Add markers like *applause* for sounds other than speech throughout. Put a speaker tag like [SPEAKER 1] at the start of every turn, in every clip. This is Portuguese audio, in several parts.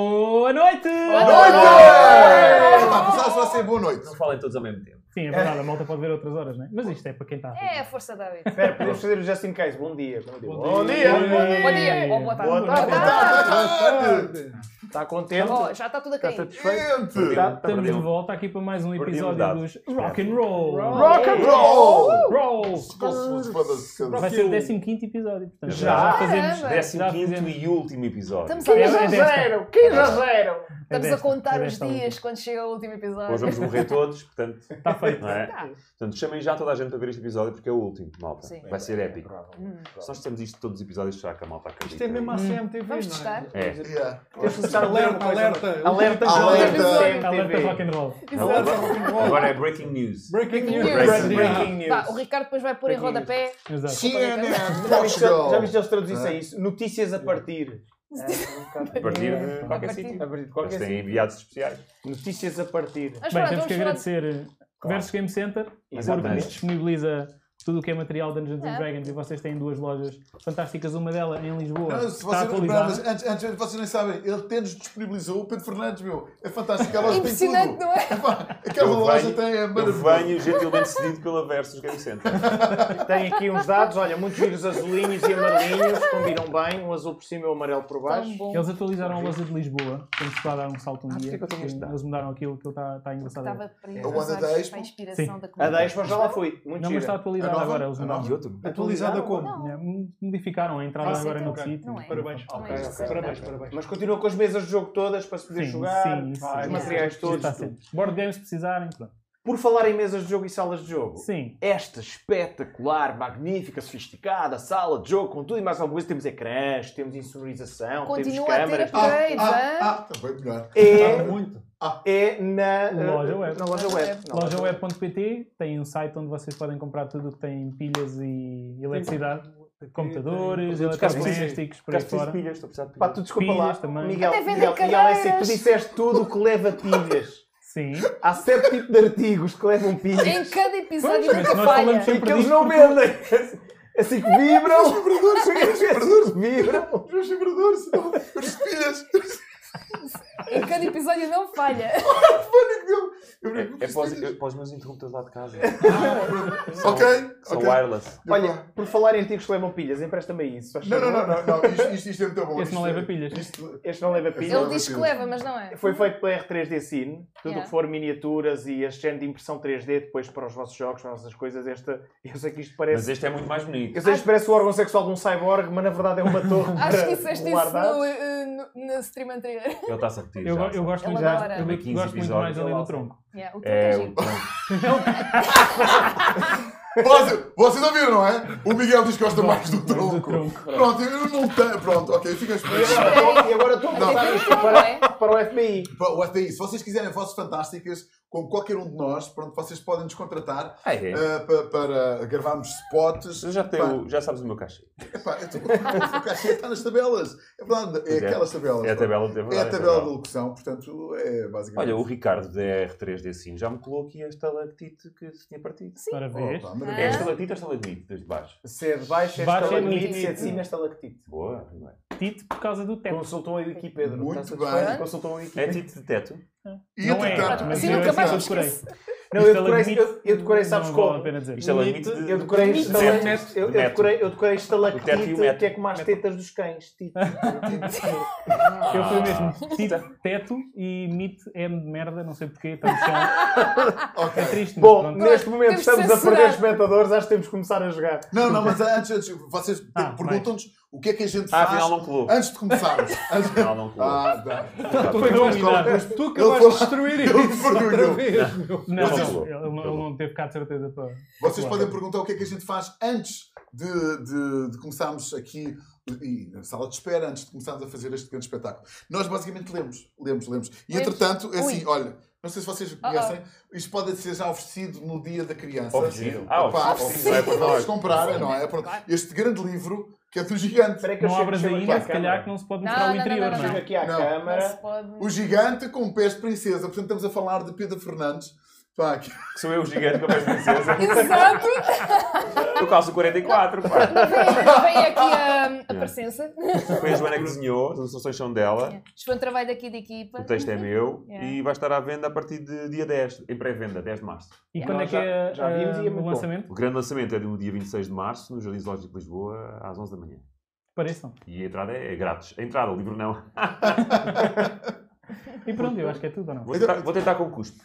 [SPEAKER 1] Boa noite!
[SPEAKER 2] Boa
[SPEAKER 3] noite!
[SPEAKER 2] Boa noite!
[SPEAKER 3] Começaram só a ser boa noite.
[SPEAKER 4] Não falem todos ao mesmo tempo.
[SPEAKER 1] Sim, é verdade, a malta pode ver outras horas, não é? Mas isto é para quem está.
[SPEAKER 2] É a força da vida.
[SPEAKER 5] Espera, podemos fazer o just in case. Bom dia. Bom dia.
[SPEAKER 1] Bom dia.
[SPEAKER 2] Bom dia ou boa tarde.
[SPEAKER 5] Boa tarde.
[SPEAKER 2] Boa
[SPEAKER 5] Está Tá contente?
[SPEAKER 2] Oh, já está tudo a
[SPEAKER 5] Está
[SPEAKER 2] cair.
[SPEAKER 5] satisfeito?
[SPEAKER 3] Gente!
[SPEAKER 5] Tá,
[SPEAKER 1] Estamos de
[SPEAKER 4] Perdeu.
[SPEAKER 1] volta aqui para mais um
[SPEAKER 4] Perdeu
[SPEAKER 1] episódio
[SPEAKER 4] dado.
[SPEAKER 1] dos Rock and Roll.
[SPEAKER 5] Rock and
[SPEAKER 3] roll!
[SPEAKER 1] Roll!
[SPEAKER 3] Gosto
[SPEAKER 1] Vai
[SPEAKER 3] foda-se.
[SPEAKER 1] ser o 15 episódio, portanto.
[SPEAKER 4] Já?
[SPEAKER 1] fazemos.
[SPEAKER 2] Caramba.
[SPEAKER 4] Décimo
[SPEAKER 1] Já
[SPEAKER 4] quinto e último episódio.
[SPEAKER 2] É,
[SPEAKER 1] É-
[SPEAKER 2] Estamos
[SPEAKER 1] é
[SPEAKER 2] a,
[SPEAKER 1] desta.
[SPEAKER 5] 15 a 0! 15 a 0!
[SPEAKER 1] É
[SPEAKER 2] estamos a
[SPEAKER 1] desta,
[SPEAKER 2] contar
[SPEAKER 1] é
[SPEAKER 2] os
[SPEAKER 1] desta
[SPEAKER 2] dias quando chega o último episódio.
[SPEAKER 4] Hoje vamos morrer todos,
[SPEAKER 2] *laughs*
[SPEAKER 4] portanto.
[SPEAKER 1] Está feito.
[SPEAKER 4] Não é?
[SPEAKER 2] Tá.
[SPEAKER 4] Portanto, chamem já toda a gente para ver este episódio porque é o último, malta.
[SPEAKER 2] Sim.
[SPEAKER 4] Vai ser épico.
[SPEAKER 2] Hum.
[SPEAKER 4] Se nós temos isto todos os episódios, será que a malta acredita?
[SPEAKER 5] Isto é
[SPEAKER 1] Hum.
[SPEAKER 5] mesmo a
[SPEAKER 1] assim.
[SPEAKER 5] CMTV.
[SPEAKER 2] Vamos
[SPEAKER 5] não é?
[SPEAKER 2] testar.
[SPEAKER 4] É.
[SPEAKER 3] Yeah.
[SPEAKER 5] Temos que deixar
[SPEAKER 6] Alerta, alerta.
[SPEAKER 3] Alerta.
[SPEAKER 5] Alerta, jovem.
[SPEAKER 1] Alerta rock and roll.
[SPEAKER 4] Agora, agora é breaking news.
[SPEAKER 6] Breaking
[SPEAKER 2] Breaking
[SPEAKER 6] news.
[SPEAKER 2] news.
[SPEAKER 6] Breaking
[SPEAKER 5] Breaking news.
[SPEAKER 2] Pá, o Ricardo depois vai pôr em rodapé.
[SPEAKER 1] Exato.
[SPEAKER 3] CNN
[SPEAKER 5] Já viste- Já
[SPEAKER 3] Portugal.
[SPEAKER 5] viste eles traduzissem
[SPEAKER 3] É.
[SPEAKER 5] isso? Notícias a partir. É, um
[SPEAKER 4] A partir de
[SPEAKER 2] Partir.
[SPEAKER 4] qualquer sítio.
[SPEAKER 5] A partir de
[SPEAKER 4] Eles
[SPEAKER 5] qualquer
[SPEAKER 4] têm
[SPEAKER 5] sítio.
[SPEAKER 4] enviados especiais.
[SPEAKER 5] Notícias a partir.
[SPEAKER 2] Mas
[SPEAKER 1] Bem,
[SPEAKER 2] pronto,
[SPEAKER 1] temos que
[SPEAKER 2] falar de-
[SPEAKER 1] agradecer eh, Versus Game Center, porque
[SPEAKER 4] Exatamente.
[SPEAKER 1] nos disponibiliza tudo o que é material de Dungeons and
[SPEAKER 2] É.
[SPEAKER 1] Dragons e vocês têm duas lojas fantásticas, uma delas em Lisboa.
[SPEAKER 3] Não,
[SPEAKER 1] está
[SPEAKER 3] se vocês não
[SPEAKER 1] atualizada.
[SPEAKER 3] lembraram, mas antes, antes, vocês nem sabem, ele até-nos disponibilizou o Pedro Fernandes, meu. É fantástico, a loja tem tudo.
[SPEAKER 2] Impressionante, não é?
[SPEAKER 3] Epá,
[SPEAKER 4] Eu
[SPEAKER 3] Aquela loja
[SPEAKER 4] venho,
[SPEAKER 3] tem é
[SPEAKER 4] eu
[SPEAKER 3] maravilhosa.
[SPEAKER 4] venho gentilmente cedido pela Versus Game Center.
[SPEAKER 5] Tem aqui uns dados, olha, muitos vírus azulinhos e amarelinhos, combinam bem, um azul por cima e um amarelo por
[SPEAKER 2] Tão
[SPEAKER 5] baixo.
[SPEAKER 2] bom.
[SPEAKER 1] Eles atualizaram a loja de Lisboa, temos que lá dar um salto um
[SPEAKER 4] Ah,
[SPEAKER 1] dia.
[SPEAKER 4] porque é que eu tenho este
[SPEAKER 1] porque
[SPEAKER 4] dado?
[SPEAKER 1] Eles mudaram aquilo, aquilo está, está engraçado.
[SPEAKER 2] Estava para ir
[SPEAKER 3] A Wanda
[SPEAKER 2] usar
[SPEAKER 3] da Expo?
[SPEAKER 2] a inspiração
[SPEAKER 1] Sim.
[SPEAKER 2] da
[SPEAKER 5] A
[SPEAKER 2] comunidade.
[SPEAKER 5] 10, mas já lá fui. Muito
[SPEAKER 1] Não, mas está
[SPEAKER 5] gira.
[SPEAKER 1] atualizado
[SPEAKER 3] A nova?
[SPEAKER 1] agora, eles
[SPEAKER 3] A
[SPEAKER 1] mudaram.
[SPEAKER 4] E outro?
[SPEAKER 6] Atualizada como?
[SPEAKER 2] Não.
[SPEAKER 1] Não, Modificaram a entrada
[SPEAKER 2] Vai ser
[SPEAKER 1] agora no
[SPEAKER 2] tranquilo,
[SPEAKER 1] sítio.
[SPEAKER 2] não é?
[SPEAKER 6] Parabéns.
[SPEAKER 2] Ok,
[SPEAKER 5] ok.
[SPEAKER 6] Parabéns, parabéns.
[SPEAKER 5] Mas continua com as mesas de jogo todas para se poder
[SPEAKER 1] Sim,
[SPEAKER 5] jogar,
[SPEAKER 1] sim, isso.
[SPEAKER 5] os materiais
[SPEAKER 1] Isso
[SPEAKER 5] todos.
[SPEAKER 1] está
[SPEAKER 5] tudo.
[SPEAKER 1] sempre. Board games se precisarem, pronto.
[SPEAKER 5] Por falar em mesas de jogo e salas de jogo,
[SPEAKER 1] Sim.
[SPEAKER 5] esta espetacular, magnífica, sofisticada sala de jogo, com tudo e mais alguma coisa, temos ecrãs, temos insonorização,
[SPEAKER 2] Continua
[SPEAKER 5] temos
[SPEAKER 2] a ter
[SPEAKER 5] câmaras.
[SPEAKER 2] a- Upgrades,
[SPEAKER 3] ah, ah, ah, bem melhor.
[SPEAKER 6] Está
[SPEAKER 5] É,
[SPEAKER 6] muito.
[SPEAKER 5] é na,
[SPEAKER 1] Loja
[SPEAKER 5] eh,
[SPEAKER 1] web.
[SPEAKER 5] na loja web. Na
[SPEAKER 1] Loja web.pt tem um site onde vocês podem comprar tudo o que tem pilhas e eletricidade, computadores,
[SPEAKER 6] tem produtos
[SPEAKER 1] eletrodomésticos, por aí
[SPEAKER 4] Caso preciso de
[SPEAKER 1] fora.
[SPEAKER 4] pilhas, estou a precisar de
[SPEAKER 5] Pá,
[SPEAKER 4] pilhas.
[SPEAKER 5] tu desculpa
[SPEAKER 1] Pilhas
[SPEAKER 5] lá,
[SPEAKER 1] também.
[SPEAKER 5] Miguel,
[SPEAKER 2] Até vendem
[SPEAKER 5] Miguel, Miguel, é assim, tu
[SPEAKER 2] cadeiras.
[SPEAKER 5] disseste tudo o que leva pilhas.
[SPEAKER 1] Sim.
[SPEAKER 5] Há certo tipo de artigos que levam pilhas
[SPEAKER 2] Em cada episódio
[SPEAKER 1] Pois, mas
[SPEAKER 2] nunca
[SPEAKER 1] nós
[SPEAKER 2] falha.
[SPEAKER 1] falamos
[SPEAKER 5] e
[SPEAKER 1] sempre-
[SPEAKER 5] que eles não vendem. *laughs* Assim que vibram, *laughs* os vibradores, vibram.
[SPEAKER 3] Os meus vibradores, não, as pilhas.
[SPEAKER 2] Em cada episódio não falha.
[SPEAKER 3] Eu brinco com
[SPEAKER 4] É
[SPEAKER 3] as
[SPEAKER 4] para os-
[SPEAKER 3] pilhas.
[SPEAKER 4] eu- para os meus interruptores lá de casa.
[SPEAKER 3] Ok,
[SPEAKER 4] São
[SPEAKER 3] ok.
[SPEAKER 4] wireless.
[SPEAKER 5] Olha, por falar em artigos que levam pilhas, empresta-me aí isso. faz
[SPEAKER 3] Não, não, não,
[SPEAKER 5] favor.
[SPEAKER 3] não, não, isto, isto- isto é muito bom.
[SPEAKER 1] Esse não
[SPEAKER 3] isto é-
[SPEAKER 1] leva pilhas.
[SPEAKER 3] isto-
[SPEAKER 5] Este não leva pilhas.
[SPEAKER 2] Ele diz que leva, mas não é.
[SPEAKER 5] Foi feito pela R3D Cine. Tudo o
[SPEAKER 2] Yeah.
[SPEAKER 5] que for miniaturas e este género de impressão 3D depois para os vossos jogos, para as vossas coisas, esta, eu sei que isto parece.
[SPEAKER 4] Mas este é muito mais bonito.
[SPEAKER 5] Eu sei que isto parece o órgão sexual de um cyborg, mas na verdade é uma torre.
[SPEAKER 2] Ah. *laughs* Acho
[SPEAKER 5] para
[SPEAKER 2] que disseste
[SPEAKER 5] rolar
[SPEAKER 2] isso é
[SPEAKER 5] dados.
[SPEAKER 2] no, eh, no, na stream anterior.
[SPEAKER 4] Ele está-se a repetir
[SPEAKER 1] Eu,
[SPEAKER 4] já.
[SPEAKER 1] go- eu gosto
[SPEAKER 2] Ela
[SPEAKER 1] muito,
[SPEAKER 2] adora.
[SPEAKER 1] eu
[SPEAKER 4] Também 15
[SPEAKER 1] gosto muito mais
[SPEAKER 4] episódios,
[SPEAKER 1] ali
[SPEAKER 5] ela
[SPEAKER 1] do
[SPEAKER 5] sabe.
[SPEAKER 1] tronco.
[SPEAKER 2] Yeah, o truque é
[SPEAKER 4] É,
[SPEAKER 2] giro.
[SPEAKER 4] o pronto.
[SPEAKER 3] Vocês, vocês ouviram, não é? O Miguel diz que gosta mais do
[SPEAKER 1] Gosto mais do
[SPEAKER 3] tronco.
[SPEAKER 1] tronco.
[SPEAKER 3] Pronto, eu não tenho. Pronto, ok, fica
[SPEAKER 5] E
[SPEAKER 3] explícito.
[SPEAKER 5] agora- Ah,
[SPEAKER 2] *laughs*
[SPEAKER 5] E agora estou a
[SPEAKER 3] Não.
[SPEAKER 5] pensar isto
[SPEAKER 2] Não é?
[SPEAKER 5] para, para o FBI.
[SPEAKER 3] Pá, O FBI, se vocês quiserem vozes fantásticas, como qualquer um de nós, pronto, vocês podem nos contratar
[SPEAKER 4] Ah, é?
[SPEAKER 3] eh, pa- para gravarmos spots.
[SPEAKER 4] Tu já, tenho, já sabes o meu cachê.
[SPEAKER 3] Epá, eu estou o cachê está nas tabelas. É verdade, é
[SPEAKER 4] Pois é.
[SPEAKER 3] aquelas tabelas.
[SPEAKER 4] É a tabela, é
[SPEAKER 3] pá.
[SPEAKER 4] verdade,
[SPEAKER 3] É
[SPEAKER 4] é
[SPEAKER 3] a tabela de locução, portanto, é basicamente.
[SPEAKER 4] Olha, o Ricardo da R3D Cine assim já me colocou aqui a estalactite que se tinha partido.
[SPEAKER 1] Para ver.
[SPEAKER 3] Opa,
[SPEAKER 4] É
[SPEAKER 3] maravilha.
[SPEAKER 4] estalactite ou estalagmite, desde baixo?
[SPEAKER 5] Se é de baixo, é
[SPEAKER 1] Baixo é
[SPEAKER 5] estalactite.
[SPEAKER 1] limite.
[SPEAKER 5] Se é de cima, é estalactite.
[SPEAKER 4] Boa, não é?
[SPEAKER 1] Tite por causa do teto.
[SPEAKER 5] Consultam aí o aqui, Pedro.
[SPEAKER 3] Muito
[SPEAKER 5] Está
[SPEAKER 3] bem.
[SPEAKER 5] satisfeito? Consultam aí o
[SPEAKER 4] É
[SPEAKER 5] aqui.
[SPEAKER 4] tite de teto?
[SPEAKER 3] E
[SPEAKER 1] Não é,
[SPEAKER 3] entretanto-
[SPEAKER 1] mas
[SPEAKER 2] Assim
[SPEAKER 1] eu
[SPEAKER 2] nunca
[SPEAKER 1] é que
[SPEAKER 2] mais
[SPEAKER 1] eu
[SPEAKER 2] me
[SPEAKER 1] procurei.
[SPEAKER 2] esqueço.
[SPEAKER 5] Não, eu decorei,
[SPEAKER 1] Estalagmite,
[SPEAKER 5] eu, eu decorei, sabes
[SPEAKER 1] não
[SPEAKER 5] qual?
[SPEAKER 1] vale a pena dizer.
[SPEAKER 4] Isto é limite de-
[SPEAKER 5] Eu decorei
[SPEAKER 4] de
[SPEAKER 5] estalactite.
[SPEAKER 4] metro.
[SPEAKER 5] Eu, eu
[SPEAKER 4] De metro.
[SPEAKER 5] decorei, eu decorei
[SPEAKER 4] teto e
[SPEAKER 5] estalactite,
[SPEAKER 4] o metro.
[SPEAKER 5] que é como as tetas dos cães. Tito.
[SPEAKER 1] Eu fui mesmo Tite, teto e mite é de merda, não sei porquê, então está no chão.
[SPEAKER 3] *laughs* Ok.
[SPEAKER 1] um- É triste, mas
[SPEAKER 5] Bom,
[SPEAKER 1] pronto.
[SPEAKER 5] neste momento
[SPEAKER 2] Temos
[SPEAKER 5] estamos a
[SPEAKER 2] censurado.
[SPEAKER 5] perder espectadores, acho que temos que começar a jogar.
[SPEAKER 3] Não, não, mas é antes, antes vocês
[SPEAKER 1] Ah,
[SPEAKER 3] perguntam-nos o que é que a gente
[SPEAKER 4] Ah,
[SPEAKER 3] faz
[SPEAKER 4] afinal não colou.
[SPEAKER 3] antes de
[SPEAKER 4] *laughs*
[SPEAKER 3] começarmos. Antes-
[SPEAKER 4] Afinal não colou.
[SPEAKER 3] Ah, dá.
[SPEAKER 6] Tu
[SPEAKER 1] Foi
[SPEAKER 6] acabaste-
[SPEAKER 1] dominado.
[SPEAKER 6] Tu
[SPEAKER 3] Ele
[SPEAKER 6] acabaste
[SPEAKER 3] foi lá-
[SPEAKER 6] de destruir
[SPEAKER 3] ele
[SPEAKER 6] isso
[SPEAKER 3] destruiu.
[SPEAKER 6] outra vez, meu.
[SPEAKER 1] Não,
[SPEAKER 4] Vocês-
[SPEAKER 1] ele, ele não- ele não teve cá de certeza para.
[SPEAKER 3] Vocês
[SPEAKER 1] Claro.
[SPEAKER 3] podem perguntar o que é que a gente faz antes de, de- de começarmos aqui e na sala de espera, antes de começarmos a fazer este grande espetáculo. Nós basicamente lemos, lemos, lemos. E
[SPEAKER 2] Lemos.
[SPEAKER 3] entretanto, é assim,
[SPEAKER 2] Ui.
[SPEAKER 3] olha, não sei se vocês conhecem, isto pode ser já oferecido no dia da criança.
[SPEAKER 4] Oferecido? Ah,
[SPEAKER 3] Opa,
[SPEAKER 4] oferecido,
[SPEAKER 3] oferecido,
[SPEAKER 4] não é para
[SPEAKER 3] para vocês
[SPEAKER 4] nós.
[SPEAKER 3] comprarem, não é? Pronto, Este grande livro que é do gigante.
[SPEAKER 5] Espera que eu
[SPEAKER 1] Não
[SPEAKER 5] chego-
[SPEAKER 1] abras
[SPEAKER 5] chego aqui
[SPEAKER 1] ainda,
[SPEAKER 5] à
[SPEAKER 1] se
[SPEAKER 5] câmara.
[SPEAKER 1] calhar que não se pode
[SPEAKER 2] Não,
[SPEAKER 1] mostrar
[SPEAKER 2] não,
[SPEAKER 1] o
[SPEAKER 2] não,
[SPEAKER 1] interior,
[SPEAKER 2] não,
[SPEAKER 1] não
[SPEAKER 5] Chego
[SPEAKER 1] é?
[SPEAKER 5] aqui à
[SPEAKER 3] Não.
[SPEAKER 2] Não
[SPEAKER 5] câmara.
[SPEAKER 2] se pode.
[SPEAKER 3] O gigante com pés de princesa. Portanto, estamos a falar de Pedro Fernandes. Portanto,
[SPEAKER 1] *laughs*
[SPEAKER 3] Pá, que-
[SPEAKER 4] Que sou eu o gigante com a voz de princesa. *laughs*
[SPEAKER 2] Exato!
[SPEAKER 4] Eu calço 44, pá.
[SPEAKER 2] Vem, vem aqui a, a presença.
[SPEAKER 4] Foi a Joana que desenhou, as ilustrações são dela.
[SPEAKER 2] Chegou um trabalho daqui da equipa.
[SPEAKER 4] O texto é meu
[SPEAKER 2] Yeah.
[SPEAKER 4] e vai estar à venda a partir de dia 10, em pré-venda, 10 de março.
[SPEAKER 1] E quando é
[SPEAKER 7] Nós
[SPEAKER 1] que
[SPEAKER 7] já-
[SPEAKER 1] é
[SPEAKER 7] já vimos e é
[SPEAKER 1] ah,
[SPEAKER 7] muito
[SPEAKER 1] o
[SPEAKER 7] bom.
[SPEAKER 1] lançamento?
[SPEAKER 4] O grande lançamento é no dia 26 de março, no Jardim Zoológico de Lisboa, às 11 da manhã.
[SPEAKER 1] Pareçam.
[SPEAKER 4] E a entrada é grátis. A entrada, o livro não.
[SPEAKER 1] E pronto, eu acho que é tudo ou não?
[SPEAKER 4] Vou tentar, vou tentar com custo.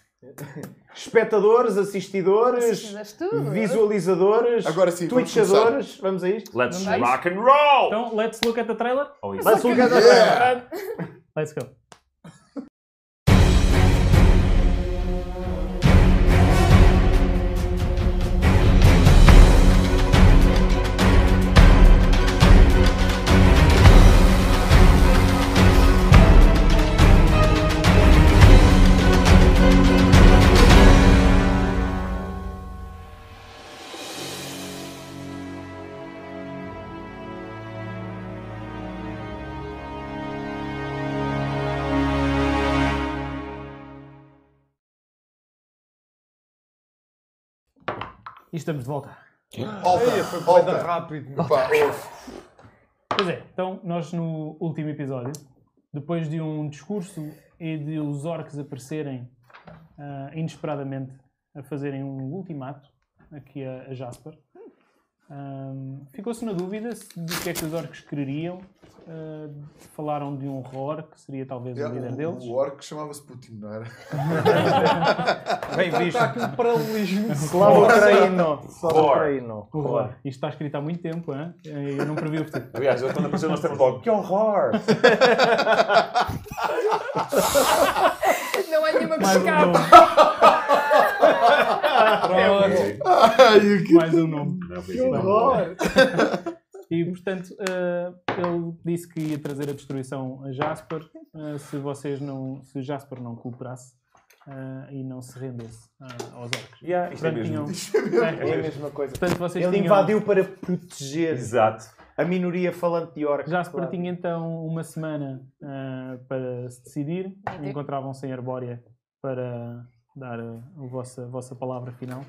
[SPEAKER 7] Espectadores, assistidores,
[SPEAKER 2] Precisas tudo.
[SPEAKER 7] visualizadores,
[SPEAKER 3] Agora sim, vamos
[SPEAKER 7] twitchadores. Vamos a isto?
[SPEAKER 4] Let's
[SPEAKER 1] Não dá
[SPEAKER 4] rock and roll!
[SPEAKER 1] Então, let's look at the trailer.
[SPEAKER 4] Oh, isso.
[SPEAKER 7] Let's look at the
[SPEAKER 3] Yeah!
[SPEAKER 7] trailer.
[SPEAKER 1] Let's go. E estamos de volta.
[SPEAKER 8] Foi
[SPEAKER 3] Olta,
[SPEAKER 8] bué da
[SPEAKER 3] olta.
[SPEAKER 8] rápido.
[SPEAKER 1] é?
[SPEAKER 3] Pá, ouve.
[SPEAKER 1] Pois é, então nós no último episódio, depois de um discurso e de os orcs aparecerem ah, inesperadamente a fazerem um ultimato aqui a, a Jasper, ahm, ficou-se na dúvida se- do que é que os orcs quereriam. Ah, falaram de um horror que seria talvez o líder
[SPEAKER 3] Yeah,
[SPEAKER 1] deles.
[SPEAKER 3] É, O, o orc chamava-se Putin, não era? *laughs*
[SPEAKER 8] Bem visto. Está aqui um paralelismo.
[SPEAKER 7] Slava Ucraino. Slava
[SPEAKER 4] Horror.
[SPEAKER 7] Ucraino.
[SPEAKER 1] Horror. Isto está escrito há muito tempo, hein? eu não previ o
[SPEAKER 4] *laughs*
[SPEAKER 1] futuro.
[SPEAKER 4] Aliás, quando apareceu, nós temos logo. Que *laughs* horror!
[SPEAKER 2] Não há nenhuma que
[SPEAKER 1] Mais um
[SPEAKER 2] escape.
[SPEAKER 1] nome.
[SPEAKER 4] É,
[SPEAKER 3] Ai, o que-
[SPEAKER 1] Mais um nome.
[SPEAKER 4] não, foi
[SPEAKER 3] que
[SPEAKER 4] assim, não.
[SPEAKER 3] horror!
[SPEAKER 1] E portanto, eh, ele disse que ia trazer a destruição a Jasper eh, se vocês não. se Jasper não cooperasse eh, e não se rendesse ah, aos orcs.
[SPEAKER 4] Yeah, isto é
[SPEAKER 1] Portanto,
[SPEAKER 4] mesmo.
[SPEAKER 1] tinham-
[SPEAKER 3] Isto é mesmo.
[SPEAKER 1] É.
[SPEAKER 7] É a mesma coisa.
[SPEAKER 1] Portanto, vocês
[SPEAKER 7] Ele
[SPEAKER 1] tinham-
[SPEAKER 7] invadiu para proteger
[SPEAKER 4] Exato.
[SPEAKER 7] a minoria falante de orcs.
[SPEAKER 1] Jasper
[SPEAKER 7] Claro.
[SPEAKER 1] tinha então uma semana ah, para se decidir.
[SPEAKER 2] Ok.
[SPEAKER 1] Encontravam-se em Arbórea para dar ah, a vossa, a vossa palavra final.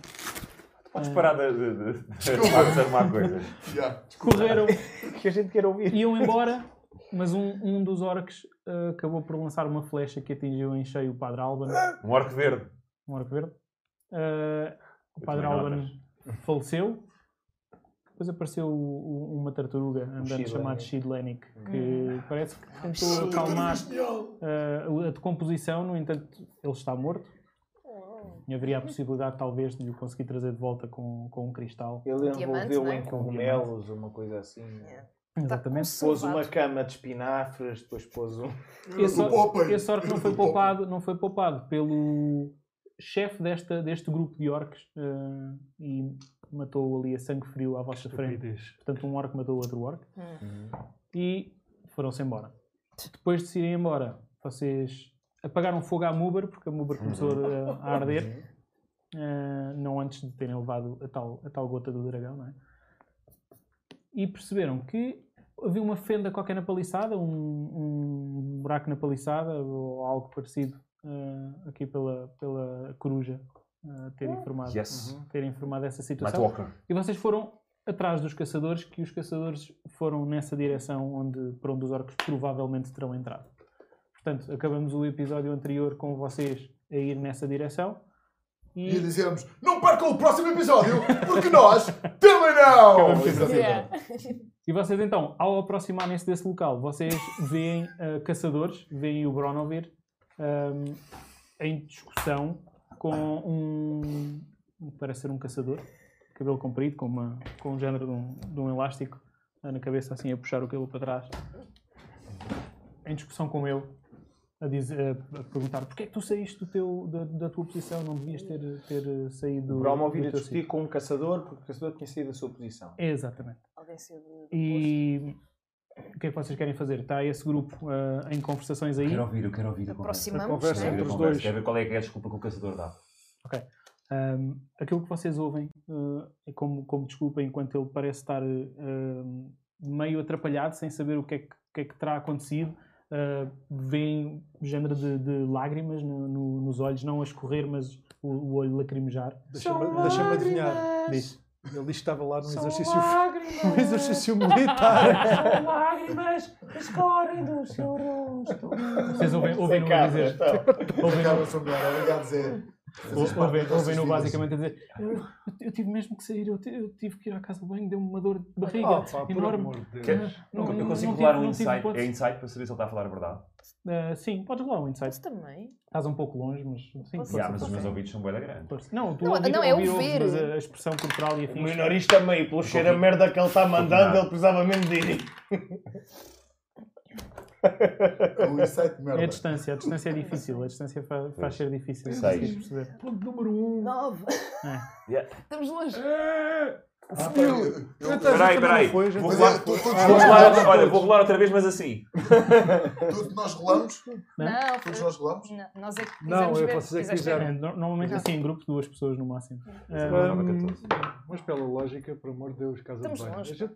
[SPEAKER 4] Podes
[SPEAKER 1] Ah.
[SPEAKER 4] parar de, de, de, de, de arrumar coisas.
[SPEAKER 3] Yeah.
[SPEAKER 1] Correram,
[SPEAKER 7] que a gente quer ouvir.
[SPEAKER 1] iam embora, mas um, um dos orcs ah, acabou por lançar uma flecha que atingiu em cheio o Padre Alban.
[SPEAKER 4] Um orco verde.
[SPEAKER 1] um orco verde. Ah, o
[SPEAKER 4] Eu
[SPEAKER 1] padre
[SPEAKER 4] tomei
[SPEAKER 1] Alban faleceu. Depois apareceu o- o- uma tartaruga andante
[SPEAKER 7] Shid
[SPEAKER 1] chamada
[SPEAKER 7] Lenik.
[SPEAKER 1] Shid Lenik, que parece que tentou
[SPEAKER 2] Shid.
[SPEAKER 1] acalmar
[SPEAKER 3] Genial.
[SPEAKER 1] ah, a decomposição, no entanto, ele está morto. E haveria a possibilidade, talvez, de o conseguir trazer de volta com, com um cristal.
[SPEAKER 5] Tá,
[SPEAKER 7] Ele
[SPEAKER 2] Diamante,
[SPEAKER 7] envolveu
[SPEAKER 2] não é?
[SPEAKER 7] em cogumelos, uma coisa assim.
[SPEAKER 8] É.
[SPEAKER 1] Exatamente.
[SPEAKER 7] Pôs
[SPEAKER 2] Salvado.
[SPEAKER 7] uma cama de espinafres, depois pôs um.
[SPEAKER 1] Esse
[SPEAKER 3] Do Popeye.
[SPEAKER 1] orc, esse orc
[SPEAKER 3] *laughs*
[SPEAKER 1] não foi
[SPEAKER 3] Do Popeye.
[SPEAKER 1] poupado, não foi poupado pelo chefe desta, deste grupo de orcs ah, e matou ali a sangue frio à vossa frente. Portanto, um orc matou outro orc. E foram-se embora. Depois de se irem embora, vocês apagaram fogo à Muber, porque a Muber começou a, a
[SPEAKER 7] Uhum.
[SPEAKER 1] arder. Ah, não antes de terem levado a tal, a tal gota do dragão, não é? E perceberam que havia uma fenda qualquer na paliçada, um, um buraco na paliçada, ou algo parecido, ah, aqui pela, pela coruja ah, ter, informado, uhum,
[SPEAKER 4] Yes.
[SPEAKER 1] ter informado essa
[SPEAKER 4] Matt
[SPEAKER 1] situação.
[SPEAKER 4] Walker.
[SPEAKER 1] E vocês foram atrás dos caçadores, que os caçadores foram nessa direção onde, para onde os orcos provavelmente terão entrado. Portanto, acabamos o episódio anterior com vocês a ir nessa direção.
[SPEAKER 3] E
[SPEAKER 1] E
[SPEAKER 3] dizemos, não percam o próximo episódio,
[SPEAKER 1] *laughs*
[SPEAKER 3] porque nós também não! é.
[SPEAKER 1] Acabamos
[SPEAKER 3] Exatamente.
[SPEAKER 2] Yeah.
[SPEAKER 1] E vocês então, ao aproximarem-se desse local, vocês veem ah, caçadores, veem o Bronovir ahm, em discussão com um. parece ser um caçador, cabelo comprido, com, uma, com um género de um, de um elástico ah, na cabeça, assim a puxar o cabelo para trás. Em discussão com ele, a, dizer, a perguntar: porquê é que tu saíste do teu, da, da tua posição? Não devias ter, ter eh, saído.
[SPEAKER 7] O
[SPEAKER 1] do
[SPEAKER 7] Bromo ouvir a
[SPEAKER 1] teu
[SPEAKER 7] discutir
[SPEAKER 1] sítio."
[SPEAKER 7] com um caçador, porque o caçador tinha saído da sua posição.
[SPEAKER 1] Exatamente.
[SPEAKER 2] Alguém saiu do- do
[SPEAKER 1] E o que é que vocês querem fazer? Está esse grupo ah, em conversações aí.
[SPEAKER 4] Quero ouvir, eu quero ouvir.
[SPEAKER 2] posto.
[SPEAKER 4] a conversa.
[SPEAKER 2] Aproximamos,
[SPEAKER 8] Conversa
[SPEAKER 2] né?
[SPEAKER 4] Quero ouvir a
[SPEAKER 8] entre os
[SPEAKER 4] conversa,
[SPEAKER 8] dois.
[SPEAKER 4] Quero ver qual é que é a desculpa que o caçador dá.
[SPEAKER 1] Ahm, aquilo que vocês ouvem, ah, é como, como desculpa, enquanto ele parece estar ah, meio atrapalhado, sem saber o que é que, o que é que terá acontecido, ah, veem género de, de lágrimas no- no- nos olhos, não a escorrer, mas o, o olho lacrimejar.
[SPEAKER 8] Deixa-me deixa-me adivinhar.
[SPEAKER 1] Diz.
[SPEAKER 8] Ele diz que estava lá no exercício, *laughs* no exercício *laughs* militar.
[SPEAKER 1] Vocês ouvem, ouvem-no a dizer.
[SPEAKER 2] então.
[SPEAKER 1] Ouvem-no
[SPEAKER 3] Acaba-se a melhor. Obrigado, Zé. Fazes parte das
[SPEAKER 1] ouvem,
[SPEAKER 3] nossas
[SPEAKER 1] ouvem-no
[SPEAKER 3] vidas.
[SPEAKER 1] basicamente a dizer: eu, eu tive mesmo que sair, eu, ti- eu tive que ir à casa de banho, deu-me uma dor de barriga
[SPEAKER 8] Oh, pá, por
[SPEAKER 1] enorme.
[SPEAKER 8] amor de Deus.
[SPEAKER 4] Quer-
[SPEAKER 1] Não-
[SPEAKER 4] eu
[SPEAKER 1] não-
[SPEAKER 4] consigo
[SPEAKER 1] não tive-
[SPEAKER 4] rolar um
[SPEAKER 1] não tive
[SPEAKER 4] insight. É
[SPEAKER 1] hipótese.
[SPEAKER 4] insight para saber se ele está a falar a verdade.
[SPEAKER 1] Ah, sim, podes rolar um insight.
[SPEAKER 2] Isso também.
[SPEAKER 1] Estás um pouco longe, mas sim,
[SPEAKER 2] Posso-
[SPEAKER 1] força,
[SPEAKER 4] Yeah, mas os
[SPEAKER 1] força.
[SPEAKER 4] meus ouvidos são boeda grandes.
[SPEAKER 1] Força. Não, tu
[SPEAKER 2] Não,
[SPEAKER 1] ouvir,
[SPEAKER 2] não, é
[SPEAKER 1] ouvir,
[SPEAKER 2] o
[SPEAKER 1] ouves,
[SPEAKER 2] ver.
[SPEAKER 1] mas a, a expressão corporal e a
[SPEAKER 7] um
[SPEAKER 5] O
[SPEAKER 1] ficha.
[SPEAKER 5] minorista meio, pelo cheiro a merda que ele está mandando,
[SPEAKER 4] Combinado.
[SPEAKER 5] ele precisava mesmo de ir.
[SPEAKER 3] É um insight de
[SPEAKER 1] É a
[SPEAKER 3] merda.
[SPEAKER 1] distância, a distância é difícil, a distância fa- faz ser difícil.
[SPEAKER 4] Seis.
[SPEAKER 1] consegues perceber.
[SPEAKER 8] Ponto número 1. Um.
[SPEAKER 2] Nove. Estamos longe.
[SPEAKER 3] Ah, pá, eu- eu-
[SPEAKER 4] Peraí, peraí.
[SPEAKER 8] Foi, já
[SPEAKER 4] Vou
[SPEAKER 3] Mas
[SPEAKER 8] está.
[SPEAKER 4] rolar-
[SPEAKER 3] é, todos- todos
[SPEAKER 4] vou
[SPEAKER 3] nós
[SPEAKER 4] rolar-
[SPEAKER 3] rolamos,
[SPEAKER 4] Olha, vou rolar outra vez, mas assim.
[SPEAKER 3] Todos nós rolamos.
[SPEAKER 1] Não?
[SPEAKER 2] Não,
[SPEAKER 3] Todos
[SPEAKER 2] foi-
[SPEAKER 3] nós rolamos.
[SPEAKER 2] não, nós é que
[SPEAKER 8] Não,
[SPEAKER 2] quisemos
[SPEAKER 8] é
[SPEAKER 2] ver,
[SPEAKER 8] vocês é que
[SPEAKER 2] quiseste ver.
[SPEAKER 1] É, no- normalmente
[SPEAKER 2] Não.
[SPEAKER 1] assim, em grupo, duas pessoas no máximo. Ah,
[SPEAKER 4] Rolava 14.
[SPEAKER 8] Mas pela lógica, por amor de Deus, casa
[SPEAKER 2] Estamos
[SPEAKER 8] de banho.
[SPEAKER 2] longe,
[SPEAKER 8] A gente-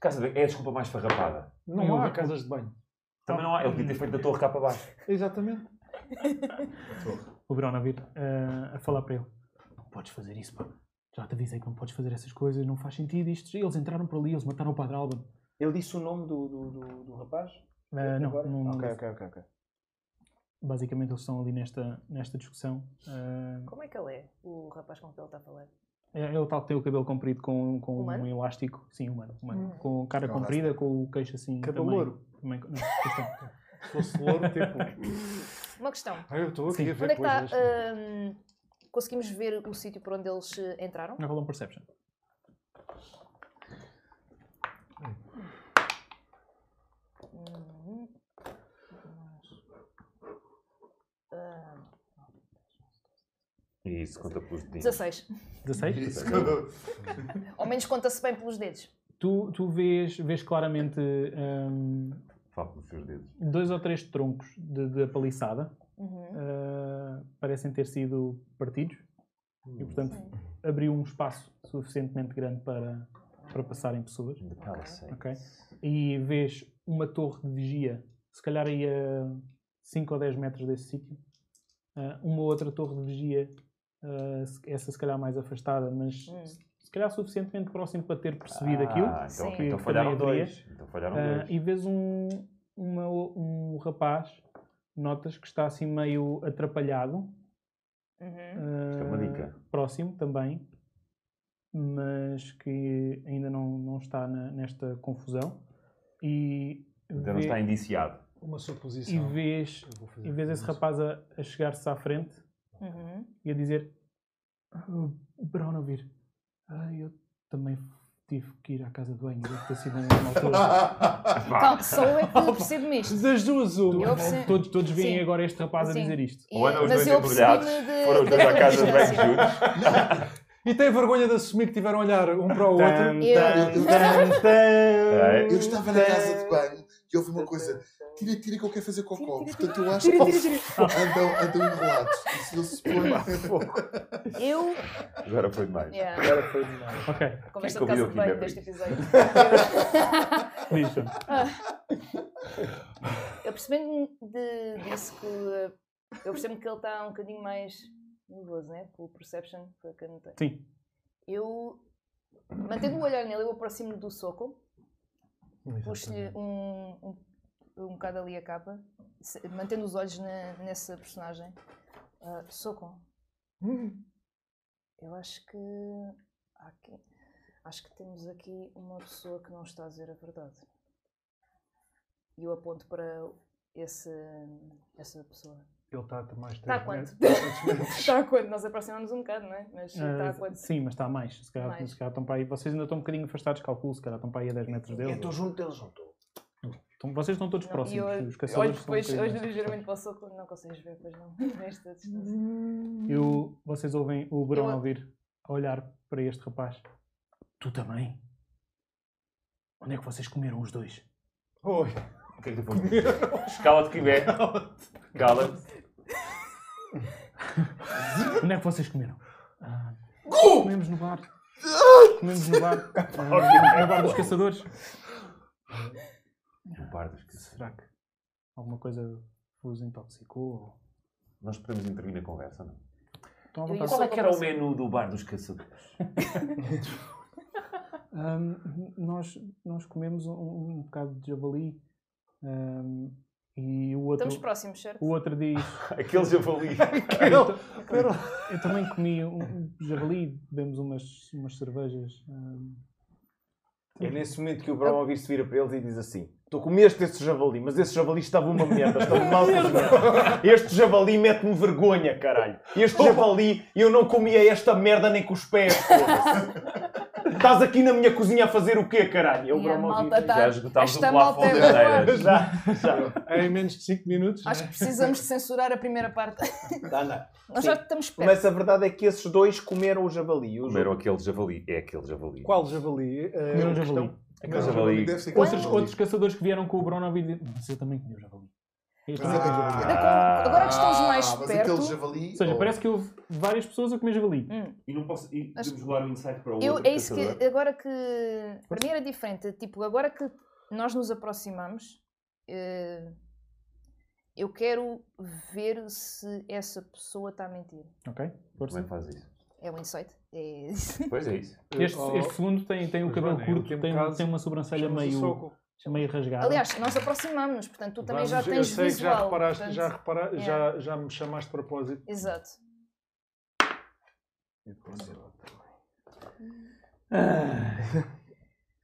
[SPEAKER 4] Casa de banho é a desculpa mais farrapada.
[SPEAKER 8] Não
[SPEAKER 1] Eu-
[SPEAKER 8] há casas de banho.
[SPEAKER 4] Também não há. é Ele podia ter feito da torre cá para baixo.
[SPEAKER 8] Exatamente.
[SPEAKER 1] o Verona vir ah, a falar para ele: Não podes fazer isso, pá. Já te avisei que não podes fazer essas coisas, não faz sentido isto. Eles entraram para ali, eles mataram o Padre Alban.
[SPEAKER 7] Ele disse o nome do, do, do, do rapaz?
[SPEAKER 1] Ah, não,
[SPEAKER 7] Agora?
[SPEAKER 1] não, não
[SPEAKER 7] Ok,
[SPEAKER 1] disse.
[SPEAKER 7] ok, ok. ok.
[SPEAKER 1] basicamente eles estão ali nesta, nesta discussão. Ah,
[SPEAKER 2] Como é que ele é, o rapaz com que ele está a falar?
[SPEAKER 1] é, é o tal que tem o cabelo comprido com, com
[SPEAKER 2] Humano?
[SPEAKER 1] um elástico. Sim, humano. humano.
[SPEAKER 2] Hum.
[SPEAKER 1] Com cara
[SPEAKER 3] Não,
[SPEAKER 1] comprida, com o queixo assim.
[SPEAKER 8] Cabelo
[SPEAKER 1] também-
[SPEAKER 8] louro.
[SPEAKER 1] também- não, questão.
[SPEAKER 8] Se fosse louro, tipo.
[SPEAKER 2] Uma questão.
[SPEAKER 8] Ah, eu estou aqui
[SPEAKER 1] Sim.
[SPEAKER 8] a ver
[SPEAKER 2] Onde é que está?
[SPEAKER 8] coisas. tipo,
[SPEAKER 2] hum, conseguimos ver o sítio por onde eles eh, entraram?
[SPEAKER 1] Rola um perception.
[SPEAKER 2] Uhum. Ah,
[SPEAKER 4] E isso conta pelos dedinhos.
[SPEAKER 2] 16.
[SPEAKER 1] 16?
[SPEAKER 3] *laughs* Isso que-
[SPEAKER 2] Ao menos conta-se bem pelos dedos.
[SPEAKER 1] Tu, tu vês, vês claramente hum,
[SPEAKER 4] Fala pelos seus dedos.
[SPEAKER 1] dois ou três troncos de, de apaliçada.
[SPEAKER 2] Uhum.
[SPEAKER 1] ah, parecem ter sido partidos
[SPEAKER 4] Hum,
[SPEAKER 1] e, portanto,
[SPEAKER 2] Sim.
[SPEAKER 1] abriu um espaço suficientemente grande para, para passarem pessoas.
[SPEAKER 4] The Palisade.
[SPEAKER 1] Ok? E vês uma torre de vigia, se calhar aí a 5 ou 10 metros desse sítio. Ah, uma outra torre de vigia, ah, se- essa se calhar mais afastada, mas
[SPEAKER 2] Hum.
[SPEAKER 1] se calhar suficientemente próximo para ter percebido aquilo.
[SPEAKER 4] Ah,
[SPEAKER 2] Sim.
[SPEAKER 4] então, ok, então
[SPEAKER 1] Que
[SPEAKER 4] falharam
[SPEAKER 1] também haveria.
[SPEAKER 4] dois. Então falharam
[SPEAKER 1] Ah,
[SPEAKER 4] dois.
[SPEAKER 1] e vês um, uma- um rapaz, notas que está assim meio atrapalhado.
[SPEAKER 2] Uhum.
[SPEAKER 4] é uma
[SPEAKER 1] ah,
[SPEAKER 4] dica.
[SPEAKER 1] Próximo também, mas que ainda não, não está na- nesta confusão. E,
[SPEAKER 4] Então não
[SPEAKER 1] vê- *laughs*
[SPEAKER 4] está indiciado.
[SPEAKER 8] Uma suposição.
[SPEAKER 1] e vês,
[SPEAKER 8] Eu vou fazer
[SPEAKER 1] e vês esse
[SPEAKER 8] isso.
[SPEAKER 1] rapaz a, a chegar-se à frente
[SPEAKER 2] Uhum.
[SPEAKER 1] e a dizer: oh, Bronovir, ah, eu também tive que ir à casa de banho, deve ter sido um na mesma *laughs* altura.
[SPEAKER 3] Ah,
[SPEAKER 2] Calma, só eu é que percebo-me isto.
[SPEAKER 1] Das duas, uma.
[SPEAKER 2] Eu perce-
[SPEAKER 1] Todos, todos veem
[SPEAKER 2] Sim.
[SPEAKER 1] agora este rapaz a
[SPEAKER 2] Sim.
[SPEAKER 1] dizer isto.
[SPEAKER 2] E-
[SPEAKER 4] *laughs* Ou andam os
[SPEAKER 2] mas
[SPEAKER 4] dois
[SPEAKER 2] eu
[SPEAKER 4] embrulhados,
[SPEAKER 2] percebi-me de-
[SPEAKER 4] Foram os dois
[SPEAKER 2] da
[SPEAKER 4] à casa
[SPEAKER 2] *laughs*
[SPEAKER 4] de banho
[SPEAKER 2] distância.
[SPEAKER 4] juntos.
[SPEAKER 3] ah.
[SPEAKER 8] E tem vergonha de assumir que tiveram a olhar um para o outro.
[SPEAKER 2] Eu-
[SPEAKER 8] *laughs*
[SPEAKER 4] É.
[SPEAKER 3] Eu estava na casa de banho e houve uma coisa. Tira, tira que eu quero fazer cocó. Portanto, eu acho que andam, andam enrolados. Isso eu suponho.
[SPEAKER 2] Eu.
[SPEAKER 4] Agora foi demais.
[SPEAKER 2] Yeah.
[SPEAKER 7] Agora foi demais.
[SPEAKER 1] Ok,
[SPEAKER 2] Conversa
[SPEAKER 4] Quem
[SPEAKER 2] de casa de
[SPEAKER 4] convidou
[SPEAKER 2] banho
[SPEAKER 4] aqui,
[SPEAKER 2] deste episódio.
[SPEAKER 1] diz. João.
[SPEAKER 2] Eu percebendo de, disso que. eh, Eu percebo que ele está um bocadinho mais nervoso, né? Com o perception foi que eu não tenho.
[SPEAKER 1] Sim.
[SPEAKER 2] Eu, mantendo o olhar nele, eu aproximo-me do soco,
[SPEAKER 8] é
[SPEAKER 2] puxo-lhe um, um, um bocado ali a capa, se- mantendo os olhos na, nessa personagem. Ah, soco, eu acho que. há aqui- acho que temos aqui uma pessoa que não está a dizer a verdade. E eu aponto para esse, essa pessoa.
[SPEAKER 8] Ele está a mais
[SPEAKER 2] Está a
[SPEAKER 8] três
[SPEAKER 2] quanto?
[SPEAKER 8] metros, três metros.
[SPEAKER 2] *laughs* Está a quanto? Nós aproximamos um bocado, não é? Mas está a
[SPEAKER 1] Tá Ah,
[SPEAKER 2] quanto?
[SPEAKER 1] sim, mas está a mais. Se calhar,
[SPEAKER 2] Mais.
[SPEAKER 1] se calhar estão para aí. Vocês ainda estão um bocadinho afastados, calculo. Se calhar estão para aí a 10 metros
[SPEAKER 7] Eu
[SPEAKER 1] deles.
[SPEAKER 7] estou junto deles, não estou.
[SPEAKER 1] Então, vocês estão todos
[SPEAKER 2] Não, e
[SPEAKER 1] próximos.
[SPEAKER 2] eu-
[SPEAKER 1] os
[SPEAKER 2] olho
[SPEAKER 1] caçadores estão um
[SPEAKER 2] depois,
[SPEAKER 1] bocadinho
[SPEAKER 2] olho
[SPEAKER 1] mais.
[SPEAKER 2] ligeiramente para o soco, não consegues ver, pois não, *laughs* nesta distância.
[SPEAKER 1] Eu, vocês ouvem o Barão
[SPEAKER 2] Eu-
[SPEAKER 1] a vir a olhar para este rapaz. Tu também? Onde é que vocês comeram os dois?
[SPEAKER 8] Oi.
[SPEAKER 4] O que é que tu foste dizer? Cala-te que vê. Cala-te.
[SPEAKER 1] Onde é que vocês comeram? Ah, comemos no
[SPEAKER 7] *laughs*
[SPEAKER 1] bar. Comemos no bar.
[SPEAKER 7] É
[SPEAKER 1] é Ah, no bar dos caçadores.
[SPEAKER 4] O bar dos que
[SPEAKER 1] Será que Alguma coisa vos intoxicou? ou-
[SPEAKER 4] Nós podemos intervir na conversa, não? é?
[SPEAKER 1] Estão à
[SPEAKER 2] Eu ia
[SPEAKER 1] vontade.
[SPEAKER 4] Qual é que era o
[SPEAKER 2] Sim.
[SPEAKER 4] menu do bar dos caçadores?
[SPEAKER 1] Ahm, nós, nós comemos um, um bocado de javali ahm, e o outro,
[SPEAKER 2] Estamos próximos, certo?
[SPEAKER 1] o outro
[SPEAKER 8] *laughs*
[SPEAKER 1] diz.
[SPEAKER 4] Aquele javali.
[SPEAKER 1] Eu também comi um um javali, bebemos umas, umas cervejas. ahm,
[SPEAKER 7] É nesse momento que o Bromovir se vira para eles e diz assim: Tu comeste esse javali, mas esse javali estava uma merda, estava mal cozinhado. Então, Este javali mete-me vergonha, caralho. Este javali, eu não comia esta merda nem com os pés, foda-se. Estás aqui na minha cozinha a fazer o quê, caralho? É o
[SPEAKER 2] E a malta tá-
[SPEAKER 7] Bromovir.
[SPEAKER 2] está-
[SPEAKER 4] Já esgotámos o
[SPEAKER 2] esta
[SPEAKER 4] plafond
[SPEAKER 2] malta
[SPEAKER 4] de
[SPEAKER 2] é
[SPEAKER 4] bandeiras.
[SPEAKER 7] Já, já.
[SPEAKER 8] É Em menos de 5 minutos.
[SPEAKER 2] Acho que precisamos de censurar a primeira
[SPEAKER 8] *laughs*
[SPEAKER 2] parte.
[SPEAKER 7] Tá, não.
[SPEAKER 2] Nós
[SPEAKER 7] Sim.
[SPEAKER 2] já estamos perto.
[SPEAKER 7] Mas a verdade é que esses dois comeram o javali. O
[SPEAKER 4] Comeram aquele javali. É aquele javali.
[SPEAKER 8] Qual
[SPEAKER 5] Eh,
[SPEAKER 8] javali?
[SPEAKER 1] Era um
[SPEAKER 8] Uh,
[SPEAKER 1] javali.
[SPEAKER 4] Aquele javali.
[SPEAKER 3] Deve ser é um
[SPEAKER 1] Outros,
[SPEAKER 3] javali.
[SPEAKER 1] outros caçadores que vieram com o Bronovi dizem, mas eu também comi o javali. Eu também comi o javali."
[SPEAKER 2] Ainda com- Agora que estamos mais
[SPEAKER 3] Ah, mas
[SPEAKER 2] perto,
[SPEAKER 3] aquele javali.
[SPEAKER 1] Ou
[SPEAKER 8] Ah.
[SPEAKER 1] seja,
[SPEAKER 3] oh,
[SPEAKER 1] parece que houve várias pessoas a comer javali.
[SPEAKER 4] E não posso. E
[SPEAKER 2] Acho-
[SPEAKER 4] podemos levar o insight para o
[SPEAKER 2] eu,
[SPEAKER 4] outro
[SPEAKER 2] é isso
[SPEAKER 4] caçador?
[SPEAKER 2] que agora que para mim era diferente. Tipo, agora que nós nos aproximamos, eh, eu quero ver se essa pessoa está a mentir.
[SPEAKER 1] Ok?
[SPEAKER 4] Também
[SPEAKER 1] Força.
[SPEAKER 4] faz isso.
[SPEAKER 2] É um insight. É...
[SPEAKER 4] Pois é isso.
[SPEAKER 5] Eh,
[SPEAKER 1] Este,
[SPEAKER 8] Oh,
[SPEAKER 1] este segundo tem, tem o
[SPEAKER 8] Mas
[SPEAKER 1] cabelo
[SPEAKER 8] olha,
[SPEAKER 1] curto,
[SPEAKER 8] último
[SPEAKER 1] tem, um,
[SPEAKER 8] caso,
[SPEAKER 1] tem uma sobrancelha
[SPEAKER 8] chama-se
[SPEAKER 1] meio,
[SPEAKER 8] Soco.
[SPEAKER 1] meio rasgada.
[SPEAKER 2] Aliás, nós aproximamos, portanto, tu também já
[SPEAKER 8] Vamos,
[SPEAKER 2] tens
[SPEAKER 8] eu sei que já
[SPEAKER 2] visual.
[SPEAKER 8] reparaste,
[SPEAKER 2] portanto,
[SPEAKER 8] já, repara,
[SPEAKER 2] é.
[SPEAKER 8] já, já me chamaste de propósito.
[SPEAKER 2] Exato.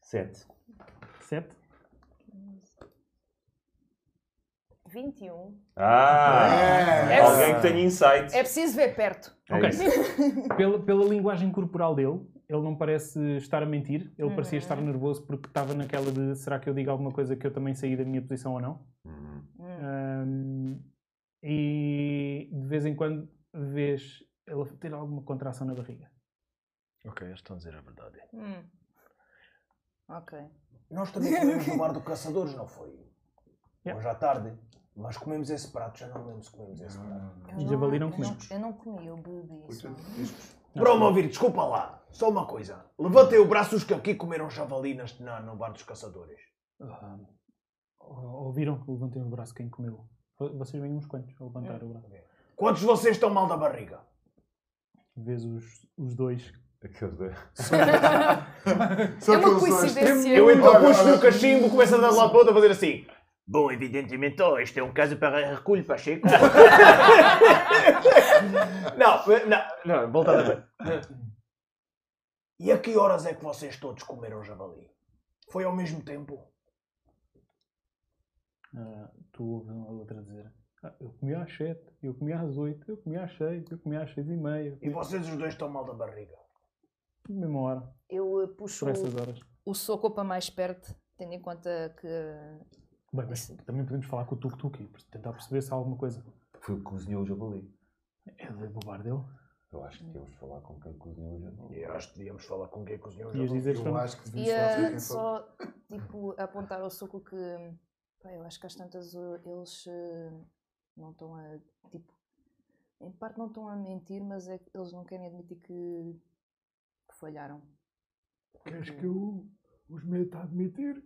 [SPEAKER 4] Sete.
[SPEAKER 1] Sete?
[SPEAKER 2] 21.
[SPEAKER 4] Ah!
[SPEAKER 3] É. *laughs*
[SPEAKER 4] Alguém que tenha insight.
[SPEAKER 2] É preciso ver perto.
[SPEAKER 4] É
[SPEAKER 1] Ok.
[SPEAKER 4] isso.
[SPEAKER 1] Pela, pela linguagem corporal dele, ele não parece estar a mentir. Ele parecia estar nervoso porque estava naquela de será que eu digo alguma coisa que eu também saí da minha posição ou não?
[SPEAKER 4] Hum.
[SPEAKER 2] Hum.
[SPEAKER 1] Ahm, e de vez em quando vês ele ter alguma contração na barriga.
[SPEAKER 5] Ok, eles estão a dizer a verdade.
[SPEAKER 2] Hum. Ok.
[SPEAKER 5] Nós também comemos no bar do Caçadores, não foi?
[SPEAKER 1] *laughs* Yeah.
[SPEAKER 5] Hoje à tarde. Nós comemos esse prato, já não lembro se comemos esse prato.
[SPEAKER 2] Eu
[SPEAKER 1] Javali não
[SPEAKER 2] eu
[SPEAKER 1] comemos.
[SPEAKER 2] Eu não comi, eu bebi só.
[SPEAKER 5] Bromovir, desculpa lá. Só uma coisa. Levantei o braço os que aqui comeram javali neste- na- no bar dos Caçadores.
[SPEAKER 1] Ahm, Ah, ou- ouviram que levantei o braço quem comeu? Vo- Vocês veem uns quantos a levantar o braço.
[SPEAKER 5] Quantos de vocês estão mal da barriga?
[SPEAKER 1] Vês os, os dois.
[SPEAKER 4] Aqueles dois.
[SPEAKER 3] São
[SPEAKER 2] É uma
[SPEAKER 3] então aqueles dois.
[SPEAKER 2] coincidência.
[SPEAKER 7] Eu
[SPEAKER 5] então,
[SPEAKER 7] entro
[SPEAKER 3] Olha,
[SPEAKER 7] puxo
[SPEAKER 3] olha.
[SPEAKER 7] no cachimbo, começo a dar lá para outra a fazer assim.
[SPEAKER 5] Bom, evidentemente, oh, este é um caso para recolho, Pacheco.
[SPEAKER 7] Não, não, não, voltando a ver.
[SPEAKER 5] e a que horas é que vocês todos comeram javali? Foi ao mesmo tempo?
[SPEAKER 1] ah, tu ouves uma outra dizer: "Ah, Eu comi às sete, eu comi às oito, eu comi às seis, eu comi às seis e meia. eu
[SPEAKER 5] E
[SPEAKER 1] comi
[SPEAKER 5] vocês os dois estão mal da barriga?
[SPEAKER 1] à mesma hora,
[SPEAKER 2] Eu eh, puxo
[SPEAKER 1] por essas horas.
[SPEAKER 2] o soco para mais perto, tendo em conta que.
[SPEAKER 1] Bem, mas também podemos falar com o Tuk Tuk e tentar perceber se há alguma coisa.
[SPEAKER 4] Foi o que cozinhou o javali.
[SPEAKER 1] É do bar dele.
[SPEAKER 4] Eu acho que tínhamos de falar com quem cozinhou o javali.
[SPEAKER 5] Eu acho que devíamos falar com quem cozinhou o
[SPEAKER 1] Ias
[SPEAKER 5] javali.
[SPEAKER 1] dizer
[SPEAKER 3] Eu
[SPEAKER 1] para-
[SPEAKER 3] acho que devíamos falar sobre
[SPEAKER 2] Ia
[SPEAKER 3] quem foi.
[SPEAKER 2] só tipo, apontar ao soco que. pá, eu acho que às tantas eh, eles eh, não estão a. Tipo, em parte não estão a mentir, mas é que eles não querem admitir que, que
[SPEAKER 3] *laughs*
[SPEAKER 2] falharam.
[SPEAKER 8] Queres que eu os meta a admitir?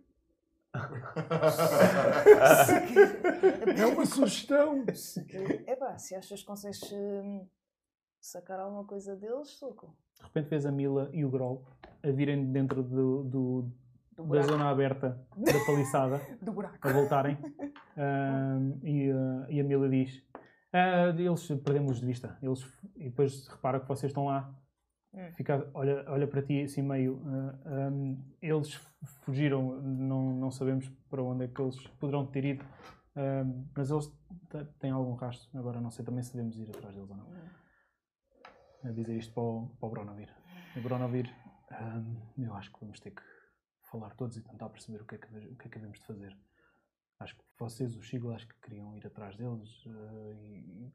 [SPEAKER 8] É uma sugestão.
[SPEAKER 2] É pá, se achas que consegues eh, sacar alguma coisa deles, soco.
[SPEAKER 1] De repente vês a Mila e o Grol a virem de dentro do, do-
[SPEAKER 2] Do
[SPEAKER 1] da
[SPEAKER 2] buraco.
[SPEAKER 1] zona aberta da paliçada
[SPEAKER 2] Do buraco.
[SPEAKER 1] a voltarem. Ahm, e, ah, e a Mila diz: "Ah, Eles perdemos de vista. Eles, e depois repara que vocês estão lá.
[SPEAKER 2] Hum.
[SPEAKER 1] Fica, olha, olha para ti assim meio. ah, ahm, eles fugiram, não, não sabemos para onde é que eles poderão ter ido. ahm, mas eles te- têm algum rastro. Agora não sei também se devemos ir atrás deles ou não. A dizer isto para o, para o Bronavir. E Bronavir, ahm, eu acho que vamos ter que falar todos e tentar perceber o que é que, o que, é que devemos de fazer. Acho que vocês, os Sigla, acho que queriam ir atrás deles eh, e,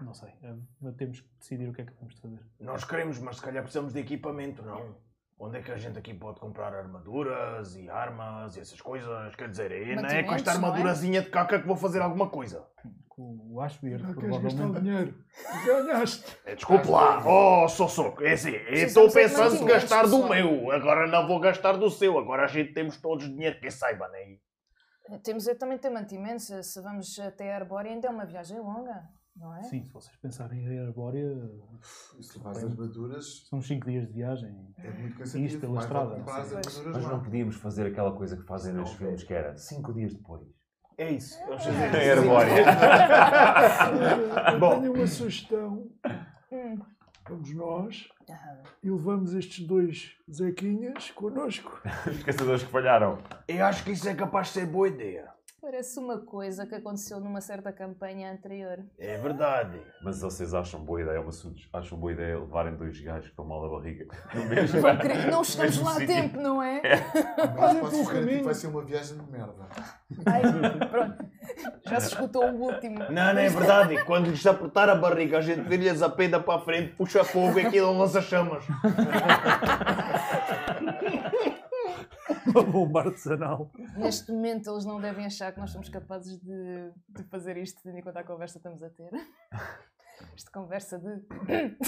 [SPEAKER 1] e não sei. eh, mas temos que decidir o que é que vamos de fazer.
[SPEAKER 5] Nós queremos, mas se calhar precisamos de equipamento, não? Onde é que a gente aqui pode comprar armaduras e armas e essas coisas? Quer dizer, é- não é com esta
[SPEAKER 2] Mantimentos, não é?
[SPEAKER 5] armadurazinha de caca que vou fazer alguma coisa.
[SPEAKER 1] Com o Acho Verde,
[SPEAKER 8] Não queres gastar o
[SPEAKER 1] provavelmente.
[SPEAKER 8] dinheiro. Ganhaste.
[SPEAKER 5] É, Desculpe lá, oh, Sossô, é assim, eu
[SPEAKER 2] Precisamos é
[SPEAKER 5] estou
[SPEAKER 2] de
[SPEAKER 5] pensando em
[SPEAKER 2] mantimentos,
[SPEAKER 5] gastar do
[SPEAKER 2] pessoal.
[SPEAKER 5] meu, agora não vou gastar do seu, agora a gente temos todos dinheiro, que saiba, né?
[SPEAKER 2] Temos é também ter mantimentos. Se vamos até a Arbórea, ainda é uma viagem longa, não é?
[SPEAKER 1] Sim, se vocês pensarem em ir a Arbórea,
[SPEAKER 3] Se levares as verduras,
[SPEAKER 1] são 5 dias de viagem.
[SPEAKER 3] é muito cansativo.
[SPEAKER 1] Isto pela
[SPEAKER 3] mais vale
[SPEAKER 1] estrada,
[SPEAKER 3] comprar as
[SPEAKER 2] sim.
[SPEAKER 3] verduras
[SPEAKER 4] Mas
[SPEAKER 3] lá.
[SPEAKER 4] não podíamos fazer aquela coisa que fazem nos filmes, que era cinco dias depois.
[SPEAKER 7] É isso. Vamos
[SPEAKER 4] É
[SPEAKER 7] fazer
[SPEAKER 4] herbórea.
[SPEAKER 8] Eh, Eu
[SPEAKER 7] Bom.
[SPEAKER 8] tenho uma sugestão.
[SPEAKER 2] Hum.
[SPEAKER 8] Vamos nós
[SPEAKER 2] Ah,
[SPEAKER 8] e levamos estes dois Zequinhas
[SPEAKER 1] *laughs*
[SPEAKER 8] connosco.
[SPEAKER 4] Os caçadores que falharam.
[SPEAKER 5] Eu acho que isso é capaz de ser boa ideia.
[SPEAKER 2] Parece uma coisa que aconteceu numa certa campanha anterior.
[SPEAKER 5] É verdade.
[SPEAKER 4] Mas vocês acham boa ideia, uma su- acham boa ideia levarem dois gajos que estão mal da barriga *laughs* no mesmo?
[SPEAKER 2] Vão querer- Não chegamos
[SPEAKER 4] Mesmo
[SPEAKER 2] lá a
[SPEAKER 4] sítio.
[SPEAKER 2] tempo, não é?
[SPEAKER 3] Mas posso dizer aqui que vai ser uma viagem de
[SPEAKER 4] *laughs*
[SPEAKER 3] merda.
[SPEAKER 2] Ai, pronto. Já se escutou o último.
[SPEAKER 5] Não, não é verdade. Quando lhes apertar a barriga, a gente vira-lhes a peda para a frente, puxa fogo e aquilo lança chamas.
[SPEAKER 8] Bombardesanal.
[SPEAKER 2] Neste momento eles não devem achar que nós somos capazes de, de fazer isto, tendo em conta a conversa que estamos a ter. Isto conversa de.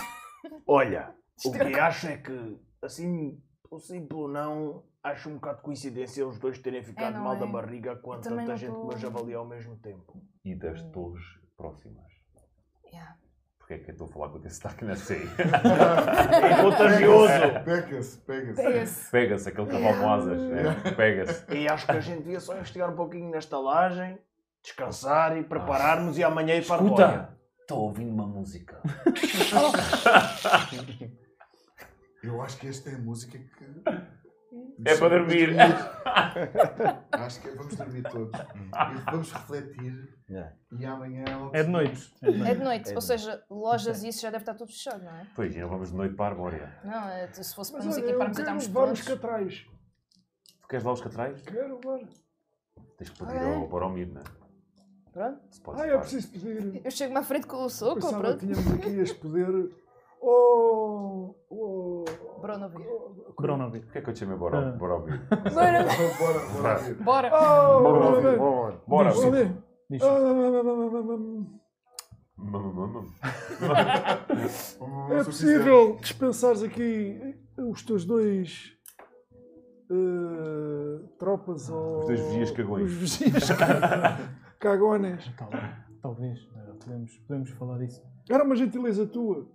[SPEAKER 2] *coughs*
[SPEAKER 5] Olha, o
[SPEAKER 2] Isto é
[SPEAKER 5] que acho é que, assim, por simples ou não, acho um bocado de coincidência eles dois terem ficado
[SPEAKER 2] não
[SPEAKER 5] mal da
[SPEAKER 2] é?
[SPEAKER 5] barriga quando
[SPEAKER 2] também
[SPEAKER 5] tanta
[SPEAKER 2] não
[SPEAKER 5] gente
[SPEAKER 2] tô-
[SPEAKER 5] comeu javali ao mesmo tempo.
[SPEAKER 4] E das torres próximas.
[SPEAKER 2] Hum. Yeah.
[SPEAKER 4] Porque é que eu estou a falar com aquele sotaque na série?
[SPEAKER 5] É contagioso!
[SPEAKER 3] Pega-se, pega-se.
[SPEAKER 2] Pega-se.
[SPEAKER 4] Pega-se, aquele cavalo com asas. né? Pega-se.
[SPEAKER 5] E acho que a gente devia só investigar um pouquinho na estalagem, descansar e prepararmos e amanhã ir para a Arbórea.
[SPEAKER 4] Estou ouvindo uma música.
[SPEAKER 3] Eu acho que esta é a música que.
[SPEAKER 4] É para dormir.
[SPEAKER 3] *laughs* Acho que é, vamos dormir todos. E vamos refletir. E amanhã. logo
[SPEAKER 1] É de noite.
[SPEAKER 2] É de noite, ou seja, lojas e isso já deve estar tudo fechado, não é?
[SPEAKER 4] Pois, e não vamos de noite para a Arbórea.
[SPEAKER 2] Não, é, se fosse para
[SPEAKER 8] Mas
[SPEAKER 2] nos
[SPEAKER 8] olha, eu
[SPEAKER 2] equiparmos e
[SPEAKER 8] quero
[SPEAKER 2] estarmos
[SPEAKER 8] levar-nos
[SPEAKER 2] prontos.
[SPEAKER 8] cá atrás.
[SPEAKER 4] Tu queres lá os catrais?
[SPEAKER 8] Quero levar.
[SPEAKER 4] Tens que pedir ao Boromir, não é?
[SPEAKER 2] Pronto.
[SPEAKER 4] Se pode
[SPEAKER 8] Ah, é
[SPEAKER 4] ficar.
[SPEAKER 8] preciso pedir.
[SPEAKER 2] Eu chego-me à frente com o soco,
[SPEAKER 8] Pensava que
[SPEAKER 2] pronto.
[SPEAKER 8] tínhamos aqui este poder. Oh, oh,
[SPEAKER 2] Bruno, vir.
[SPEAKER 1] Cronovir.
[SPEAKER 4] Porquê é que eu te chamei Borom-
[SPEAKER 1] Ah.
[SPEAKER 4] Boromir?
[SPEAKER 2] Bora,
[SPEAKER 3] Vamos embora, bora ver.
[SPEAKER 2] bora.
[SPEAKER 8] Ah. oh, oh,
[SPEAKER 4] Bora,
[SPEAKER 8] Diz,
[SPEAKER 4] amigo.
[SPEAKER 8] olha,
[SPEAKER 1] Diz.
[SPEAKER 8] ah,
[SPEAKER 4] Mam, mam, mam.
[SPEAKER 3] Hum,
[SPEAKER 8] É
[SPEAKER 3] se eu quiser.
[SPEAKER 8] possível dispensares aqui os teus dois eh, tropas ou.
[SPEAKER 4] Os dois vigias cagões.
[SPEAKER 8] Os vigias ca- *laughs* cagones.
[SPEAKER 1] Talvez, talvez eh, podemos, podemos falar disso.
[SPEAKER 8] Era uma gentileza tua.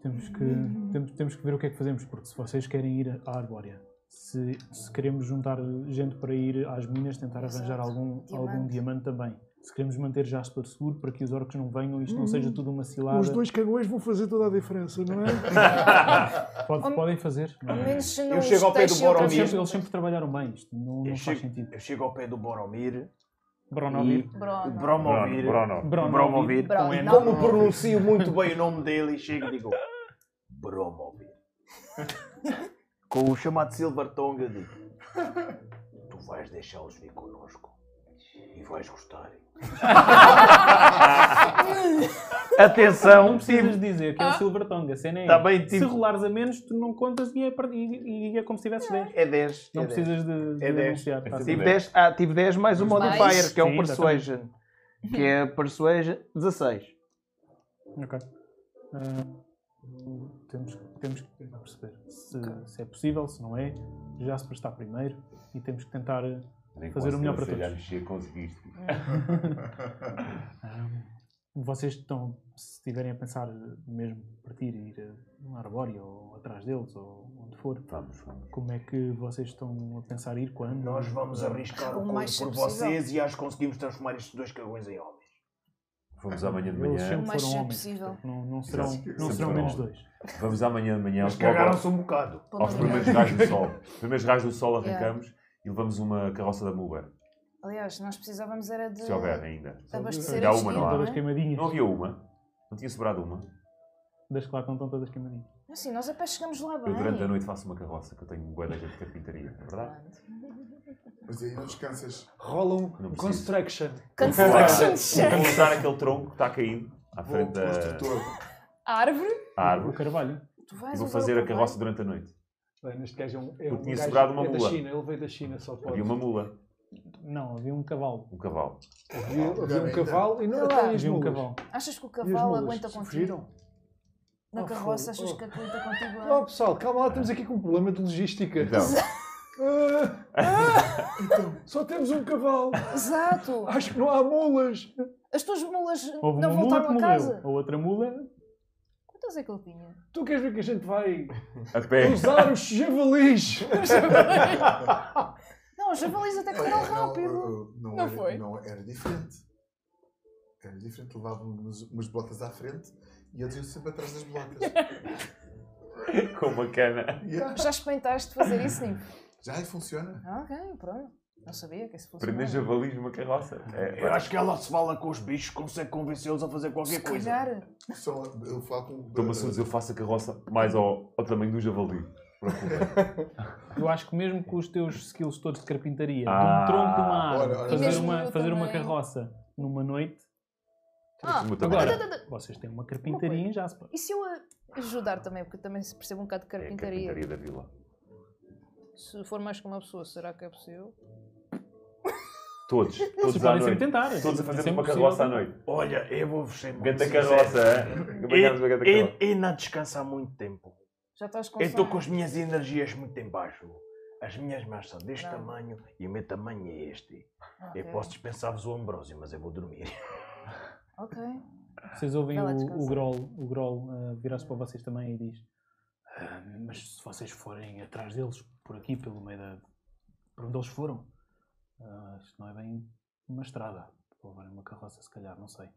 [SPEAKER 1] Temos que, temos, temos que ver o que é que fazemos, porque se vocês querem ir à Arbórea, se, se queremos juntar gente para ir às minas, tentar arranjar
[SPEAKER 2] Exato.
[SPEAKER 1] algum diamante. algum
[SPEAKER 2] Diamante.
[SPEAKER 1] diamante também. Se queremos manter Jasper seguro para que os orcos não venham e isto não seja tudo uma cilada,
[SPEAKER 8] Os dois cagões vão fazer toda a diferença, não
[SPEAKER 1] *laughs*
[SPEAKER 8] é?
[SPEAKER 1] Pode-
[SPEAKER 2] Ao-
[SPEAKER 1] podem fazer. não
[SPEAKER 2] Ao
[SPEAKER 1] é?
[SPEAKER 2] menos se não
[SPEAKER 5] Eu
[SPEAKER 2] os
[SPEAKER 5] chego ao pé do
[SPEAKER 2] deixem outra
[SPEAKER 1] Eles
[SPEAKER 5] Boromir.
[SPEAKER 2] vez.
[SPEAKER 1] sempre, eles sempre trabalharam bem, isto não,
[SPEAKER 5] Eu
[SPEAKER 1] não faz
[SPEAKER 5] chego,
[SPEAKER 1] sentido.
[SPEAKER 5] eu chego ao pé do Boromir,
[SPEAKER 1] Bronovir.
[SPEAKER 2] Bruno.
[SPEAKER 5] Bromovir,
[SPEAKER 4] Brono.
[SPEAKER 1] Bronovir.
[SPEAKER 5] Bromovir,
[SPEAKER 2] Brono.
[SPEAKER 5] com N. como pronuncio muito bem o nome dele, e chego e digo Bromovir. Com o chamado Silver Tongue, eu digo: Tu vais deixá-los vir connosco e vais *laughs* gostar.
[SPEAKER 1] Não
[SPEAKER 5] Atenção,
[SPEAKER 1] precisas dizer que é o Silver Tongue, a cena é.
[SPEAKER 5] Tipo- Tá bem,
[SPEAKER 1] Se
[SPEAKER 5] tipo-
[SPEAKER 1] rolares a menos, tu não contas e é, per- e- e é como se tivesses 10.
[SPEAKER 5] é 10.
[SPEAKER 1] Não
[SPEAKER 5] é dez.
[SPEAKER 1] precisas de, de
[SPEAKER 5] É dez.
[SPEAKER 1] anunciar. Tá certo.
[SPEAKER 4] Sim. Sim.
[SPEAKER 5] Tive 10, ah, tive 10 mais o
[SPEAKER 2] Mais?
[SPEAKER 5] modifier, que é
[SPEAKER 1] Sim,
[SPEAKER 5] o Persuasion. Que é Persuasion 16.
[SPEAKER 1] Ok. Ah, Hum, temos, temos que tentar perceber se, se é possível, se não é. Jasper está primeiro e temos que tentar. ah,
[SPEAKER 4] Nem
[SPEAKER 1] Fazer o melhor para
[SPEAKER 4] consigo
[SPEAKER 1] todos.
[SPEAKER 4] aconselhar mexer, conseguiste.
[SPEAKER 1] vocês estão, se estiverem a pensar ah, mesmo partir e ir a um arbóreo ou atrás deles ou onde for,
[SPEAKER 4] Vamos, vamos.
[SPEAKER 1] como é que vocês estão a pensar ir quando?
[SPEAKER 5] Nós vamos arriscar
[SPEAKER 2] O
[SPEAKER 5] o
[SPEAKER 2] mais
[SPEAKER 5] corpo por
[SPEAKER 2] cedo possível.
[SPEAKER 5] vocês e acho que conseguimos transformar estes dois cagões em homens.
[SPEAKER 4] Vamos amanhã
[SPEAKER 1] Eles
[SPEAKER 4] de manhã.
[SPEAKER 1] sempre
[SPEAKER 2] O mais
[SPEAKER 1] foram
[SPEAKER 2] cedo
[SPEAKER 1] homens,
[SPEAKER 2] possível.
[SPEAKER 1] portanto, não, não serão,
[SPEAKER 4] Exato.
[SPEAKER 1] não serão
[SPEAKER 4] Sempre foram
[SPEAKER 1] menos
[SPEAKER 4] homens.
[SPEAKER 1] dois.
[SPEAKER 4] Vamos amanhã de manhã.
[SPEAKER 5] Eles
[SPEAKER 4] logo ao-
[SPEAKER 5] cagaram-se um bocado.
[SPEAKER 2] Pelo amor
[SPEAKER 4] Aos
[SPEAKER 2] de
[SPEAKER 4] primeiros
[SPEAKER 2] Deus.
[SPEAKER 4] raios do sol.
[SPEAKER 2] *laughs*
[SPEAKER 4] Os primeiros raios do sol
[SPEAKER 2] Yeah.
[SPEAKER 4] arrancamos e levamos uma carroça da Muba,
[SPEAKER 2] Aliás, nós precisávamos era de
[SPEAKER 4] se houver ainda.
[SPEAKER 2] abastecer
[SPEAKER 4] Dá
[SPEAKER 2] este
[SPEAKER 4] uma,
[SPEAKER 2] dinheiro,
[SPEAKER 4] há.
[SPEAKER 2] não
[SPEAKER 1] Todas
[SPEAKER 2] é?
[SPEAKER 1] queimadinhas.
[SPEAKER 4] Não havia uma? Não tinha sobrado uma?
[SPEAKER 1] Das que lá estão todas queimadinhas.
[SPEAKER 2] Assim, nós a pé chegamos lá bem.
[SPEAKER 4] Eu durante a noite faço uma carroça, que eu tenho um guarda de carpintaria, é
[SPEAKER 2] *laughs*
[SPEAKER 4] verdade?
[SPEAKER 3] Mas aí não descansas.
[SPEAKER 8] Rola
[SPEAKER 4] Não
[SPEAKER 8] um
[SPEAKER 4] preciso.
[SPEAKER 8] construction.
[SPEAKER 2] Construction
[SPEAKER 4] *laughs* Vou
[SPEAKER 2] check.
[SPEAKER 4] usar aquele tronco que está caído
[SPEAKER 3] Vou
[SPEAKER 4] à
[SPEAKER 3] ao
[SPEAKER 4] frente da
[SPEAKER 3] construtor.
[SPEAKER 2] A árvore.
[SPEAKER 1] O
[SPEAKER 4] árvore
[SPEAKER 1] carvalho.
[SPEAKER 2] Tu
[SPEAKER 4] e
[SPEAKER 2] vais
[SPEAKER 4] vou
[SPEAKER 2] usar o
[SPEAKER 4] fazer a
[SPEAKER 2] cavalo.
[SPEAKER 4] carroça durante a noite.
[SPEAKER 8] Bem, neste gajo é um. É
[SPEAKER 4] Porque
[SPEAKER 8] um
[SPEAKER 4] tinha
[SPEAKER 8] gajo-
[SPEAKER 4] sobrado uma
[SPEAKER 8] é
[SPEAKER 4] mula.
[SPEAKER 8] da China, ele veio da China, só pode.
[SPEAKER 4] Havia uma mula,
[SPEAKER 1] Não, havia um cavalo.
[SPEAKER 4] um cavalo.
[SPEAKER 8] Havia, havia um cavalo e não
[SPEAKER 2] Olha lá.
[SPEAKER 8] até as
[SPEAKER 1] Havia um
[SPEAKER 8] mulas.
[SPEAKER 1] cavalo.
[SPEAKER 2] Achas que o
[SPEAKER 8] E as
[SPEAKER 2] cavalo
[SPEAKER 8] mulas?
[SPEAKER 2] aguenta contigo?
[SPEAKER 8] Fugiram?
[SPEAKER 2] Na
[SPEAKER 8] Oh,
[SPEAKER 2] carroça
[SPEAKER 8] fogo.
[SPEAKER 2] achas que aguenta contigo?
[SPEAKER 8] *laughs* Oh pessoal, calma lá, estamos aqui com um problema de logística. Ah,
[SPEAKER 4] Então,
[SPEAKER 8] Só temos um cavalo.
[SPEAKER 2] Exato.
[SPEAKER 8] Acho que não há mulas.
[SPEAKER 2] As tuas mulas
[SPEAKER 1] Houve
[SPEAKER 2] não
[SPEAKER 1] uma mula
[SPEAKER 2] voltaram
[SPEAKER 1] que
[SPEAKER 2] a
[SPEAKER 1] morreu.
[SPEAKER 2] casa.
[SPEAKER 1] A outra mula.
[SPEAKER 8] Oh.
[SPEAKER 2] Quantas é que ele tinha? *laughs*
[SPEAKER 8] Tu queres ver que a gente vai
[SPEAKER 4] A pé.
[SPEAKER 8] usar os javalis?
[SPEAKER 2] Não, os javalis até correram rápido.
[SPEAKER 3] não,
[SPEAKER 2] Não
[SPEAKER 3] era,
[SPEAKER 2] foi?
[SPEAKER 3] Não, era diferente. Era diferente. Levava umas, umas botas à frente e eles iam sempre atrás das botas.
[SPEAKER 4] *laughs* Com uma cana.
[SPEAKER 2] *laughs*
[SPEAKER 3] Yeah.
[SPEAKER 2] Já experimentaste fazer isso, Nico?
[SPEAKER 3] Já e funciona.
[SPEAKER 2] Ah, ok, pronto. Não sabia que isso fosse.
[SPEAKER 4] Prender
[SPEAKER 2] mal.
[SPEAKER 4] javalis numa carroça. É,
[SPEAKER 5] Eu acho que ela se fala com os bichos, consegue convencê-los a fazer qualquer
[SPEAKER 2] Se
[SPEAKER 5] coisa.
[SPEAKER 2] calhar.
[SPEAKER 3] Só, eu falo com.
[SPEAKER 1] Então,
[SPEAKER 4] Toma Sudes, eu faço a carroça mais ao, ao tamanho do javali. Procura.
[SPEAKER 1] Eu acho que mesmo com os teus skills todos de carpintaria,
[SPEAKER 4] Ah.
[SPEAKER 1] de um tronco de uma árvore,
[SPEAKER 3] Ora, ora,
[SPEAKER 1] fazer,
[SPEAKER 2] Mesmo
[SPEAKER 1] uma,
[SPEAKER 2] eu
[SPEAKER 1] fazer uma
[SPEAKER 2] também.
[SPEAKER 1] carroça numa noite,
[SPEAKER 2] Ah,
[SPEAKER 4] Como também.
[SPEAKER 1] agora,
[SPEAKER 2] tá, tá, tá.
[SPEAKER 1] vocês têm uma carpintaria em Jasper.
[SPEAKER 2] e se eu a- ajudar também? Porque eu também percebo um bocado de
[SPEAKER 4] É a
[SPEAKER 2] carpintaria.
[SPEAKER 4] carpintaria da vila.
[SPEAKER 2] Se for mais que uma pessoa, será que é possível?
[SPEAKER 4] Todos, todos
[SPEAKER 1] Vocês
[SPEAKER 4] à
[SPEAKER 1] podem sempre
[SPEAKER 4] noite.
[SPEAKER 1] tentar.
[SPEAKER 4] Todos a
[SPEAKER 1] É
[SPEAKER 4] fazer
[SPEAKER 1] sempre
[SPEAKER 4] uma
[SPEAKER 1] possível.
[SPEAKER 4] carroça à noite.
[SPEAKER 5] Olha, eu vou vos ser muito
[SPEAKER 4] Gata
[SPEAKER 5] sincero.
[SPEAKER 4] carroça, hein? Apanhámos uma gata carroça.
[SPEAKER 5] E, e não descansa há muito tempo.
[SPEAKER 2] Já estás com
[SPEAKER 5] Eu estou É, com as
[SPEAKER 2] sono?
[SPEAKER 5] minhas energias muito em baixo. As minhas mãos são deste
[SPEAKER 2] Não.
[SPEAKER 5] tamanho e o meu tamanho é este.
[SPEAKER 2] Ah,
[SPEAKER 5] Eu
[SPEAKER 2] ok.
[SPEAKER 5] posso dispensar-vos o Ambrósio, mas eu vou dormir.
[SPEAKER 2] Ok.
[SPEAKER 1] Vocês ouvem
[SPEAKER 2] Vai lá
[SPEAKER 1] o,
[SPEAKER 2] descansar. É.
[SPEAKER 1] o Grol, o Grol ah, virar-se para vocês também e diz: "Ah, Mas se vocês forem atrás deles, por aqui, pelo meio da. por onde eles foram, ah, isto não é bem uma estrada. Ou levarem uma carroça, se calhar, não sei.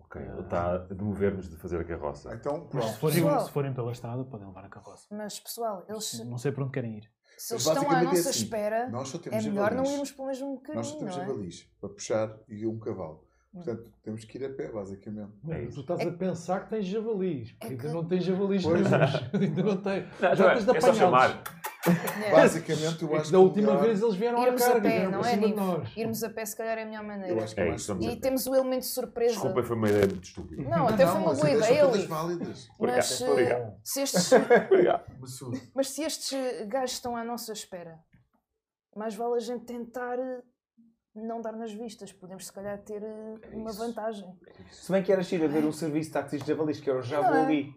[SPEAKER 4] Ok, ele está a demover-nos de fazer a carroça.
[SPEAKER 3] Então,
[SPEAKER 1] Mas se
[SPEAKER 3] pronto.
[SPEAKER 1] forem,
[SPEAKER 2] Pessoal.
[SPEAKER 1] se forem pela estrada, podem levar a carroça.
[SPEAKER 2] Mas pessoal, eles, se
[SPEAKER 1] Não sei para onde querem ir.
[SPEAKER 2] eles estão à
[SPEAKER 3] basicamente é
[SPEAKER 2] nossa
[SPEAKER 3] assim.
[SPEAKER 2] espera,
[SPEAKER 3] Nós só temos
[SPEAKER 2] é melhor não
[SPEAKER 3] javalis.
[SPEAKER 2] irmos pelo mesmo
[SPEAKER 3] Nós
[SPEAKER 2] caminho,
[SPEAKER 3] só temos
[SPEAKER 2] não é?
[SPEAKER 3] javalis para puxar e um cavalo.
[SPEAKER 2] Hum.
[SPEAKER 3] Portanto, temos que ir a pé, basicamente.
[SPEAKER 4] É
[SPEAKER 8] tu
[SPEAKER 4] isso.
[SPEAKER 8] estás a pensar que tens javalis.
[SPEAKER 2] É
[SPEAKER 8] Ainda
[SPEAKER 2] que-
[SPEAKER 8] não tens javalis
[SPEAKER 3] Pois.
[SPEAKER 8] nenhuns. *laughs* Ainda não tens.
[SPEAKER 4] Não,
[SPEAKER 8] Já
[SPEAKER 4] não é,
[SPEAKER 8] tens de
[SPEAKER 4] é só
[SPEAKER 8] apanhá-los.
[SPEAKER 4] chamar.
[SPEAKER 2] Conhece?
[SPEAKER 3] Basicamente, eu
[SPEAKER 8] É
[SPEAKER 3] acho
[SPEAKER 8] que
[SPEAKER 3] que.
[SPEAKER 8] da
[SPEAKER 3] o
[SPEAKER 8] última
[SPEAKER 3] melhor-
[SPEAKER 8] vez eles vieram à
[SPEAKER 2] Irmos a
[SPEAKER 8] carga.
[SPEAKER 2] pé,
[SPEAKER 8] vieram
[SPEAKER 2] não
[SPEAKER 8] para
[SPEAKER 2] é,
[SPEAKER 8] cima de
[SPEAKER 2] Nico? *laughs*
[SPEAKER 8] nós.
[SPEAKER 2] Irmos a pé se calhar é a melhor
[SPEAKER 3] Eu
[SPEAKER 2] maneira.
[SPEAKER 3] acho que
[SPEAKER 4] É
[SPEAKER 3] mais
[SPEAKER 4] isso, vamos
[SPEAKER 2] E temos o elemento de surpresa.
[SPEAKER 4] Desculpa, foi uma ideia muito estúpida.
[SPEAKER 2] Não, até
[SPEAKER 3] Não,
[SPEAKER 2] foi uma
[SPEAKER 3] as
[SPEAKER 2] boa
[SPEAKER 3] ideias
[SPEAKER 2] ideia.
[SPEAKER 3] São todas
[SPEAKER 2] Luís.
[SPEAKER 3] válidas.
[SPEAKER 2] Mas se,
[SPEAKER 4] Obrigado.
[SPEAKER 2] se estes,
[SPEAKER 1] *laughs*
[SPEAKER 3] Massudo.
[SPEAKER 2] mas se estes eh, gajos estão à nossa espera, mais vale a gente tentar eh, não dar nas vistas. Podemos se calhar ter eh, uma vantagem.
[SPEAKER 7] Se bem que era giro ver um serviço de táxis de javalis, que era o Javali.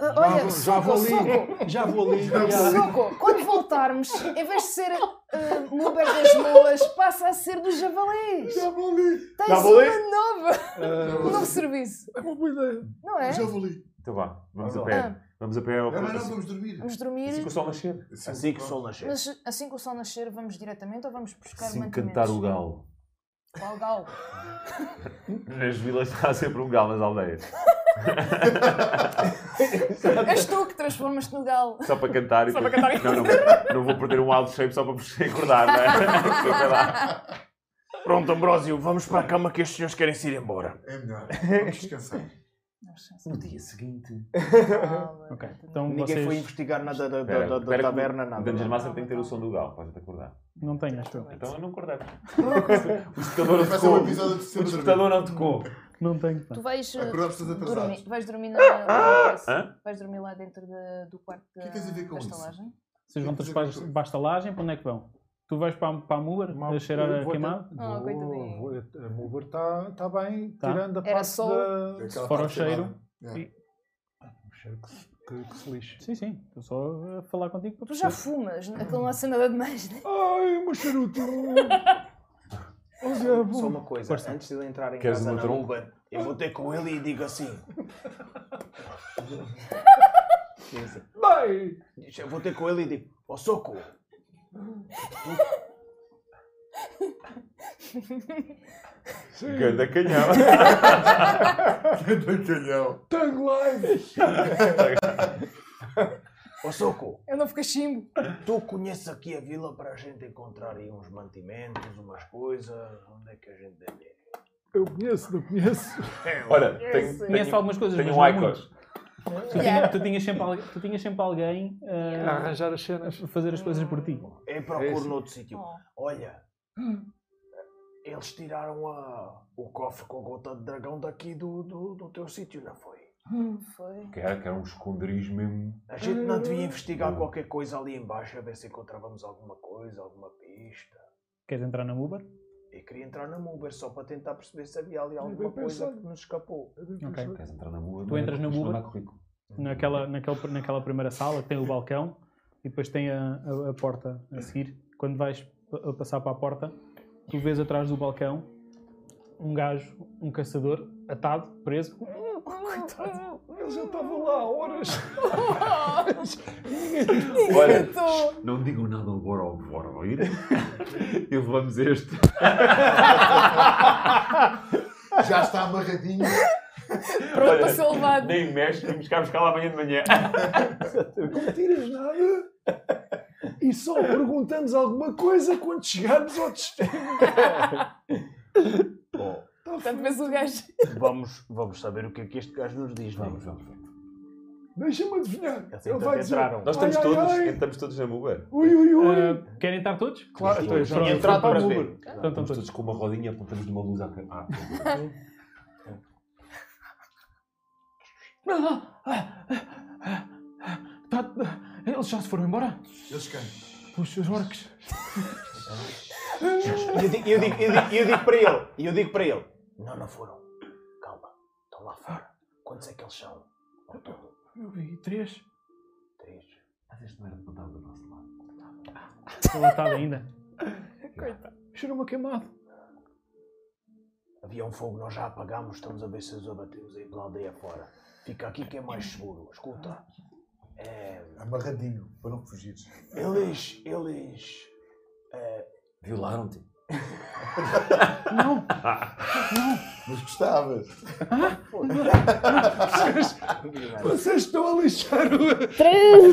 [SPEAKER 2] Ah,
[SPEAKER 8] Já
[SPEAKER 2] olha,
[SPEAKER 8] vou- já
[SPEAKER 2] soco,
[SPEAKER 8] vou
[SPEAKER 2] soco,
[SPEAKER 8] ali. *laughs* Já vou ali.
[SPEAKER 2] soco, quando voltarmos, em vez de ser eh, no Uber das Moas, passa a ser dos javalês.
[SPEAKER 3] Javali!
[SPEAKER 2] Tens
[SPEAKER 5] Javali?
[SPEAKER 2] uma
[SPEAKER 8] *laughs*
[SPEAKER 2] nova,
[SPEAKER 8] Ah,
[SPEAKER 2] um novo serviço,
[SPEAKER 8] É uma boa ideia.
[SPEAKER 2] não é?
[SPEAKER 3] Javali!
[SPEAKER 4] Então vá, vamos a
[SPEAKER 5] Vamos
[SPEAKER 4] pé.
[SPEAKER 2] lá.
[SPEAKER 4] Vamos a pé ao
[SPEAKER 3] Não, não, não,
[SPEAKER 4] assim-
[SPEAKER 3] vamos
[SPEAKER 8] É.
[SPEAKER 3] dormir.
[SPEAKER 2] Vamos dormir,
[SPEAKER 4] Assim que o sol nascer.
[SPEAKER 5] Assim que o sol nascer.
[SPEAKER 2] mas assim que o sol nascer, vamos diretamente ou vamos buscar
[SPEAKER 4] Assim que
[SPEAKER 2] mantimentos?
[SPEAKER 4] cantar o galo.
[SPEAKER 2] Qual galo?
[SPEAKER 4] Nas vilas há sempre um galo nas aldeias.
[SPEAKER 2] És tu que transformas-te no galo.
[SPEAKER 4] Só para cantar. e depois- Não, não, vou- não vou perder um alto shape só para vos acordar, *laughs* não é? Então, vai lá.
[SPEAKER 5] Pronto, Ambrósio, vamos para a cama que estes senhores querem se ir embora.
[SPEAKER 2] *laughs*
[SPEAKER 3] É melhor. Vamos descansar.
[SPEAKER 2] No dia seguinte.
[SPEAKER 1] Ok, então
[SPEAKER 5] Ninguém
[SPEAKER 1] vocês
[SPEAKER 5] foi investigar nada da, da,
[SPEAKER 4] Espera,
[SPEAKER 5] da, da
[SPEAKER 4] espera É, que
[SPEAKER 5] taberna,
[SPEAKER 4] O
[SPEAKER 5] nada. né?
[SPEAKER 4] Dungeon Master tem que ter o som do galo, para a gente acordar.
[SPEAKER 1] não têm, acho eu.
[SPEAKER 4] Então eu não acordei. O despertador não
[SPEAKER 3] Vai ser um
[SPEAKER 4] tocou.
[SPEAKER 3] episódio de
[SPEAKER 4] O
[SPEAKER 3] sempre
[SPEAKER 4] despertador não tocou.
[SPEAKER 1] Não tenho.
[SPEAKER 2] Tu vais, eh,
[SPEAKER 3] Acordamos todos atrasados.
[SPEAKER 2] dormir, vais dormir na- na-
[SPEAKER 4] Hã?
[SPEAKER 2] vais dormir lá dentro da- do quarto da,
[SPEAKER 3] que tens a ver com
[SPEAKER 2] da
[SPEAKER 3] isso?
[SPEAKER 2] estalagem?
[SPEAKER 1] Vocês vão
[SPEAKER 3] Fazer
[SPEAKER 1] para
[SPEAKER 3] qualquer
[SPEAKER 1] a bastalagem, para onde é que vão? Tu vais para, para a Muller, a cheirar a
[SPEAKER 8] Vou-
[SPEAKER 1] queimado?
[SPEAKER 2] Ah, coitadinho.
[SPEAKER 8] vou- vou- A Mulver está tá bem,
[SPEAKER 1] Tá.
[SPEAKER 8] tirando a
[SPEAKER 2] Era
[SPEAKER 8] parte
[SPEAKER 2] só
[SPEAKER 8] da...
[SPEAKER 3] Aquela
[SPEAKER 1] Fora
[SPEAKER 3] parte
[SPEAKER 1] o
[SPEAKER 3] *laughs*
[SPEAKER 1] cheiro.
[SPEAKER 3] queimada. Yeah.
[SPEAKER 8] O cheiro que, se- que, que se lixe.
[SPEAKER 1] Sim, sim. Estou só a falar contigo para
[SPEAKER 2] Tu já
[SPEAKER 1] perceber.
[SPEAKER 2] fumas, né? aquilo não acende nada demais, né?
[SPEAKER 8] Ai, o meu charuto!
[SPEAKER 5] Só
[SPEAKER 8] Oh, diabo!
[SPEAKER 5] uma coisa,
[SPEAKER 1] Força.
[SPEAKER 5] antes de ele entrar em
[SPEAKER 4] Queres
[SPEAKER 5] casa
[SPEAKER 4] uma
[SPEAKER 5] na
[SPEAKER 4] tromba?
[SPEAKER 5] Uber, eu vou ter com ele e digo assim. Digo assim,
[SPEAKER 8] Bem,
[SPEAKER 5] Deixa- Eu vou ter com ele e digo, ó soco,
[SPEAKER 4] Ganda canhão.
[SPEAKER 3] Bacalhau.
[SPEAKER 8] Tang Live!
[SPEAKER 5] ó soco,
[SPEAKER 2] Eu não fico chimbo.
[SPEAKER 5] tu conheces aqui a vila para a gente encontrar aí uns mantimentos, umas coisas, onde é que a gente deve ir?
[SPEAKER 8] Eu conheço, não conheço.
[SPEAKER 4] Olha, tenho,
[SPEAKER 2] Esse.
[SPEAKER 1] Conhece
[SPEAKER 4] tenho,
[SPEAKER 1] algumas coisas,
[SPEAKER 4] tenho
[SPEAKER 1] mas
[SPEAKER 4] um
[SPEAKER 1] não é
[SPEAKER 4] Icos.
[SPEAKER 1] muitos. Tu, tinha- tu tinhas sempre, al- tu tinhas sempre alguém
[SPEAKER 8] A
[SPEAKER 1] ah,
[SPEAKER 8] É arranjar as cenas.
[SPEAKER 1] a fazer as coisas por ti.
[SPEAKER 5] Eu
[SPEAKER 8] É
[SPEAKER 5] procuro
[SPEAKER 8] isso.
[SPEAKER 5] noutro sítio.
[SPEAKER 2] Oh.
[SPEAKER 5] Olha, eles tiraram a- o cofre com gota de dragão daqui do, do, do teu sítio, não foi?
[SPEAKER 2] Foi.
[SPEAKER 4] Que era, que era um esconderijo mesmo.
[SPEAKER 5] A gente não devia investigar
[SPEAKER 4] Hum.
[SPEAKER 5] qualquer coisa ali embaixo a ver se encontrávamos alguma coisa, alguma pista.
[SPEAKER 1] Queres entrar na Uber?
[SPEAKER 5] Eu queria entrar na Uber só para tentar perceber se havia ali alguma coisa
[SPEAKER 8] pensado.
[SPEAKER 5] que nos escapou.
[SPEAKER 1] Ok.
[SPEAKER 4] Queres entrar na Muller?
[SPEAKER 1] Tu entras na Muller?
[SPEAKER 4] Currículo.
[SPEAKER 1] Naquela, naquela, naquela primeira sala que tem o balcão, E depois tem a, a- a porta a seguir. Quando vais pa- a passar para a porta, tu vês atrás do balcão um gajo, um caçador, atado, preso.
[SPEAKER 8] Ele já estava lá há horas. *laughs*
[SPEAKER 4] Olha, não digam nada agora ao Vorvir. E levamos este.
[SPEAKER 3] Já está amarradinho.
[SPEAKER 2] Pronto, para ser levado.
[SPEAKER 4] Nem mexe, vamos cá buscar lá amanhã de manhã.
[SPEAKER 8] Não tiras nada. E só perguntamos alguma coisa quando chegarmos ao destino.
[SPEAKER 2] Portanto, vês o gajo.
[SPEAKER 5] Vamos, vamos saber o que é que este gajo nos diz. é? Vamos, vamos.
[SPEAKER 8] Deixa-me adivinhar.
[SPEAKER 5] Eles
[SPEAKER 8] Ele vai dizer.
[SPEAKER 5] entraram.
[SPEAKER 4] Nós
[SPEAKER 8] Ai,
[SPEAKER 4] estamos
[SPEAKER 8] ai,
[SPEAKER 4] todos,
[SPEAKER 8] ai.
[SPEAKER 4] estamos todos na Uber.
[SPEAKER 8] Ui, ui, ui.
[SPEAKER 1] Ah, querem estar todos?
[SPEAKER 8] Claro, então eu já
[SPEAKER 1] Pronto,
[SPEAKER 8] fui
[SPEAKER 5] entrado
[SPEAKER 8] para
[SPEAKER 5] para
[SPEAKER 8] o
[SPEAKER 5] ver.
[SPEAKER 8] Uber.
[SPEAKER 1] Então estão
[SPEAKER 4] Estamos
[SPEAKER 1] todos.
[SPEAKER 4] todos com uma rodinha, apontamos numa luz à Ah, à-
[SPEAKER 8] Ah, Tá- Eles já se foram embora?
[SPEAKER 3] Eles quem?
[SPEAKER 8] então, Os seus orques.
[SPEAKER 7] E eu digo, eu digo, eu digo, eu digo para ele, e eu digo para ele,
[SPEAKER 5] Não, não foram. Calma. Estão lá fora. Quantos é que eles são? Ao todo,
[SPEAKER 8] Eu vi três.
[SPEAKER 5] Três.
[SPEAKER 4] Mas este não era deputado do nosso lado.
[SPEAKER 1] Ele atado ainda.
[SPEAKER 4] *laughs*
[SPEAKER 8] Cheirou-me a queimado.
[SPEAKER 5] Havia um fogo, nós já apagámos. Estamos a ver se os abatemos aí pela aldeia fora. Fica aqui que é mais seguro. Escuta. É,
[SPEAKER 3] Amarradinho, para não fugires.
[SPEAKER 5] eles, eles... é,
[SPEAKER 4] Violaram-te.
[SPEAKER 8] Não,
[SPEAKER 3] Mas gostavas.
[SPEAKER 8] vocês estão a lixar o.
[SPEAKER 2] 3, 2,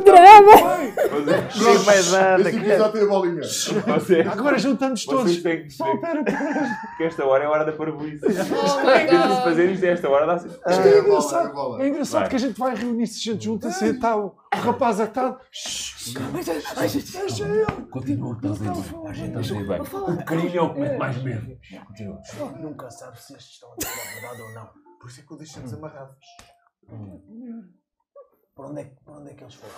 [SPEAKER 2] 1, trava!
[SPEAKER 4] é,
[SPEAKER 3] Sim, ah.
[SPEAKER 5] mas anda,
[SPEAKER 3] Este
[SPEAKER 5] que-
[SPEAKER 3] episódio tem a bolinha.
[SPEAKER 4] Você,
[SPEAKER 8] Agora juntamos todos.
[SPEAKER 4] é. vocês têm que
[SPEAKER 8] Só
[SPEAKER 4] perceber
[SPEAKER 8] pera, pera.
[SPEAKER 4] que esta hora é a hora da
[SPEAKER 8] *laughs*
[SPEAKER 4] parvoíce.
[SPEAKER 2] Oh my
[SPEAKER 4] Temos de
[SPEAKER 2] god!
[SPEAKER 4] fazer isto a esta hora. Dá-se.
[SPEAKER 8] Isto
[SPEAKER 3] É
[SPEAKER 8] é
[SPEAKER 3] a bola, é a
[SPEAKER 8] engraçado.
[SPEAKER 3] bola.
[SPEAKER 8] É engraçado
[SPEAKER 4] Vai.
[SPEAKER 8] que a gente vai reunir-se, gente junta-se e está o, o rapaz atado. Deixa ele.
[SPEAKER 4] Continua, estás a dizer bem. A gente está a dizer bem. O crime é o que mete mais medo. Continua.
[SPEAKER 5] Nunca sabe se estes estão a dizer a verdade ou não.
[SPEAKER 3] Por isso é que o deixamos amarrado.
[SPEAKER 5] Por onde é, que- por onde é que eles foram?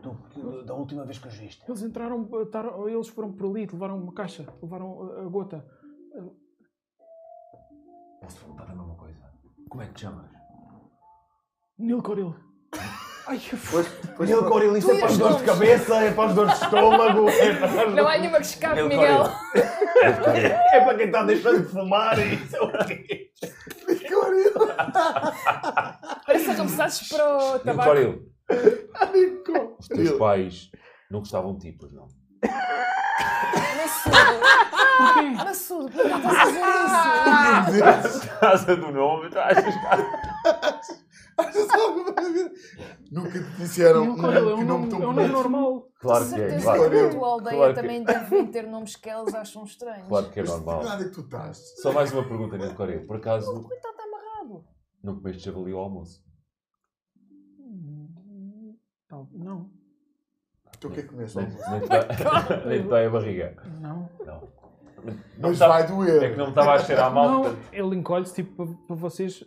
[SPEAKER 5] Do- do- da última vez que os viste.
[SPEAKER 8] Eles entraram, taram- eles foram por ali, levaram uma caixa, levaram a- a gota.
[SPEAKER 4] Posso perguntar a mesma coisa? Como é que te chamas?
[SPEAKER 8] Nil *laughs* Coril. Ai, que f...
[SPEAKER 7] Pois ele Coril, isto é para as dores de cabeça, é para as dores de estômago, é para, as
[SPEAKER 2] Não
[SPEAKER 7] dores-
[SPEAKER 2] há nenhuma que escape, Miguel.
[SPEAKER 4] Ah.
[SPEAKER 7] é para quem está deixando de fumar e isso é o quê?
[SPEAKER 2] Parece que arremessasses para o
[SPEAKER 4] Nil
[SPEAKER 2] tabaco.
[SPEAKER 4] Coril. Os teus pais não gostavam de ti, pois não?
[SPEAKER 2] Massudo! Massudo, por que estás a fazer isso?
[SPEAKER 4] Casa do nome, tu achas que
[SPEAKER 3] Achas alguma coisa? Nunca te disseram
[SPEAKER 8] Nil Coril é
[SPEAKER 3] que
[SPEAKER 8] um
[SPEAKER 3] nome
[SPEAKER 8] nome,
[SPEAKER 3] tão
[SPEAKER 8] é um nome
[SPEAKER 3] bonito.
[SPEAKER 8] normal.
[SPEAKER 4] Claro que é,
[SPEAKER 2] certeza
[SPEAKER 4] claro.
[SPEAKER 2] que a tua aldeia
[SPEAKER 4] Claro que- é.
[SPEAKER 2] também deve ter nomes que eles acham estranhos.
[SPEAKER 4] Claro que é
[SPEAKER 3] Que
[SPEAKER 4] normal.
[SPEAKER 3] nada é que tu estás?
[SPEAKER 4] Só mais uma pergunta, Nil Coril. Por acaso,
[SPEAKER 2] Coitado, está amarrado.
[SPEAKER 4] não comeste javali ao almoço?
[SPEAKER 8] Tal- Não,
[SPEAKER 3] Tu o que é que comes?
[SPEAKER 4] Nem,
[SPEAKER 3] Alves?
[SPEAKER 4] nem, te
[SPEAKER 8] *laughs*
[SPEAKER 4] dá, nem te dói a barriga.
[SPEAKER 8] não.
[SPEAKER 4] Não. Não
[SPEAKER 3] Mas
[SPEAKER 4] tá-
[SPEAKER 3] vai
[SPEAKER 4] é que
[SPEAKER 3] doer.
[SPEAKER 4] não me estava a cheirar mal.
[SPEAKER 8] Não,
[SPEAKER 4] portanto-
[SPEAKER 8] ele encolhe-se tipo para- para vocês.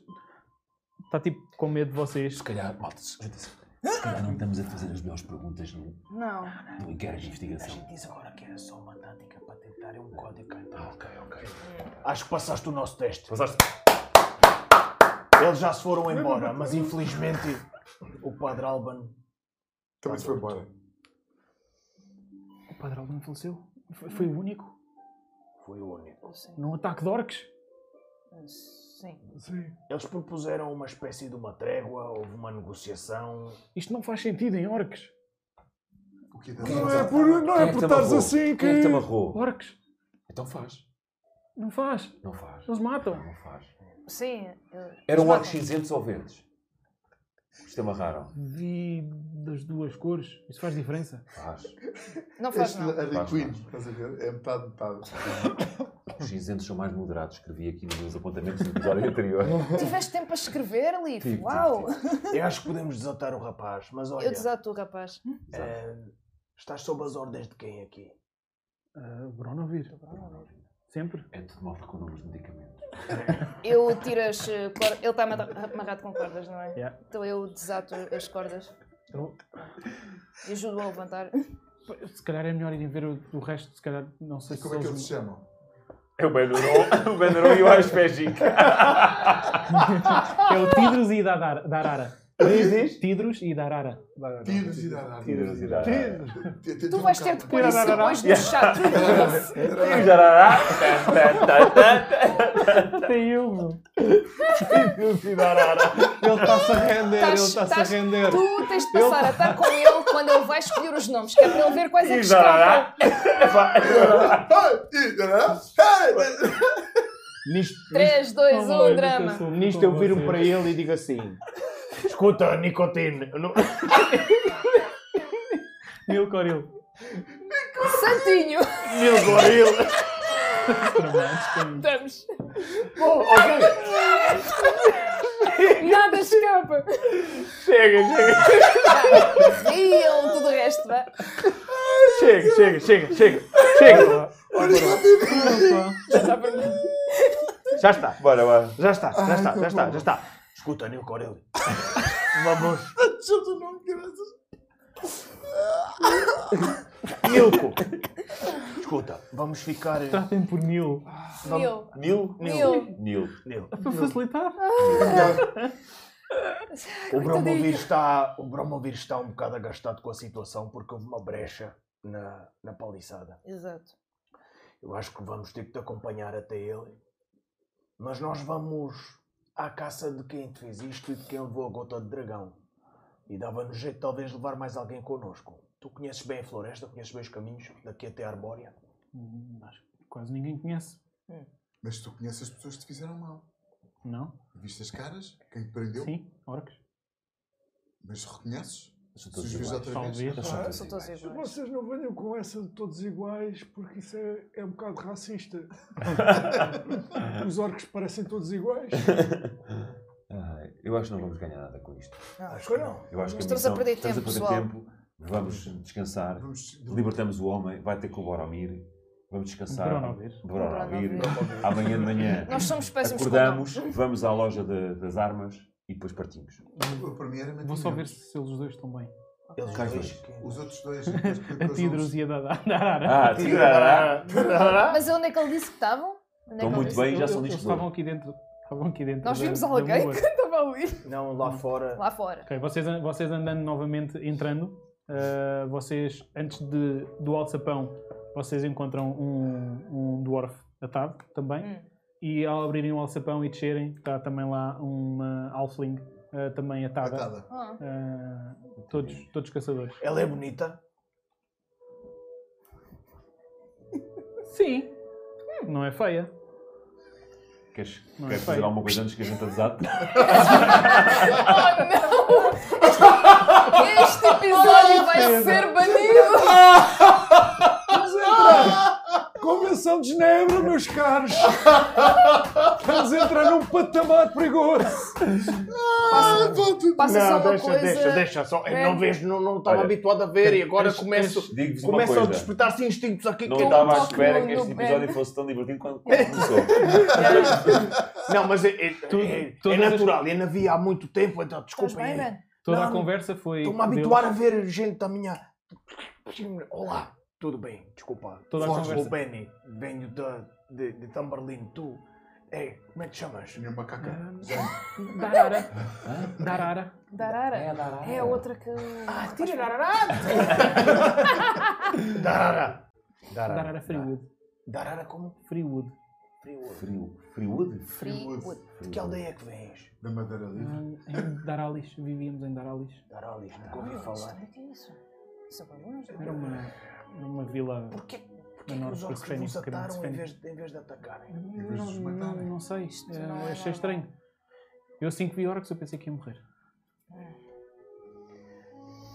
[SPEAKER 8] Está tipo com medo de vocês.
[SPEAKER 4] Se calhar, malta, se se calhar não estamos a fazer as melhores perguntas no,
[SPEAKER 2] Não.
[SPEAKER 4] no inquérito de
[SPEAKER 5] A
[SPEAKER 4] investigação.
[SPEAKER 5] gente diz agora que era só uma tática para tentar é um código cá
[SPEAKER 4] Ah,
[SPEAKER 5] então.
[SPEAKER 4] ok, ok.
[SPEAKER 5] Acho que passaste o nosso teste.
[SPEAKER 4] Passaste.
[SPEAKER 5] Eles já se foram embora, mas infelizmente o padre Alban
[SPEAKER 3] Também se foi embora.
[SPEAKER 8] O padre Alvin faleceu. Foi, foi o único.
[SPEAKER 5] foi o único.
[SPEAKER 2] Sim.
[SPEAKER 8] Num ataque de orques.
[SPEAKER 2] Sim.
[SPEAKER 5] Eles propuseram uma espécie de uma trégua, houve uma negociação.
[SPEAKER 8] Isto não faz sentido em orques.
[SPEAKER 3] O que é
[SPEAKER 8] Não é por, não é por estares assim
[SPEAKER 4] Quem é que te
[SPEAKER 8] que.
[SPEAKER 4] amarrou?
[SPEAKER 8] Orques.
[SPEAKER 4] Então faz.
[SPEAKER 8] Não faz.
[SPEAKER 4] Não faz.
[SPEAKER 8] Eles matam.
[SPEAKER 4] Não, não faz.
[SPEAKER 2] Sim. eh,
[SPEAKER 4] Eram
[SPEAKER 2] matam.
[SPEAKER 4] orcs cinzentos ou verdes? Os te amarraram.
[SPEAKER 8] Vi das duas cores. Isso faz diferença.
[SPEAKER 4] Faz.
[SPEAKER 2] Não faz
[SPEAKER 3] Este *laughs*
[SPEAKER 2] não.
[SPEAKER 3] Harley
[SPEAKER 4] Faz,
[SPEAKER 3] Quinn,
[SPEAKER 4] faz.
[SPEAKER 3] estás a ver? É metade, metade.
[SPEAKER 4] Os cinzentos são mais moderados. Escrevi aqui nos meus apontamentos do episódio anterior.
[SPEAKER 2] Tiveste tempo para escrever, Leaf?
[SPEAKER 4] Tive, tive,
[SPEAKER 2] Uau!
[SPEAKER 5] Eu acho que podemos desatar o rapaz, mas olha,
[SPEAKER 2] Eu desato o rapaz.
[SPEAKER 5] eh, estás sob as ordens de quem aqui?
[SPEAKER 8] Ah, Bronovir. Sempre.
[SPEAKER 4] É tudo malta com nomes de medicamentos.
[SPEAKER 2] Eu tiro as eh, cordas. Ele está amar- amarrado com cordas, não é?
[SPEAKER 8] Yeah.
[SPEAKER 2] Então eu desato as cordas
[SPEAKER 8] Então,
[SPEAKER 2] e ajudo-o a levantar.
[SPEAKER 8] se calhar é melhor irem ver o, o resto. Se calhar não sei
[SPEAKER 3] Como
[SPEAKER 8] se
[SPEAKER 3] é que
[SPEAKER 8] eles-
[SPEAKER 3] eles se chamam?
[SPEAKER 4] É o Benuron, o Benuron e o Aspégic.
[SPEAKER 2] Ah!
[SPEAKER 8] É o Tidros e da Dar- da Arara.
[SPEAKER 7] Diz, diz.
[SPEAKER 1] Tidros e Darara.
[SPEAKER 3] Tiras e dar
[SPEAKER 7] Tiras e
[SPEAKER 2] Tu vais ter de pôr isso
[SPEAKER 3] é-
[SPEAKER 1] Tirarará.
[SPEAKER 2] depois no chat.
[SPEAKER 7] Tiros, arará. Tá, tá, tá, tá.
[SPEAKER 1] Até eu, meu.
[SPEAKER 7] Tiros e arará.
[SPEAKER 8] Ele está-se a render, ele
[SPEAKER 2] Estás-
[SPEAKER 8] está-se a
[SPEAKER 2] estás-
[SPEAKER 8] render.
[SPEAKER 2] Tu tens de passar a estar com ele quando ele vai escolher os nomes, que é para ele ver quais é que
[SPEAKER 7] Tiros,
[SPEAKER 2] escapam.
[SPEAKER 7] arará. Epá,
[SPEAKER 3] *laughs*
[SPEAKER 7] Nisto,
[SPEAKER 2] 3, 2, 1, drama.
[SPEAKER 7] nisto eu viro para ele e digo assim: *laughs* Escuta, Nicotine, eu não-
[SPEAKER 1] Meu Coril.
[SPEAKER 2] Santinho.
[SPEAKER 7] meu gorila. *laughs*
[SPEAKER 2] Estamos.
[SPEAKER 7] Bom, Oh, ok,
[SPEAKER 2] Nada escapa.
[SPEAKER 7] chega, chega,
[SPEAKER 2] Riam tudo o resto, vá.
[SPEAKER 7] chega, chega, chega, chega, chega. Já está.
[SPEAKER 4] Bora, bora.
[SPEAKER 7] Já está, já está, já está, já está. Escuta, Nil Corelli. Vamos. Nilco. Escuta, vamos ficar. eh,
[SPEAKER 1] Tratem por Neil.
[SPEAKER 2] Riam.
[SPEAKER 7] Nil? Nil.
[SPEAKER 2] Riam.
[SPEAKER 4] *laughs* Nil.
[SPEAKER 7] Nil.
[SPEAKER 8] Então
[SPEAKER 1] Para facilitar.
[SPEAKER 5] O Bromovir está, o Bromovir está um bocado agastado com a situação porque houve uma brecha na, na paliçada.
[SPEAKER 2] Exato.
[SPEAKER 5] Eu acho que vamos ter que te acompanhar até ele. Mas nós vamos à caça de quem te fez isto e de quem levou a gota de dragão. E dava-nos jeito talvez levar mais alguém connosco. Tu conheces bem a floresta, conheces bem os caminhos daqui até a Arbórea.
[SPEAKER 1] Hum, Acho que quase ninguém conhece.
[SPEAKER 3] Mas tu conheces as pessoas que te fizeram mal.
[SPEAKER 1] Não?
[SPEAKER 3] Viste as caras? Quem te prendeu?
[SPEAKER 1] Sim, orcs.
[SPEAKER 3] Mas reconheces? Se
[SPEAKER 4] São todos
[SPEAKER 3] os vês
[SPEAKER 4] iguais.
[SPEAKER 3] outra vez?
[SPEAKER 1] Talvez.
[SPEAKER 3] claro.
[SPEAKER 8] Ah,
[SPEAKER 2] São todos iguais.
[SPEAKER 8] Vocês não venham com essa de todos iguais, porque isso é, é um bocado *laughs* racista. Os orcos parecem todos iguais.
[SPEAKER 4] *laughs* Ai, eu acho que não vamos ganhar nada com isto.
[SPEAKER 8] Acho que não.
[SPEAKER 4] Eu acho que
[SPEAKER 2] Mas estamos a perder
[SPEAKER 4] estamos
[SPEAKER 2] tempo,
[SPEAKER 4] a perder tempo. Vamos descansar.
[SPEAKER 3] Vamos.
[SPEAKER 4] Libertamos o homem. Vai ter com o Boromir.
[SPEAKER 3] Ah,
[SPEAKER 4] Vamos descansar.
[SPEAKER 1] Boromir.
[SPEAKER 4] Boromir.
[SPEAKER 2] Boromir.
[SPEAKER 4] Amanhã de manhã
[SPEAKER 2] Nós somos péssimos com
[SPEAKER 4] acordamos,
[SPEAKER 2] nomes.
[SPEAKER 4] vamos à loja de- das armas e depois partimos.
[SPEAKER 3] O primeiro é
[SPEAKER 1] Hum, Vou só ver se eles dois estão bem.
[SPEAKER 5] Eles
[SPEAKER 4] Cais
[SPEAKER 5] dois, que-
[SPEAKER 3] Os outros dois. depois-
[SPEAKER 1] A *laughs*
[SPEAKER 3] depois
[SPEAKER 1] Tidros
[SPEAKER 3] vamos-
[SPEAKER 1] e a Dada- Darara.
[SPEAKER 4] *laughs* Ah, tirará.
[SPEAKER 1] Ah.
[SPEAKER 2] Mas onde é que ele disse que estavam? Onde é que
[SPEAKER 4] Estão
[SPEAKER 2] ele
[SPEAKER 4] muito
[SPEAKER 2] disse?
[SPEAKER 4] bem, já
[SPEAKER 1] Eles-
[SPEAKER 4] são
[SPEAKER 1] eles
[SPEAKER 4] discos.
[SPEAKER 1] estavam aqui dentro. Estavam aqui dentro.
[SPEAKER 2] Nós
[SPEAKER 1] da-
[SPEAKER 2] vimos
[SPEAKER 1] da
[SPEAKER 2] alguém
[SPEAKER 1] moa.
[SPEAKER 2] que estava ali.
[SPEAKER 7] Não, lá fora.
[SPEAKER 2] Lá fora.
[SPEAKER 1] Ok, vocês, vocês andando novamente, entrando, uh, vocês, antes de, do alto sapão, vocês encontram um, um dwarf atado também.
[SPEAKER 2] Hum.
[SPEAKER 1] E ao abrirem o alçapão e descerem, está também lá uma halfling uh, também atada.
[SPEAKER 3] Coitada.
[SPEAKER 2] Ah,
[SPEAKER 1] Uh, todos, todos caçadores.
[SPEAKER 5] Ela é bonita.
[SPEAKER 1] Sim. Não é feia.
[SPEAKER 4] Queres,
[SPEAKER 1] Não é
[SPEAKER 4] queres
[SPEAKER 1] feio.
[SPEAKER 4] fazer alguma coisa antes que a gente desate?
[SPEAKER 2] Oh, *laughs* Este episódio vai ser banido.
[SPEAKER 8] Vamos entrar! Convenção de Genebra, meus caros! Vamos entrar num patamar perigoso!
[SPEAKER 1] Ah,
[SPEAKER 2] Passa, passa só
[SPEAKER 7] Não,
[SPEAKER 2] uma
[SPEAKER 7] deixa,
[SPEAKER 2] coisa.
[SPEAKER 7] deixa, deixa. Só, eu
[SPEAKER 2] Grande.
[SPEAKER 7] não vejo, não, não estava
[SPEAKER 4] Olha,
[SPEAKER 7] habituado a ver e agora
[SPEAKER 1] este-
[SPEAKER 7] começo,
[SPEAKER 1] este-
[SPEAKER 4] *laughs* Digo-vos uma
[SPEAKER 7] começam a
[SPEAKER 4] coisa.
[SPEAKER 7] despertar-se instintos aqui.
[SPEAKER 4] Não
[SPEAKER 7] que-
[SPEAKER 5] tá-
[SPEAKER 4] estava à
[SPEAKER 2] um toque
[SPEAKER 4] espera
[SPEAKER 2] no-
[SPEAKER 4] que este
[SPEAKER 2] no
[SPEAKER 4] episódio
[SPEAKER 2] pé.
[SPEAKER 4] fosse tão divertido quanto quando começou.
[SPEAKER 7] Não, mas é, é,
[SPEAKER 1] Tu-
[SPEAKER 7] é- é
[SPEAKER 1] todas as-
[SPEAKER 7] natural. Eu não havia há muito tempo, então
[SPEAKER 2] Estás
[SPEAKER 7] desculpem.
[SPEAKER 2] bem,
[SPEAKER 7] é-
[SPEAKER 2] mano?
[SPEAKER 1] Toda
[SPEAKER 7] Não,
[SPEAKER 1] a
[SPEAKER 7] não.
[SPEAKER 1] conversa foi.
[SPEAKER 7] Estou-me a
[SPEAKER 1] deles.
[SPEAKER 7] habituar a ver gente da minha. Olá, tudo bem, desculpa.
[SPEAKER 1] Toda a
[SPEAKER 7] Fomos
[SPEAKER 1] conversa.
[SPEAKER 7] o Benny, venho da- de, de, Tamberlin. Tu, é, como é que te chamas?
[SPEAKER 3] Tinha uma caca.
[SPEAKER 1] Ah. Darara. Darara.
[SPEAKER 2] Darara.
[SPEAKER 4] Darara.
[SPEAKER 2] *laughs* É a outra que.
[SPEAKER 7] Ah, tira *laughs* Darara. Darara.
[SPEAKER 1] Darara Freewood.
[SPEAKER 7] Darara como?
[SPEAKER 1] Freewood.
[SPEAKER 4] Frio. Friwood?
[SPEAKER 2] Freewood.
[SPEAKER 7] De que aldeia é que vens?
[SPEAKER 3] Da Madeira Livre.
[SPEAKER 1] Ah, em Daralis. Vivíamos em Daralis.
[SPEAKER 7] Daralis, nunca ouvi
[SPEAKER 2] Ah,
[SPEAKER 7] falar.
[SPEAKER 2] isto é que é isso? Isso é para longe.
[SPEAKER 1] Era uma, era uma vila.
[SPEAKER 7] Porquê, porquê
[SPEAKER 1] Menor
[SPEAKER 7] que os orcos
[SPEAKER 1] Fênix,
[SPEAKER 7] nos
[SPEAKER 1] que era muito
[SPEAKER 7] ataram em
[SPEAKER 1] Fênix.
[SPEAKER 7] vez, de- em vez de atacarem?
[SPEAKER 3] vez de
[SPEAKER 1] Não,
[SPEAKER 3] os
[SPEAKER 1] não,
[SPEAKER 8] é?
[SPEAKER 3] matarem.
[SPEAKER 1] não sei. eh,
[SPEAKER 2] não é
[SPEAKER 1] achei
[SPEAKER 2] normal.
[SPEAKER 1] estranho. Eu assim que vi orcs eu pensei que ia morrer.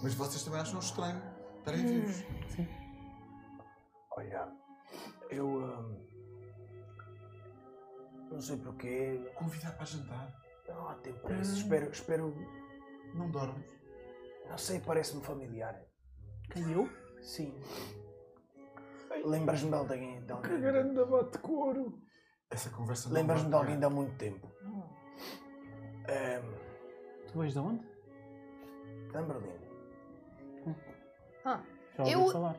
[SPEAKER 3] Mas vocês também acham estranho
[SPEAKER 2] Hum.
[SPEAKER 3] estarem vivos.
[SPEAKER 5] Olha, eu. hum, não sei porquê.
[SPEAKER 3] Convidar para jantar.
[SPEAKER 5] Não há tempo para isso. Ah, Espero, espero.
[SPEAKER 3] Não dormes.
[SPEAKER 5] Não sei, parece-me familiar.
[SPEAKER 1] Quem eu?
[SPEAKER 5] Sim. Lembras-me de alguém. De
[SPEAKER 8] Que
[SPEAKER 5] alguém
[SPEAKER 8] grande abate de couro!
[SPEAKER 3] Essa conversa não
[SPEAKER 5] Lembras-me de
[SPEAKER 3] vai
[SPEAKER 5] alguém de há muito tempo. Hum,
[SPEAKER 1] Tu vens de onde?
[SPEAKER 5] Tamberlin.
[SPEAKER 2] Ah,
[SPEAKER 1] Já ouvi
[SPEAKER 2] Eu-
[SPEAKER 1] falar.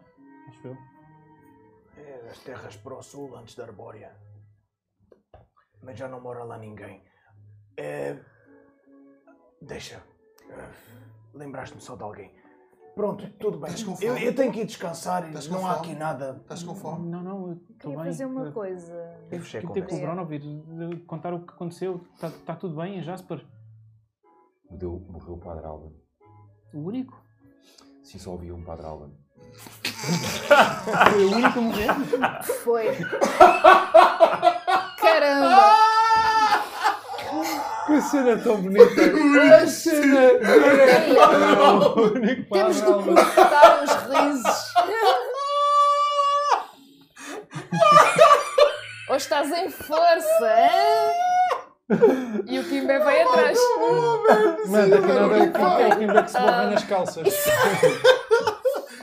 [SPEAKER 1] Acho eu.
[SPEAKER 5] É das terras para o sul, antes da Arbórea. Mas já não mora lá ninguém. É, Deixa. Lembraste-me só de alguém. Pronto, tudo bem.
[SPEAKER 3] Estás com fome?
[SPEAKER 5] Eu, eu tenho que ir descansar.
[SPEAKER 3] Estás com
[SPEAKER 5] Não há
[SPEAKER 3] fome?
[SPEAKER 5] aqui nada.
[SPEAKER 3] Estás com fome?
[SPEAKER 1] Não, não, eu estou
[SPEAKER 2] Queria
[SPEAKER 1] bem.
[SPEAKER 2] fazer uma
[SPEAKER 1] Eu
[SPEAKER 2] coisa.
[SPEAKER 5] Eu fechei a
[SPEAKER 1] Tive que ter com o
[SPEAKER 2] conversa.
[SPEAKER 1] Bruno ouvir, de- de contar o que aconteceu. Está tá tudo bem, Jasper?
[SPEAKER 4] Morreu, morreu o Padre Alban.
[SPEAKER 1] O único?
[SPEAKER 4] Sim, só havia um Padre Alban.
[SPEAKER 1] Foi o único a morrer?
[SPEAKER 2] Foi. Caramba!
[SPEAKER 1] Que cena tão bonita! Que cena!
[SPEAKER 2] Ei, Temos de cortar os risos. Hoje estás em força, hein? E o Kimber vai atrás.
[SPEAKER 8] Manda que não
[SPEAKER 3] adoro
[SPEAKER 8] deu o
[SPEAKER 3] o
[SPEAKER 8] copo, é o Kimber que se
[SPEAKER 2] Ah.
[SPEAKER 8] borra nas calças.
[SPEAKER 2] Eu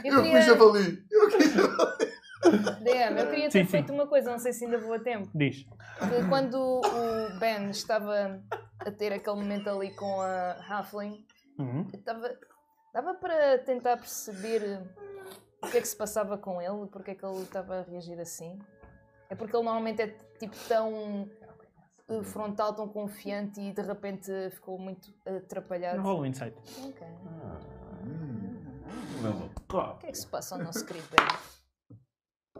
[SPEAKER 3] Eu fui
[SPEAKER 2] queria,
[SPEAKER 3] javali. Eu quis-
[SPEAKER 2] DM, eu queria
[SPEAKER 1] Sim,
[SPEAKER 2] ter
[SPEAKER 1] sim.
[SPEAKER 2] feito uma coisa, não sei se ainda vou a tempo.
[SPEAKER 1] Diz.
[SPEAKER 2] que quando o Ben estava a ter aquele momento ali com a Halfling,
[SPEAKER 1] Uhum.
[SPEAKER 2] estava, dava para tentar perceber o que é que se passava com ele, porque é que ele estava a reagir assim. É porque ele normalmente é tipo tão eh, frontal, tão confiante e de repente ficou muito atrapalhado.
[SPEAKER 1] Rola o insight.
[SPEAKER 2] Ok.
[SPEAKER 4] Não,
[SPEAKER 2] O que é que se passa ao nosso querido Ben?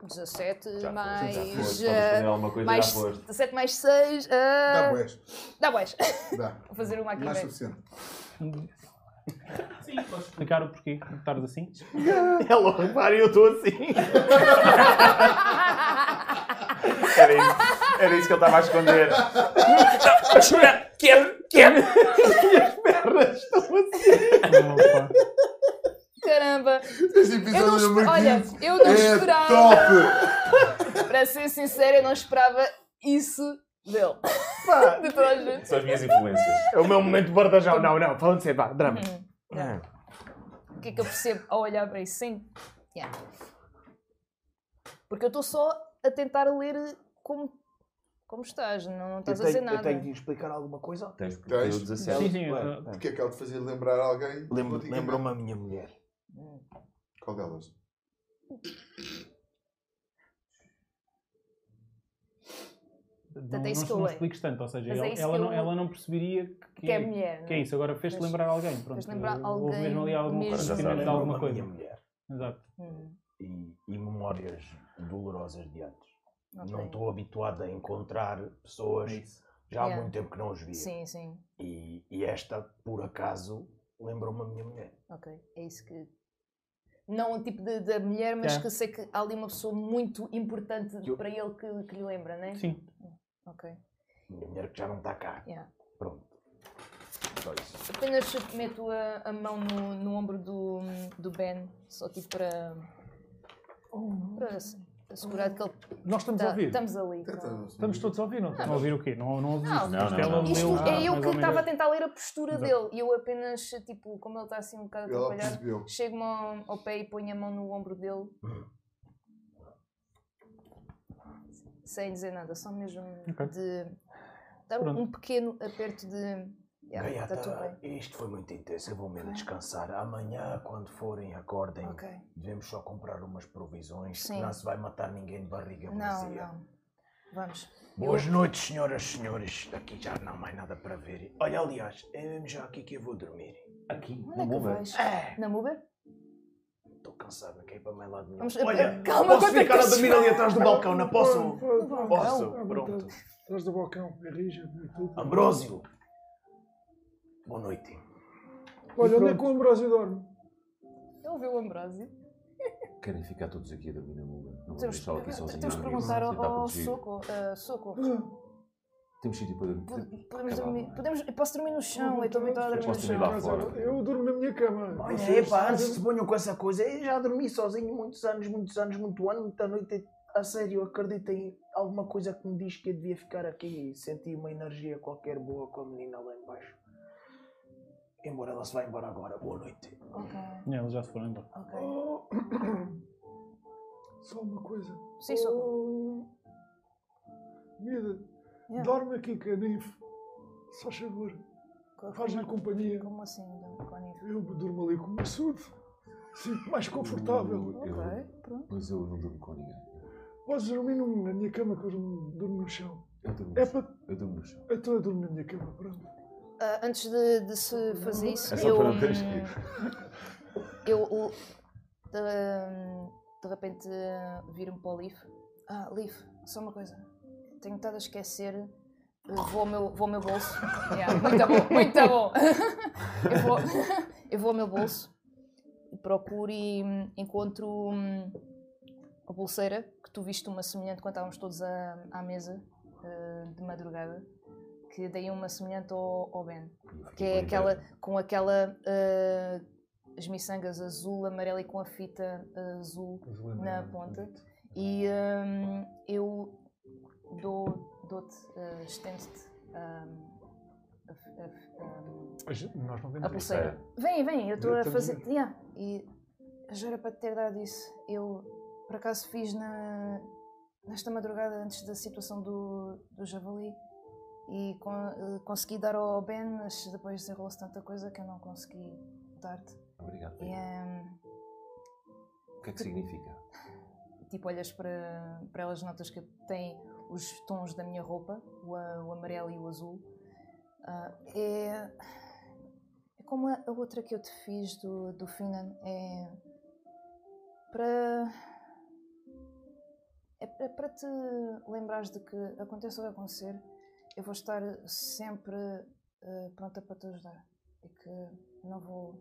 [SPEAKER 2] 17
[SPEAKER 4] já
[SPEAKER 2] mais.
[SPEAKER 4] foste, já foste. Podes
[SPEAKER 2] eh,
[SPEAKER 4] fazer alguma coisa,
[SPEAKER 2] mais
[SPEAKER 4] já foste.
[SPEAKER 2] 17 mais 6.
[SPEAKER 3] Dá
[SPEAKER 2] Ah.
[SPEAKER 3] boés.
[SPEAKER 2] dá boés.
[SPEAKER 3] Dá.
[SPEAKER 2] Vou fazer uma aqui.
[SPEAKER 3] Mais
[SPEAKER 2] Ben.
[SPEAKER 3] suficiente.
[SPEAKER 1] Sim, posso explicar o porquê de estares
[SPEAKER 2] *laughs*
[SPEAKER 1] assim?
[SPEAKER 7] Ela a roubar e eu estou assim. Era isso,
[SPEAKER 2] *laughs*
[SPEAKER 7] era isso que eu estava a esconder. Quero, quero. Minhas pernas estão assim.
[SPEAKER 2] *laughs* Caramba!
[SPEAKER 3] Este
[SPEAKER 2] Eu não,
[SPEAKER 3] episódio é
[SPEAKER 2] espe-
[SPEAKER 3] muito
[SPEAKER 2] olha,
[SPEAKER 3] bonito.
[SPEAKER 2] eu não
[SPEAKER 3] É
[SPEAKER 2] esperava.
[SPEAKER 3] top!
[SPEAKER 2] Para ser sincera, eu não esperava isso dele. *laughs* De toda a gente.
[SPEAKER 4] São as minhas influências.
[SPEAKER 7] É o meu momento de bardajão. Não, não, falando sério, vá, drama.
[SPEAKER 5] Uhum.
[SPEAKER 2] Não. O que é que eu percebo ao olhar para isso? Sim. Yeah. Porque eu estou só a tentar ler como, como estás, não, não
[SPEAKER 5] Eu
[SPEAKER 2] estás a dizer
[SPEAKER 5] tenho, eu
[SPEAKER 2] nada.
[SPEAKER 5] tenho de lhe explicar alguma coisa?
[SPEAKER 4] Tens que ter
[SPEAKER 3] Tens?
[SPEAKER 4] o 17.
[SPEAKER 1] Sim, sim.
[SPEAKER 5] Ué,
[SPEAKER 1] ah,
[SPEAKER 3] O que é que há de fazer lembrar alguém?
[SPEAKER 5] Lembro-
[SPEAKER 3] Não tinha-
[SPEAKER 5] Lembro-me a minha mulher.
[SPEAKER 3] Qual delas?
[SPEAKER 1] Não,
[SPEAKER 2] Portanto, é
[SPEAKER 1] não,
[SPEAKER 2] isso que eu
[SPEAKER 1] não
[SPEAKER 2] leio.
[SPEAKER 1] expliques tanto, ou seja,
[SPEAKER 2] Mas é
[SPEAKER 1] ela,
[SPEAKER 2] isso
[SPEAKER 1] ela
[SPEAKER 2] que
[SPEAKER 1] não,
[SPEAKER 2] eu-
[SPEAKER 1] ela não perceberia que,
[SPEAKER 2] Que é mulher.
[SPEAKER 1] que é isso. Agora fez-te
[SPEAKER 2] Mas-
[SPEAKER 1] lembrar alguém. Pronto.
[SPEAKER 2] fez-te lembrar
[SPEAKER 1] Houve
[SPEAKER 2] alguém
[SPEAKER 1] mesmo ali algum
[SPEAKER 2] mesmo.
[SPEAKER 4] Agora já
[SPEAKER 1] conhecimento
[SPEAKER 4] sabes.
[SPEAKER 1] de alguma
[SPEAKER 5] Lembro-me a
[SPEAKER 1] coisa.
[SPEAKER 5] minha mulher.
[SPEAKER 1] Exato.
[SPEAKER 2] não é? Hum,
[SPEAKER 5] E, e memórias dolorosas de antes.
[SPEAKER 2] ok.
[SPEAKER 5] Não estou habituado a encontrar
[SPEAKER 1] É
[SPEAKER 5] pessoas
[SPEAKER 1] isso.
[SPEAKER 5] já há
[SPEAKER 2] Yeah.
[SPEAKER 5] muito tempo que não os via.
[SPEAKER 2] Sim, sim.
[SPEAKER 5] E, e esta, por acaso, lembrou-me a minha mulher.
[SPEAKER 2] Ok, é isso que. Não o tipo de- da mulher, mas
[SPEAKER 1] Yeah.
[SPEAKER 2] que sei que há ali uma pessoa muito importante
[SPEAKER 5] Eu-
[SPEAKER 2] para ele que, que lhe lembra, não é?
[SPEAKER 1] Sim.
[SPEAKER 2] Ok.
[SPEAKER 5] Minha mulher que já não está cá.
[SPEAKER 2] Yeah.
[SPEAKER 5] Pronto. Só isso.
[SPEAKER 2] Apenas meto a, a mão no, no ombro do, do Ben, só tipo para. para se- assegurar que ele.
[SPEAKER 8] Nós Oh, estamos
[SPEAKER 2] tá-
[SPEAKER 8] a ouvir.
[SPEAKER 2] estamos ali.
[SPEAKER 1] Então,
[SPEAKER 2] calma.
[SPEAKER 8] Estamos todos a ouvir, não
[SPEAKER 1] Estão a ouvir o quê? Não, não ouvimos.
[SPEAKER 2] Não,
[SPEAKER 4] Não, não,
[SPEAKER 1] Ela
[SPEAKER 4] não.
[SPEAKER 1] leu
[SPEAKER 2] Isto
[SPEAKER 1] mais
[SPEAKER 2] é eu
[SPEAKER 1] ou
[SPEAKER 2] que
[SPEAKER 1] menos.
[SPEAKER 2] estava a tentar ler a postura
[SPEAKER 1] Exato.
[SPEAKER 2] dele e eu apenas, tipo, como ele está assim um bocado
[SPEAKER 3] Ela
[SPEAKER 2] atrapalhado,
[SPEAKER 3] percebeu.
[SPEAKER 2] chego-me ao, ao pé e ponho a mão no ombro dele. Sem dizer nada, só mesmo
[SPEAKER 1] Ok.
[SPEAKER 2] de dar um-
[SPEAKER 1] Pronto.
[SPEAKER 2] um pequeno aperto de. Yeah,
[SPEAKER 5] Gaiata,
[SPEAKER 2] está tudo bem.
[SPEAKER 5] tá. isto foi muito intenso. Eu vou mesmo descansar. Amanhã, quando forem, acordem.
[SPEAKER 2] Ok.
[SPEAKER 5] Devemos só comprar umas provisões.
[SPEAKER 2] Sim.
[SPEAKER 5] Não se vai matar ninguém de barriga
[SPEAKER 2] Não,
[SPEAKER 5] vazia.
[SPEAKER 2] não. Vamos.
[SPEAKER 5] Boas noites, senhoras e senhores. Aqui já não há mais nada para ver. Olha, aliás, é mesmo já aqui que eu vou dormir.
[SPEAKER 4] Aqui,
[SPEAKER 2] Onde é que vais? Na Uber?
[SPEAKER 5] Estou cansado, não quero ir para mais lado nenhum.
[SPEAKER 2] Vamos- eh,
[SPEAKER 5] Olha,
[SPEAKER 2] Calma,
[SPEAKER 5] posso
[SPEAKER 2] quanto é que
[SPEAKER 5] ficar a
[SPEAKER 2] tens?
[SPEAKER 5] dormir ali atrás do balcão, não posso?
[SPEAKER 8] Posso?
[SPEAKER 5] Posso,
[SPEAKER 8] Ah,
[SPEAKER 5] pronto.
[SPEAKER 8] muito- Atrás do balcão, é rígido e tudo.
[SPEAKER 5] Ambrósio! Boa noite.
[SPEAKER 8] Olha, onde é que o Ambrósio dorme?
[SPEAKER 2] Eu ouvi o Ambrósio.
[SPEAKER 4] Querem ficar todos aqui a dormir na lua? Não vou
[SPEAKER 2] Temos
[SPEAKER 4] deixar aqui assim, sozinho.
[SPEAKER 2] temos que
[SPEAKER 4] a dormir,
[SPEAKER 2] perguntar ao,
[SPEAKER 4] tentar
[SPEAKER 2] ao
[SPEAKER 4] proteger.
[SPEAKER 2] Soco. ah, Soco,
[SPEAKER 4] Temos sítio para dormir.
[SPEAKER 2] po- podemos
[SPEAKER 4] Acabado,
[SPEAKER 2] dormir.
[SPEAKER 4] não é?
[SPEAKER 2] podemos, eu posso dormir no chão, eu estou habituada a dormir no
[SPEAKER 4] Posso dormir
[SPEAKER 2] chão.
[SPEAKER 4] lá
[SPEAKER 8] Mas
[SPEAKER 4] fora.
[SPEAKER 8] eu- Ah, Eu durmo na minha cama.
[SPEAKER 5] Olha,
[SPEAKER 8] Vocês-
[SPEAKER 5] epá, antes que se ponham com essa coisa, eu já dormi sozinho muitos anos, muitos anos, muito ano, muita noite. A sério, acreditem, alguma coisa que me diz que eu devia ficar aqui e senti uma energia qualquer boa com a menina lá em baixo. Embora ela se vá embora agora. Boa noite.
[SPEAKER 2] Ok,
[SPEAKER 1] Não, eles já se foram embora.
[SPEAKER 2] ok.
[SPEAKER 8] Oh. Só uma coisa.
[SPEAKER 2] Sim, Soco.
[SPEAKER 8] Vida,
[SPEAKER 2] Yeah.
[SPEAKER 8] Oh, dorme aqui, um Canif. Só favor,
[SPEAKER 2] oh,
[SPEAKER 8] faz-lhe companhia.
[SPEAKER 2] Como assim, Dom Conif?
[SPEAKER 8] Eu durmo ali com o maçudo. Sinto mais confortável.
[SPEAKER 4] Eu- eu-
[SPEAKER 2] Ok, pronto.
[SPEAKER 4] Mas eu não durmo com ninguém.
[SPEAKER 8] Podes dormir num- na minha cama que eu durmo, durmo no chão.
[SPEAKER 4] Eu durmo no
[SPEAKER 8] É
[SPEAKER 4] chão.
[SPEAKER 8] para.
[SPEAKER 4] Eu durmo no chão.
[SPEAKER 8] Então eu durmo na minha cama, pronto.
[SPEAKER 2] ah, antes de, de se fazer isso,
[SPEAKER 4] É só
[SPEAKER 2] eu.
[SPEAKER 4] para não teres
[SPEAKER 2] hum, eu. o- de, de repente hum, viro-me para o Leaf. Ah, Leaf, só uma coisa. Tenho estado a esquecer. Eu Vou ao meu, vou ao meu bolso. Yeah, muito bom, muito bom. eu, vou, *laughs* eu vou ao meu bolso. e Procuro e hum, encontro hum, a pulseira que tu viste uma semelhante quando estávamos todos à, à mesa eh, de madrugada. Que dei uma semelhante ao, ao Ben. Que é aquela com aquela eh, as miçangas azul, amarela e com a fita eh, azul na ponta. E hum, eu dou- dou-te, eh, estendo-te hum, a, f- a f- hum,
[SPEAKER 8] Mas Nós não
[SPEAKER 2] a
[SPEAKER 4] Ah,
[SPEAKER 8] vemos.
[SPEAKER 2] pulseira. Vem, vem, eu estou
[SPEAKER 8] Eu
[SPEAKER 2] a
[SPEAKER 8] também.
[SPEAKER 2] fazer. Yeah. E já era para te ter dado isso. Eu por acaso fiz na, nesta madrugada antes da situação do, do javali e con- eh, consegui dar ao Ben, mas depois desenrolou-se tanta coisa que eu não consegui dar-te.
[SPEAKER 4] Obrigado.
[SPEAKER 2] E, hum,
[SPEAKER 4] O que é que significa?
[SPEAKER 2] tipo, olhas para, para elas, notas que têm os tons da minha roupa, o, a- o amarelo e o azul. Ah, é, é como a, a outra que eu te fiz do, do Finan, é para. É para- para te lembrares de que aconteça o que acontecer, eu vou estar sempre ah, pronta para te ajudar. E que não vou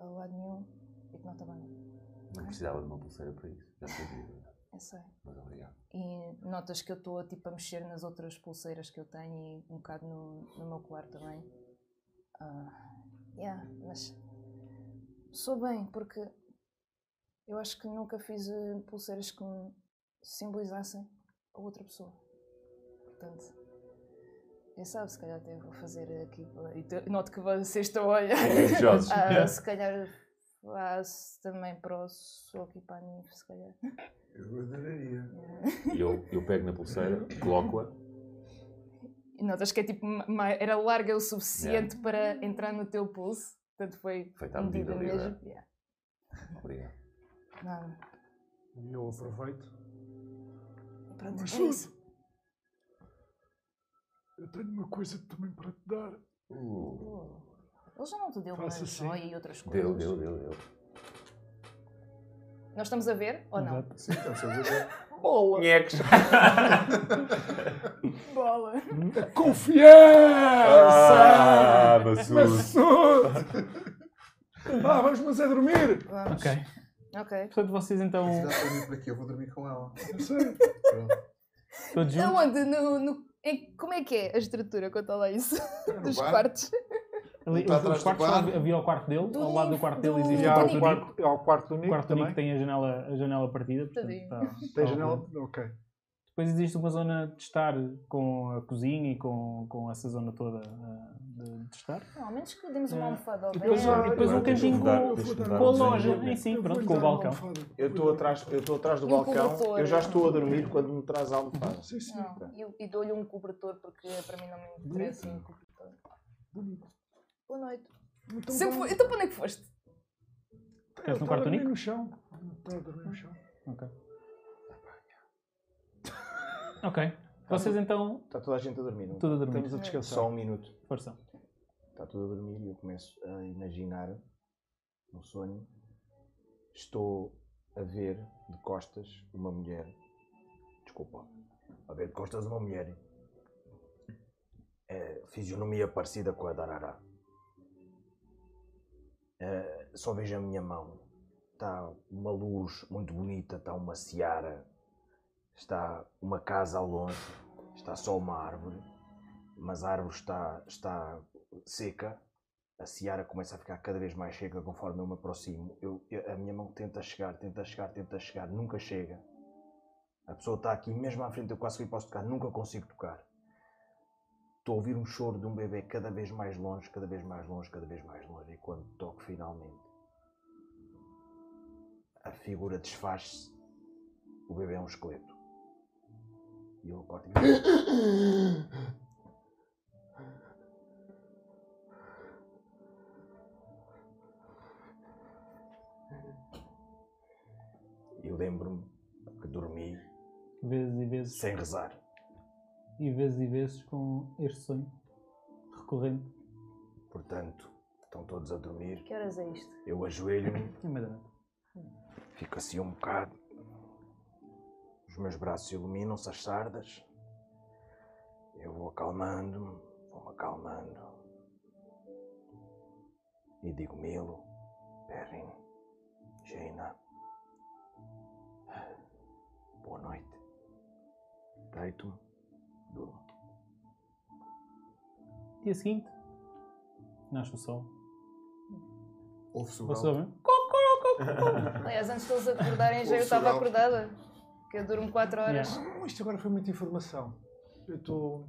[SPEAKER 2] a lado nenhum e que não te abandono. É
[SPEAKER 4] Não precisava de uma pulseira para isso. Já sabia, é?
[SPEAKER 2] Eu sei.
[SPEAKER 4] mas obrigado.
[SPEAKER 2] *laughs* E notas que eu estou tipo, a mexer nas outras pulseiras que eu tenho e um bocado no, no meu colar também. Ah, yeah, mas sou bem, porque eu acho que nunca fiz eh, pulseiras que me simbolizassem a outra pessoa. Portanto, quem sabe, se calhar até vou fazer aqui. E te- noto que vocês estão a olhar.
[SPEAKER 4] *laughs* Invejosos.
[SPEAKER 2] Ah, se calhar faço também para o Soco e para a Ninfa, se calhar.
[SPEAKER 3] Eu adoraria.
[SPEAKER 4] E eu, eu pego na pulseira, coloco-a.
[SPEAKER 2] E Notas que é tipo, ma- ma- era larga o suficiente para entrar no teu pulso. Portanto, foi um
[SPEAKER 4] Feita a medida ali,
[SPEAKER 2] mesmo. Yeah.
[SPEAKER 4] Obrigado.
[SPEAKER 2] Nada.
[SPEAKER 8] E eu aproveito.
[SPEAKER 2] Pronto,
[SPEAKER 8] Mas
[SPEAKER 2] é
[SPEAKER 8] tudo.
[SPEAKER 2] isso.
[SPEAKER 8] Eu tenho uma coisa também para te dar.
[SPEAKER 4] Uh,
[SPEAKER 2] Oh. Ele já não te deu uma
[SPEAKER 8] Faço assim.
[SPEAKER 2] joia e outras coisas.
[SPEAKER 4] deu, deu, deu, deu.
[SPEAKER 2] Nós estamos a ver ou
[SPEAKER 8] Ah,
[SPEAKER 2] não?
[SPEAKER 3] Sim,
[SPEAKER 8] tá
[SPEAKER 3] estamos a ver.
[SPEAKER 5] Nheques.
[SPEAKER 2] Bola! Ah,
[SPEAKER 8] Confiança!
[SPEAKER 4] Ah, Massudo.
[SPEAKER 8] Maçudo! Vá, vamos, mas é dormir!
[SPEAKER 2] Vamos.
[SPEAKER 1] Ok.
[SPEAKER 2] Ok.
[SPEAKER 1] Portanto, vocês então,
[SPEAKER 3] Se dá para mim por aqui, eu vou dormir com ela.
[SPEAKER 8] Eu sei.
[SPEAKER 3] Pronto.
[SPEAKER 1] todos juntos,
[SPEAKER 2] Aonde? Então, No, no- em- como é que é a estrutura? Conta lá isso.
[SPEAKER 3] no
[SPEAKER 2] Dos
[SPEAKER 3] bar?
[SPEAKER 2] quartos.
[SPEAKER 1] ali,
[SPEAKER 3] Está
[SPEAKER 1] os quartos
[SPEAKER 3] atrás do
[SPEAKER 1] estão a
[SPEAKER 3] bar.
[SPEAKER 1] vi- a vir ao quarto dele,
[SPEAKER 2] Do
[SPEAKER 1] ao lado do
[SPEAKER 2] Nico,
[SPEAKER 1] quarto dele
[SPEAKER 2] do-
[SPEAKER 1] existe
[SPEAKER 8] E
[SPEAKER 1] o
[SPEAKER 8] há
[SPEAKER 2] do
[SPEAKER 1] quarto
[SPEAKER 8] o
[SPEAKER 1] do
[SPEAKER 2] Nico.
[SPEAKER 1] Nico.
[SPEAKER 8] quarto, há o quarto do
[SPEAKER 1] O
[SPEAKER 8] Nico
[SPEAKER 1] quarto do
[SPEAKER 8] também.
[SPEAKER 1] Nico tem a janela, a janela partida. portanto,
[SPEAKER 2] Tadinho.
[SPEAKER 1] está- está
[SPEAKER 8] Tem
[SPEAKER 1] ao
[SPEAKER 8] janela?
[SPEAKER 1] fundo.
[SPEAKER 8] Ok.
[SPEAKER 1] Depois existe uma zona de estar com a cozinha e com, com essa zona toda ah, de, de estar.
[SPEAKER 2] Não, ao menos que demos uma
[SPEAKER 1] É.
[SPEAKER 2] almofada ao
[SPEAKER 5] Tipo,
[SPEAKER 1] E depois,
[SPEAKER 2] Ben.
[SPEAKER 1] e depois um
[SPEAKER 4] Agora deixa-me
[SPEAKER 1] cantinho
[SPEAKER 4] dar-
[SPEAKER 1] com,
[SPEAKER 4] deixa-me
[SPEAKER 1] com a
[SPEAKER 4] dar um
[SPEAKER 1] loja
[SPEAKER 4] desenho.
[SPEAKER 1] em si,
[SPEAKER 8] Eu
[SPEAKER 1] pronto,
[SPEAKER 8] vou-lhe
[SPEAKER 1] com o
[SPEAKER 8] dar uma
[SPEAKER 1] balcão.
[SPEAKER 8] almofada.
[SPEAKER 5] Eu estou atrás, eu estou atrás
[SPEAKER 2] E
[SPEAKER 5] do
[SPEAKER 2] um
[SPEAKER 5] balcão.
[SPEAKER 2] cobertor.
[SPEAKER 5] Eu já estou a dormir quando me traz a almofada.
[SPEAKER 8] Sim, sim.
[SPEAKER 2] Não, e eu- e dou-lhe um cobertor porque para mim não me interessa um cobertor.
[SPEAKER 8] Bonito.
[SPEAKER 2] Boa noite.
[SPEAKER 8] Então,
[SPEAKER 2] Se eu
[SPEAKER 8] bom.
[SPEAKER 2] for- Então, para onde é que foste?
[SPEAKER 1] Queres no
[SPEAKER 8] Ele tá
[SPEAKER 1] quarto
[SPEAKER 8] a dormir
[SPEAKER 1] único?
[SPEAKER 8] no chão. Está a dormir no chão.
[SPEAKER 1] Ok. Ok. Vocês então,
[SPEAKER 5] Está Tá toda a gente a dormir. não?
[SPEAKER 1] tudo a dormir.
[SPEAKER 5] Estamos a descansar. Só um minuto.
[SPEAKER 1] Força.
[SPEAKER 5] Está tudo a dormir e eu começo a imaginar um sonho. Estou a ver de costas uma mulher. Desculpa. A ver de costas uma mulher. É, fisionomia parecida com a da Arara. É, só vejo a minha mão. Está uma luz muito bonita, está uma seara. Está uma casa ao longe. Está só uma árvore. Mas a árvore está, está seca, a seara começa a ficar cada vez mais seca conforme eu me aproximo. Eu, eu- a minha mão tenta chegar, tenta chegar, tenta chegar, nunca chega. A pessoa está aqui mesmo à frente, eu quase que lhe posso tocar, nunca consigo tocar. Estou a ouvir um choro de um bebê cada vez mais longe, cada vez mais longe, cada vez mais longe. E quando toco finalmente, a figura desfaz-se. O bebê é um esqueleto. E eu acordo e E *coughs* lembro-me que dormi
[SPEAKER 1] Vezes e vezes.
[SPEAKER 5] sem rezar.
[SPEAKER 1] E vezes e vezes com este sonho recorrente.
[SPEAKER 5] Portanto, estão todos a dormir.
[SPEAKER 2] Que horas é isto?
[SPEAKER 5] Eu ajoelho-me,
[SPEAKER 1] É meia-noite.
[SPEAKER 5] fico assim um bocado. Os meus braços iluminam-se, as sardas. Eu vou acalmando-me, vou-me acalmando. E digo Milo, Perrin, Jaina. Boa noite. Deito-me, durmo.
[SPEAKER 1] Dia seguinte, nasce o sol.
[SPEAKER 3] Ouve-se o
[SPEAKER 1] Vocês
[SPEAKER 3] galo.
[SPEAKER 1] ouvem?
[SPEAKER 2] Aliás, antes deles acordarem já eu
[SPEAKER 3] Ouço
[SPEAKER 2] estava
[SPEAKER 3] ela.
[SPEAKER 2] acordada. Que eu durmo 4 horas.
[SPEAKER 1] Yeah.
[SPEAKER 8] Bom, Hum, Isto agora foi muita informação. Eu estou.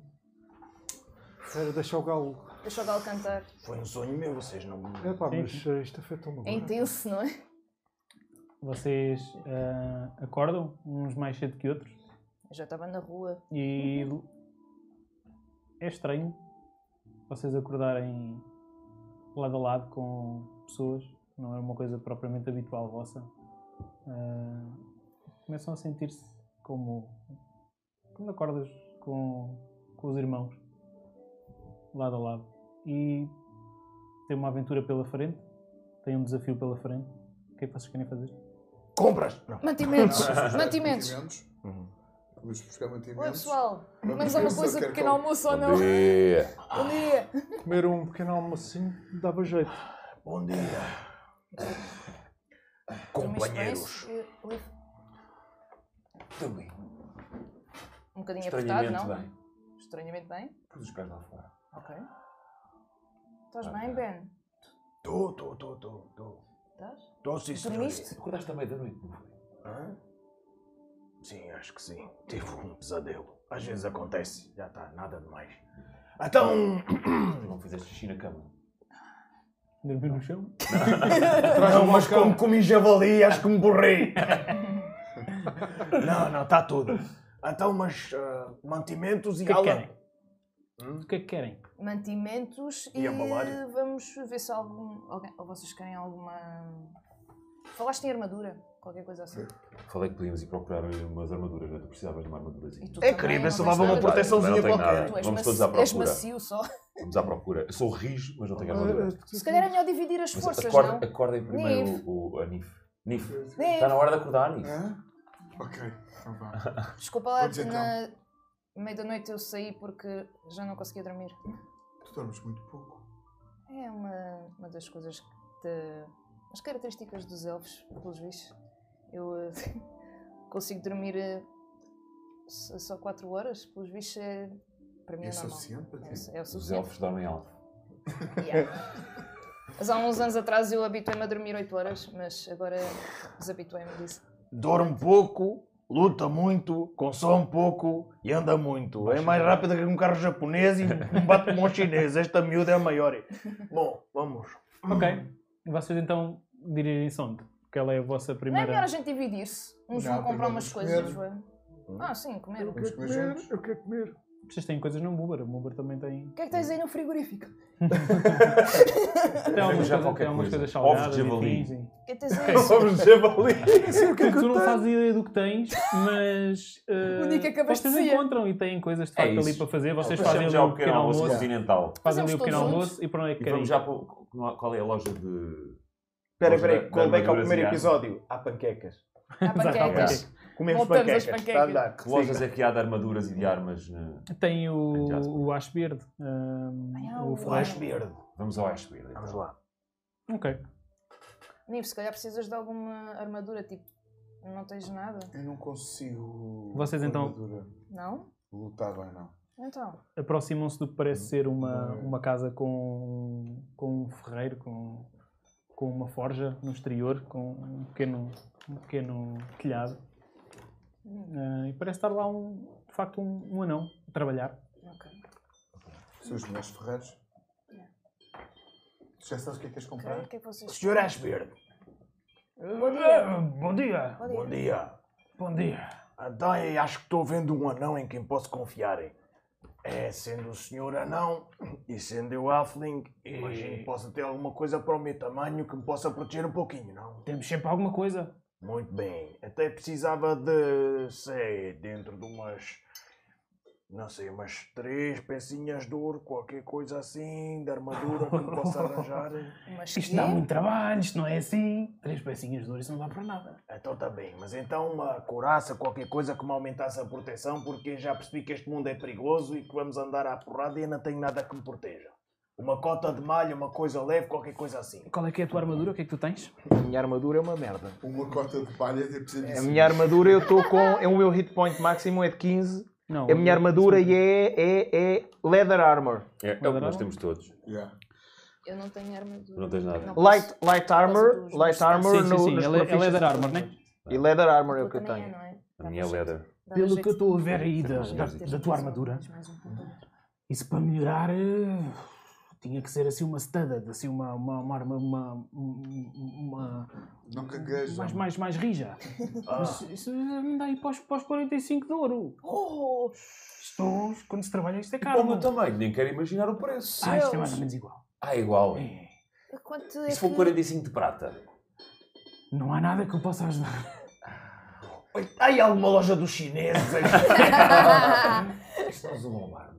[SPEAKER 8] Era deixar o galo.
[SPEAKER 2] Deixa o galo cantar.
[SPEAKER 5] Foi um sonho meu, vocês não me.
[SPEAKER 8] É pá,
[SPEAKER 1] Sim,
[SPEAKER 8] mas eh, isto afetou-me
[SPEAKER 2] É
[SPEAKER 8] agora.
[SPEAKER 2] intenso, não é?
[SPEAKER 1] Vocês ah, acordam, uns mais cedo que outros,
[SPEAKER 2] Eu já estava na rua.
[SPEAKER 1] e é estranho vocês acordarem lado a lado com pessoas, não é uma coisa propriamente habitual vossa. Ah, começam a sentir-se como quando acordas com, com os irmãos, lado a lado. E tem uma aventura pela frente, tem um desafio pela frente. O que é que vocês querem fazer?
[SPEAKER 5] Compras! Não.
[SPEAKER 2] Mantimentos! Mantimentos!
[SPEAKER 5] Uhum.
[SPEAKER 3] Vamos buscar
[SPEAKER 2] Oi
[SPEAKER 3] mantimentos.
[SPEAKER 2] pessoal,
[SPEAKER 3] Vamos
[SPEAKER 2] mas há uma
[SPEAKER 3] ver se
[SPEAKER 2] coisa
[SPEAKER 3] eu
[SPEAKER 2] de
[SPEAKER 3] quero
[SPEAKER 2] pequeno
[SPEAKER 3] comer.
[SPEAKER 2] almoço ou
[SPEAKER 4] Bom
[SPEAKER 2] não? Bom
[SPEAKER 4] dia.
[SPEAKER 2] dia!
[SPEAKER 8] Comer um pequeno almocinho dava jeito.
[SPEAKER 5] Bom dia,
[SPEAKER 2] Dormiste bem?
[SPEAKER 5] companheiros.
[SPEAKER 2] Eh, livre.
[SPEAKER 4] Também.
[SPEAKER 2] Um bocadinho apertado,
[SPEAKER 4] Estranhamente
[SPEAKER 2] não?
[SPEAKER 4] bem.
[SPEAKER 2] Estranhamente bem?
[SPEAKER 4] Pus os pés lá fora.
[SPEAKER 2] Ok. Estás bem, Ben?
[SPEAKER 5] Tô, tô, tô, tô, tô.
[SPEAKER 2] Estás?
[SPEAKER 5] Tô, sim, senhor.
[SPEAKER 2] Dormiste?
[SPEAKER 4] Acordaste à meia-noite, não foi?
[SPEAKER 5] Hã? Sim, acho que sim. Tive um pesadelo. Às vezes acontece. Já está, nada demais. Então, *coughs*
[SPEAKER 4] Não fizeste xixi na cama.
[SPEAKER 1] Dormir no chão?
[SPEAKER 5] não, mas como comi javali, acho que me borrei. *laughs* não, não, está tudo. Então, mas ah, mantimentos
[SPEAKER 1] O
[SPEAKER 5] e
[SPEAKER 1] que é que
[SPEAKER 5] ala.
[SPEAKER 1] querem? O que é que querem?
[SPEAKER 2] Mantimentos e,
[SPEAKER 5] E a malária?
[SPEAKER 2] vamos ver se algum. Alguém, ou vocês querem alguma. Falaste em armadura? Qualquer coisa assim.
[SPEAKER 4] Falei que podíamos ir procurar umas armaduras, não é? Tu precisavas de uma
[SPEAKER 2] E
[SPEAKER 4] armadurazinha.
[SPEAKER 2] tu também,
[SPEAKER 5] É incrível,
[SPEAKER 2] não
[SPEAKER 5] se
[SPEAKER 2] tens
[SPEAKER 5] levava uma
[SPEAKER 2] nada?
[SPEAKER 5] proteçãozinha
[SPEAKER 4] Também não tem
[SPEAKER 5] qualquer.
[SPEAKER 4] nada.
[SPEAKER 2] Tu és
[SPEAKER 4] Vamos
[SPEAKER 2] maci-
[SPEAKER 4] todos à
[SPEAKER 2] És
[SPEAKER 4] procura.
[SPEAKER 2] macio só.
[SPEAKER 4] Vamos à procura. Eu sou rijo, mas não
[SPEAKER 2] Ah.
[SPEAKER 4] tenho
[SPEAKER 8] Eh,
[SPEAKER 4] armadura.
[SPEAKER 2] Se calhar é melhor dividir as
[SPEAKER 4] Mas
[SPEAKER 2] forças,
[SPEAKER 4] acorda,
[SPEAKER 2] não?
[SPEAKER 4] acordem primeiro
[SPEAKER 2] Nif.
[SPEAKER 4] o, o, a Nif. Nif,
[SPEAKER 2] Nif.
[SPEAKER 4] está na hora de acordar, Nif.
[SPEAKER 3] Hã? Ok, então vá.
[SPEAKER 2] Desculpa lá,
[SPEAKER 3] Vou dizer
[SPEAKER 2] na meia da noite eu saí porque já não conseguia dormir.
[SPEAKER 3] Tu dormes muito pouco.
[SPEAKER 2] É uma, uma das coisas que te- as características dos elfos, pelos bichos. Eu eh, *laughs* consigo dormir eh, só só 4 horas, pelos bichos é, para mim
[SPEAKER 3] É
[SPEAKER 2] é, normal.
[SPEAKER 3] suficiente para
[SPEAKER 2] É,
[SPEAKER 3] ti?
[SPEAKER 2] su- é o
[SPEAKER 4] Os
[SPEAKER 2] suficiente.
[SPEAKER 4] elfos dormem alto.
[SPEAKER 2] Yeah. Mas há uns anos atrás eu habituei-me a dormir 8 horas, mas agora desabituei-me disso. É
[SPEAKER 5] Dorme um pouco, luta muito, consome um pouco e anda muito. É mais rápida que um carro japonês e um bate-mão chinês. Esta miúda é a maior. Bom, vamos.
[SPEAKER 4] Hum.
[SPEAKER 1] Ok. Vocês então dirigem-se onde? Porque ela é a vossa
[SPEAKER 2] Não é melhor
[SPEAKER 1] primeira.
[SPEAKER 2] a gente dividir-se? Uns
[SPEAKER 3] Não,
[SPEAKER 2] vão comprar
[SPEAKER 3] primeiro
[SPEAKER 2] umas
[SPEAKER 3] vamos
[SPEAKER 2] coisas,
[SPEAKER 3] comer.
[SPEAKER 2] outros vão- Ah, sim, comer.
[SPEAKER 8] Eu
[SPEAKER 2] O
[SPEAKER 8] quero
[SPEAKER 3] comer
[SPEAKER 8] comer,
[SPEAKER 3] juntos.
[SPEAKER 8] eu quero comer.
[SPEAKER 1] *laughs* Vocês têm coisas no Uber, o Uber também tem.
[SPEAKER 2] que é que tens aí no frigorífico?
[SPEAKER 1] Tem algumas,
[SPEAKER 4] já
[SPEAKER 1] coisas-
[SPEAKER 4] qualquer
[SPEAKER 1] tem algumas
[SPEAKER 4] coisa.
[SPEAKER 1] coisas salgadas
[SPEAKER 4] Ovos de
[SPEAKER 1] e
[SPEAKER 4] javali.
[SPEAKER 1] afins e-
[SPEAKER 2] O que é que tens *laughs* aí?
[SPEAKER 5] Vamos javali.
[SPEAKER 2] *laughs* é
[SPEAKER 1] tu não fazes ideia do que tens,
[SPEAKER 4] *laughs*
[SPEAKER 1] mas. eh,
[SPEAKER 2] O Nick acabaste de
[SPEAKER 1] vocês
[SPEAKER 2] dizer.
[SPEAKER 1] encontram e têm coisas de
[SPEAKER 4] É
[SPEAKER 1] facto ali
[SPEAKER 4] isso.
[SPEAKER 1] para fazer. Vocês fazem um ali
[SPEAKER 4] Fechamos já
[SPEAKER 1] o
[SPEAKER 4] o pequeno almoço Um
[SPEAKER 1] almoço.
[SPEAKER 4] continental.
[SPEAKER 1] Fazem
[SPEAKER 2] Fazemos
[SPEAKER 1] ali o pequeno
[SPEAKER 2] todos
[SPEAKER 1] almoço e para onde é que
[SPEAKER 4] E
[SPEAKER 1] querem?
[SPEAKER 4] vamos
[SPEAKER 1] ir?
[SPEAKER 4] já para. o- Qual é a loja de.
[SPEAKER 7] Espera,
[SPEAKER 4] Vamos
[SPEAKER 7] espera,
[SPEAKER 4] dar-
[SPEAKER 5] é
[SPEAKER 7] callback
[SPEAKER 4] dar
[SPEAKER 7] ao primeiro
[SPEAKER 4] maduras e ar.
[SPEAKER 7] episódio. Há panquecas.
[SPEAKER 2] Há panquecas.
[SPEAKER 1] Exato,
[SPEAKER 7] Comemos
[SPEAKER 2] Voltamos
[SPEAKER 7] panquecas.
[SPEAKER 2] às
[SPEAKER 7] Está a
[SPEAKER 2] panquecas.
[SPEAKER 7] andar.
[SPEAKER 4] Que lojas é que há de armaduras e de armas? né?
[SPEAKER 1] ok. Tem
[SPEAKER 4] Tem já.
[SPEAKER 1] o, o Acho Verde. ehm,
[SPEAKER 2] Ah,
[SPEAKER 1] o
[SPEAKER 2] o
[SPEAKER 1] Flash.
[SPEAKER 2] Acho
[SPEAKER 5] verde.
[SPEAKER 4] Vamos ao Ashbeard. então.
[SPEAKER 5] Vamos lá.
[SPEAKER 1] Ok.
[SPEAKER 2] Niv, se calhar precisas de alguma armadura, tipo, não tens nada?
[SPEAKER 3] Eu não consigo.
[SPEAKER 1] Vocês, então-
[SPEAKER 3] armadura.
[SPEAKER 2] Não?
[SPEAKER 3] Lutar bem, não.
[SPEAKER 2] Então,
[SPEAKER 1] Aproximam-se do que parece
[SPEAKER 7] Uhum.
[SPEAKER 1] ser uma,
[SPEAKER 7] é?
[SPEAKER 1] uma casa com, com um ferreiro, com, com uma forja no exterior, com um pequeno, um pequeno telhado. Ah, e parece estar lá, um, de facto, um, um anão a trabalhar.
[SPEAKER 2] ok.
[SPEAKER 3] São os melhores ferreiros. Tu já sabes o que é que queres
[SPEAKER 2] Ok,
[SPEAKER 3] comprar?
[SPEAKER 2] O que é que vocês...
[SPEAKER 5] Senhor Ashbeard,
[SPEAKER 2] Bom dia!
[SPEAKER 1] bom dia!
[SPEAKER 2] Bom
[SPEAKER 5] bom
[SPEAKER 2] dia!
[SPEAKER 5] dia.
[SPEAKER 1] Bom dia!
[SPEAKER 5] Então, eu acho que estou vendo um anão em quem posso confiar. hein? É, sendo o senhor anão *coughs* e sendo eu halfling, imagino que possa ter alguma coisa para o meu tamanho que me possa proteger um pouquinho, não?
[SPEAKER 1] Temos sempre alguma coisa.
[SPEAKER 5] Muito bem. Até precisava de, sei, dentro de umas não sei, umas três pecinhas de ouro, qualquer coisa assim, de armadura que me possa arranjar.
[SPEAKER 2] Mas
[SPEAKER 1] Isto
[SPEAKER 2] quê?
[SPEAKER 1] dá muito trabalho, isto não é assim. Três pecinhas de ouro, isso não dá para nada.
[SPEAKER 5] Então tá bem, mas então uma couraça, qualquer coisa que me aumentasse a proteção, porque já percebi que este mundo é perigoso e que vamos andar à porrada e eu não tenho nada que me proteja. Uma cota de malha, uma coisa leve, qualquer coisa assim.
[SPEAKER 1] Qual é que é a tua armadura? O que é que tu tens?
[SPEAKER 7] A minha armadura é uma merda.
[SPEAKER 3] Uma cota de palha é
[SPEAKER 7] A
[SPEAKER 3] pesadíssima.
[SPEAKER 7] minha armadura eu estou com. É o meu hit point máximo é de 15.
[SPEAKER 1] Não.
[SPEAKER 7] A minha armadura e é, é, é leather armor.
[SPEAKER 4] É, é o que nós temos todos.
[SPEAKER 3] Yeah.
[SPEAKER 2] Eu não tenho armadura.
[SPEAKER 4] Não tens nada.
[SPEAKER 2] Não posso.
[SPEAKER 7] Light, light armor, light armor
[SPEAKER 1] Sim, sim,
[SPEAKER 7] no,
[SPEAKER 1] sim.
[SPEAKER 7] nos
[SPEAKER 1] Ela, ela é
[SPEAKER 7] proficiencies.
[SPEAKER 1] leather armor, não é?
[SPEAKER 7] E leather armor é o
[SPEAKER 2] Tua
[SPEAKER 7] que eu
[SPEAKER 2] também é,
[SPEAKER 7] tenho.
[SPEAKER 2] não é?
[SPEAKER 4] A minha é leather.
[SPEAKER 2] Dá
[SPEAKER 1] Pelo
[SPEAKER 2] jeito.
[SPEAKER 1] que eu estou a ver aí da,
[SPEAKER 4] Sim,
[SPEAKER 1] da,
[SPEAKER 4] sim.
[SPEAKER 1] da tua armadura,
[SPEAKER 2] Mais um ponto.
[SPEAKER 1] isso para melhorar eh, tinha que ser assim uma studded, assim uma uma uma, arma- uma, uma-
[SPEAKER 3] Não caguejo.
[SPEAKER 1] mais, mais, mais rija.
[SPEAKER 5] Ah.
[SPEAKER 1] Mas isso anda aí para os, para os 45 de ouro.
[SPEAKER 2] Oh!
[SPEAKER 1] Isto, quando se trabalha, isto é caro.
[SPEAKER 4] Bom, então, meu tamanho, nem quero imaginar o preço.
[SPEAKER 1] ah, isto é mais ou menos igual.
[SPEAKER 4] Ah, igual.
[SPEAKER 1] É.
[SPEAKER 2] Quanto é
[SPEAKER 4] E se for
[SPEAKER 2] que-
[SPEAKER 4] 45 de prata?
[SPEAKER 1] Não há nada que eu possa ajudar.
[SPEAKER 5] Ai, alguma loja dos
[SPEAKER 2] *laughs*
[SPEAKER 5] chineses aí.
[SPEAKER 7] *laughs*
[SPEAKER 4] Isto é um nós vão roubar.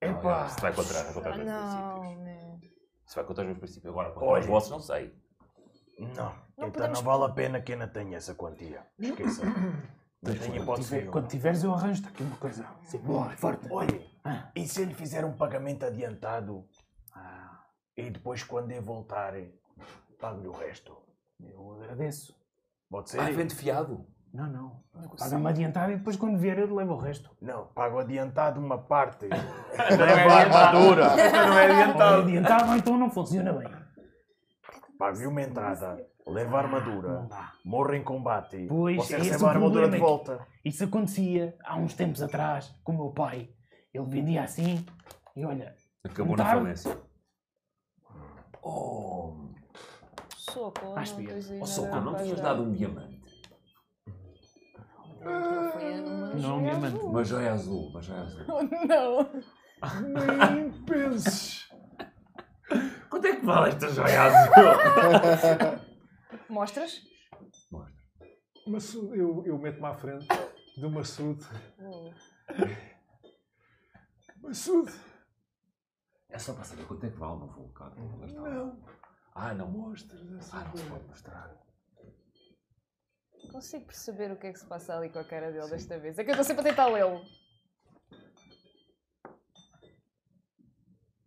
[SPEAKER 5] Epá.
[SPEAKER 4] Se é, vai contra, vai contra os
[SPEAKER 2] Ah,
[SPEAKER 4] meus
[SPEAKER 2] não,
[SPEAKER 4] princípios.
[SPEAKER 2] man.
[SPEAKER 4] Se vai contra os meus princípios agora, contra
[SPEAKER 5] Olha.
[SPEAKER 4] os vossos, não sei.
[SPEAKER 5] Não, então
[SPEAKER 2] podemos-
[SPEAKER 5] não vale a pena que eu não tenha essa quantia. Esqueça. Não tenho
[SPEAKER 1] Quando,
[SPEAKER 5] hipótese
[SPEAKER 1] tiver-
[SPEAKER 5] nenhuma.
[SPEAKER 1] quando tiveres, eu arranjo-te aqui uma coisa. Sim, boa, forte.
[SPEAKER 5] um. Olha,
[SPEAKER 1] Ah.
[SPEAKER 5] e se eu lhe fizer um pagamento adiantado
[SPEAKER 1] Ah.
[SPEAKER 5] e depois quando eu voltar, pago-lhe o resto?
[SPEAKER 1] Eu agradeço.
[SPEAKER 5] Pode ser?
[SPEAKER 4] Ah, vende fiado.
[SPEAKER 1] Não, não.
[SPEAKER 2] Negociar.
[SPEAKER 1] Paga-me adiantado e depois, quando vier, eu levo o resto.
[SPEAKER 5] Não, pago adiantado uma parte.
[SPEAKER 4] é
[SPEAKER 7] Leather
[SPEAKER 4] *laughs*
[SPEAKER 7] armadura.
[SPEAKER 5] não é
[SPEAKER 1] Ou é adiantado, ou então não funciona bem.
[SPEAKER 5] Pago-lhe uma entrada, leva a armadura,
[SPEAKER 1] Não dá.
[SPEAKER 5] morre em combate,
[SPEAKER 1] Hum. Pois,
[SPEAKER 5] você
[SPEAKER 1] é esse
[SPEAKER 5] recebe
[SPEAKER 1] o
[SPEAKER 5] a armadura
[SPEAKER 1] problema,
[SPEAKER 5] de
[SPEAKER 1] é que-
[SPEAKER 5] volta.
[SPEAKER 1] Isso acontecia há uns tempos atrás com o meu pai. Ele vendia assim e olha,
[SPEAKER 4] Acabou na
[SPEAKER 1] Tarde.
[SPEAKER 4] falência.
[SPEAKER 2] Soco, não
[SPEAKER 1] Acho que-
[SPEAKER 2] tens aí
[SPEAKER 4] Oh,
[SPEAKER 2] nada
[SPEAKER 4] Soco, não
[SPEAKER 2] para
[SPEAKER 4] tinhas
[SPEAKER 2] ajudar.
[SPEAKER 4] dado um diamante.
[SPEAKER 2] Não, foi
[SPEAKER 1] não é
[SPEAKER 2] uma
[SPEAKER 1] um
[SPEAKER 2] joia
[SPEAKER 1] diamante.
[SPEAKER 2] azul.
[SPEAKER 4] Uma joia azul, uma joia azul.
[SPEAKER 2] *laughs* Não.
[SPEAKER 8] Nem
[SPEAKER 3] *laughs*
[SPEAKER 8] penses.
[SPEAKER 4] Quanto é que vale esta joia azul?
[SPEAKER 2] Mostras?
[SPEAKER 8] Maçudo, eu, eu meto-me à frente do maçudo.
[SPEAKER 2] Vou-
[SPEAKER 8] Maçudo,
[SPEAKER 4] *laughs* é só para saber quanto é que vale, não vou cá. Não. vou gastar.
[SPEAKER 8] não.
[SPEAKER 4] Ah, não mostra.
[SPEAKER 8] Mostras essa
[SPEAKER 4] Ah, não se
[SPEAKER 8] coisa.
[SPEAKER 4] pode mostrar.
[SPEAKER 2] Consigo perceber o que é que se passa ali com a cara dele desta vez. É que eu estou sempre a tentar lê-lo.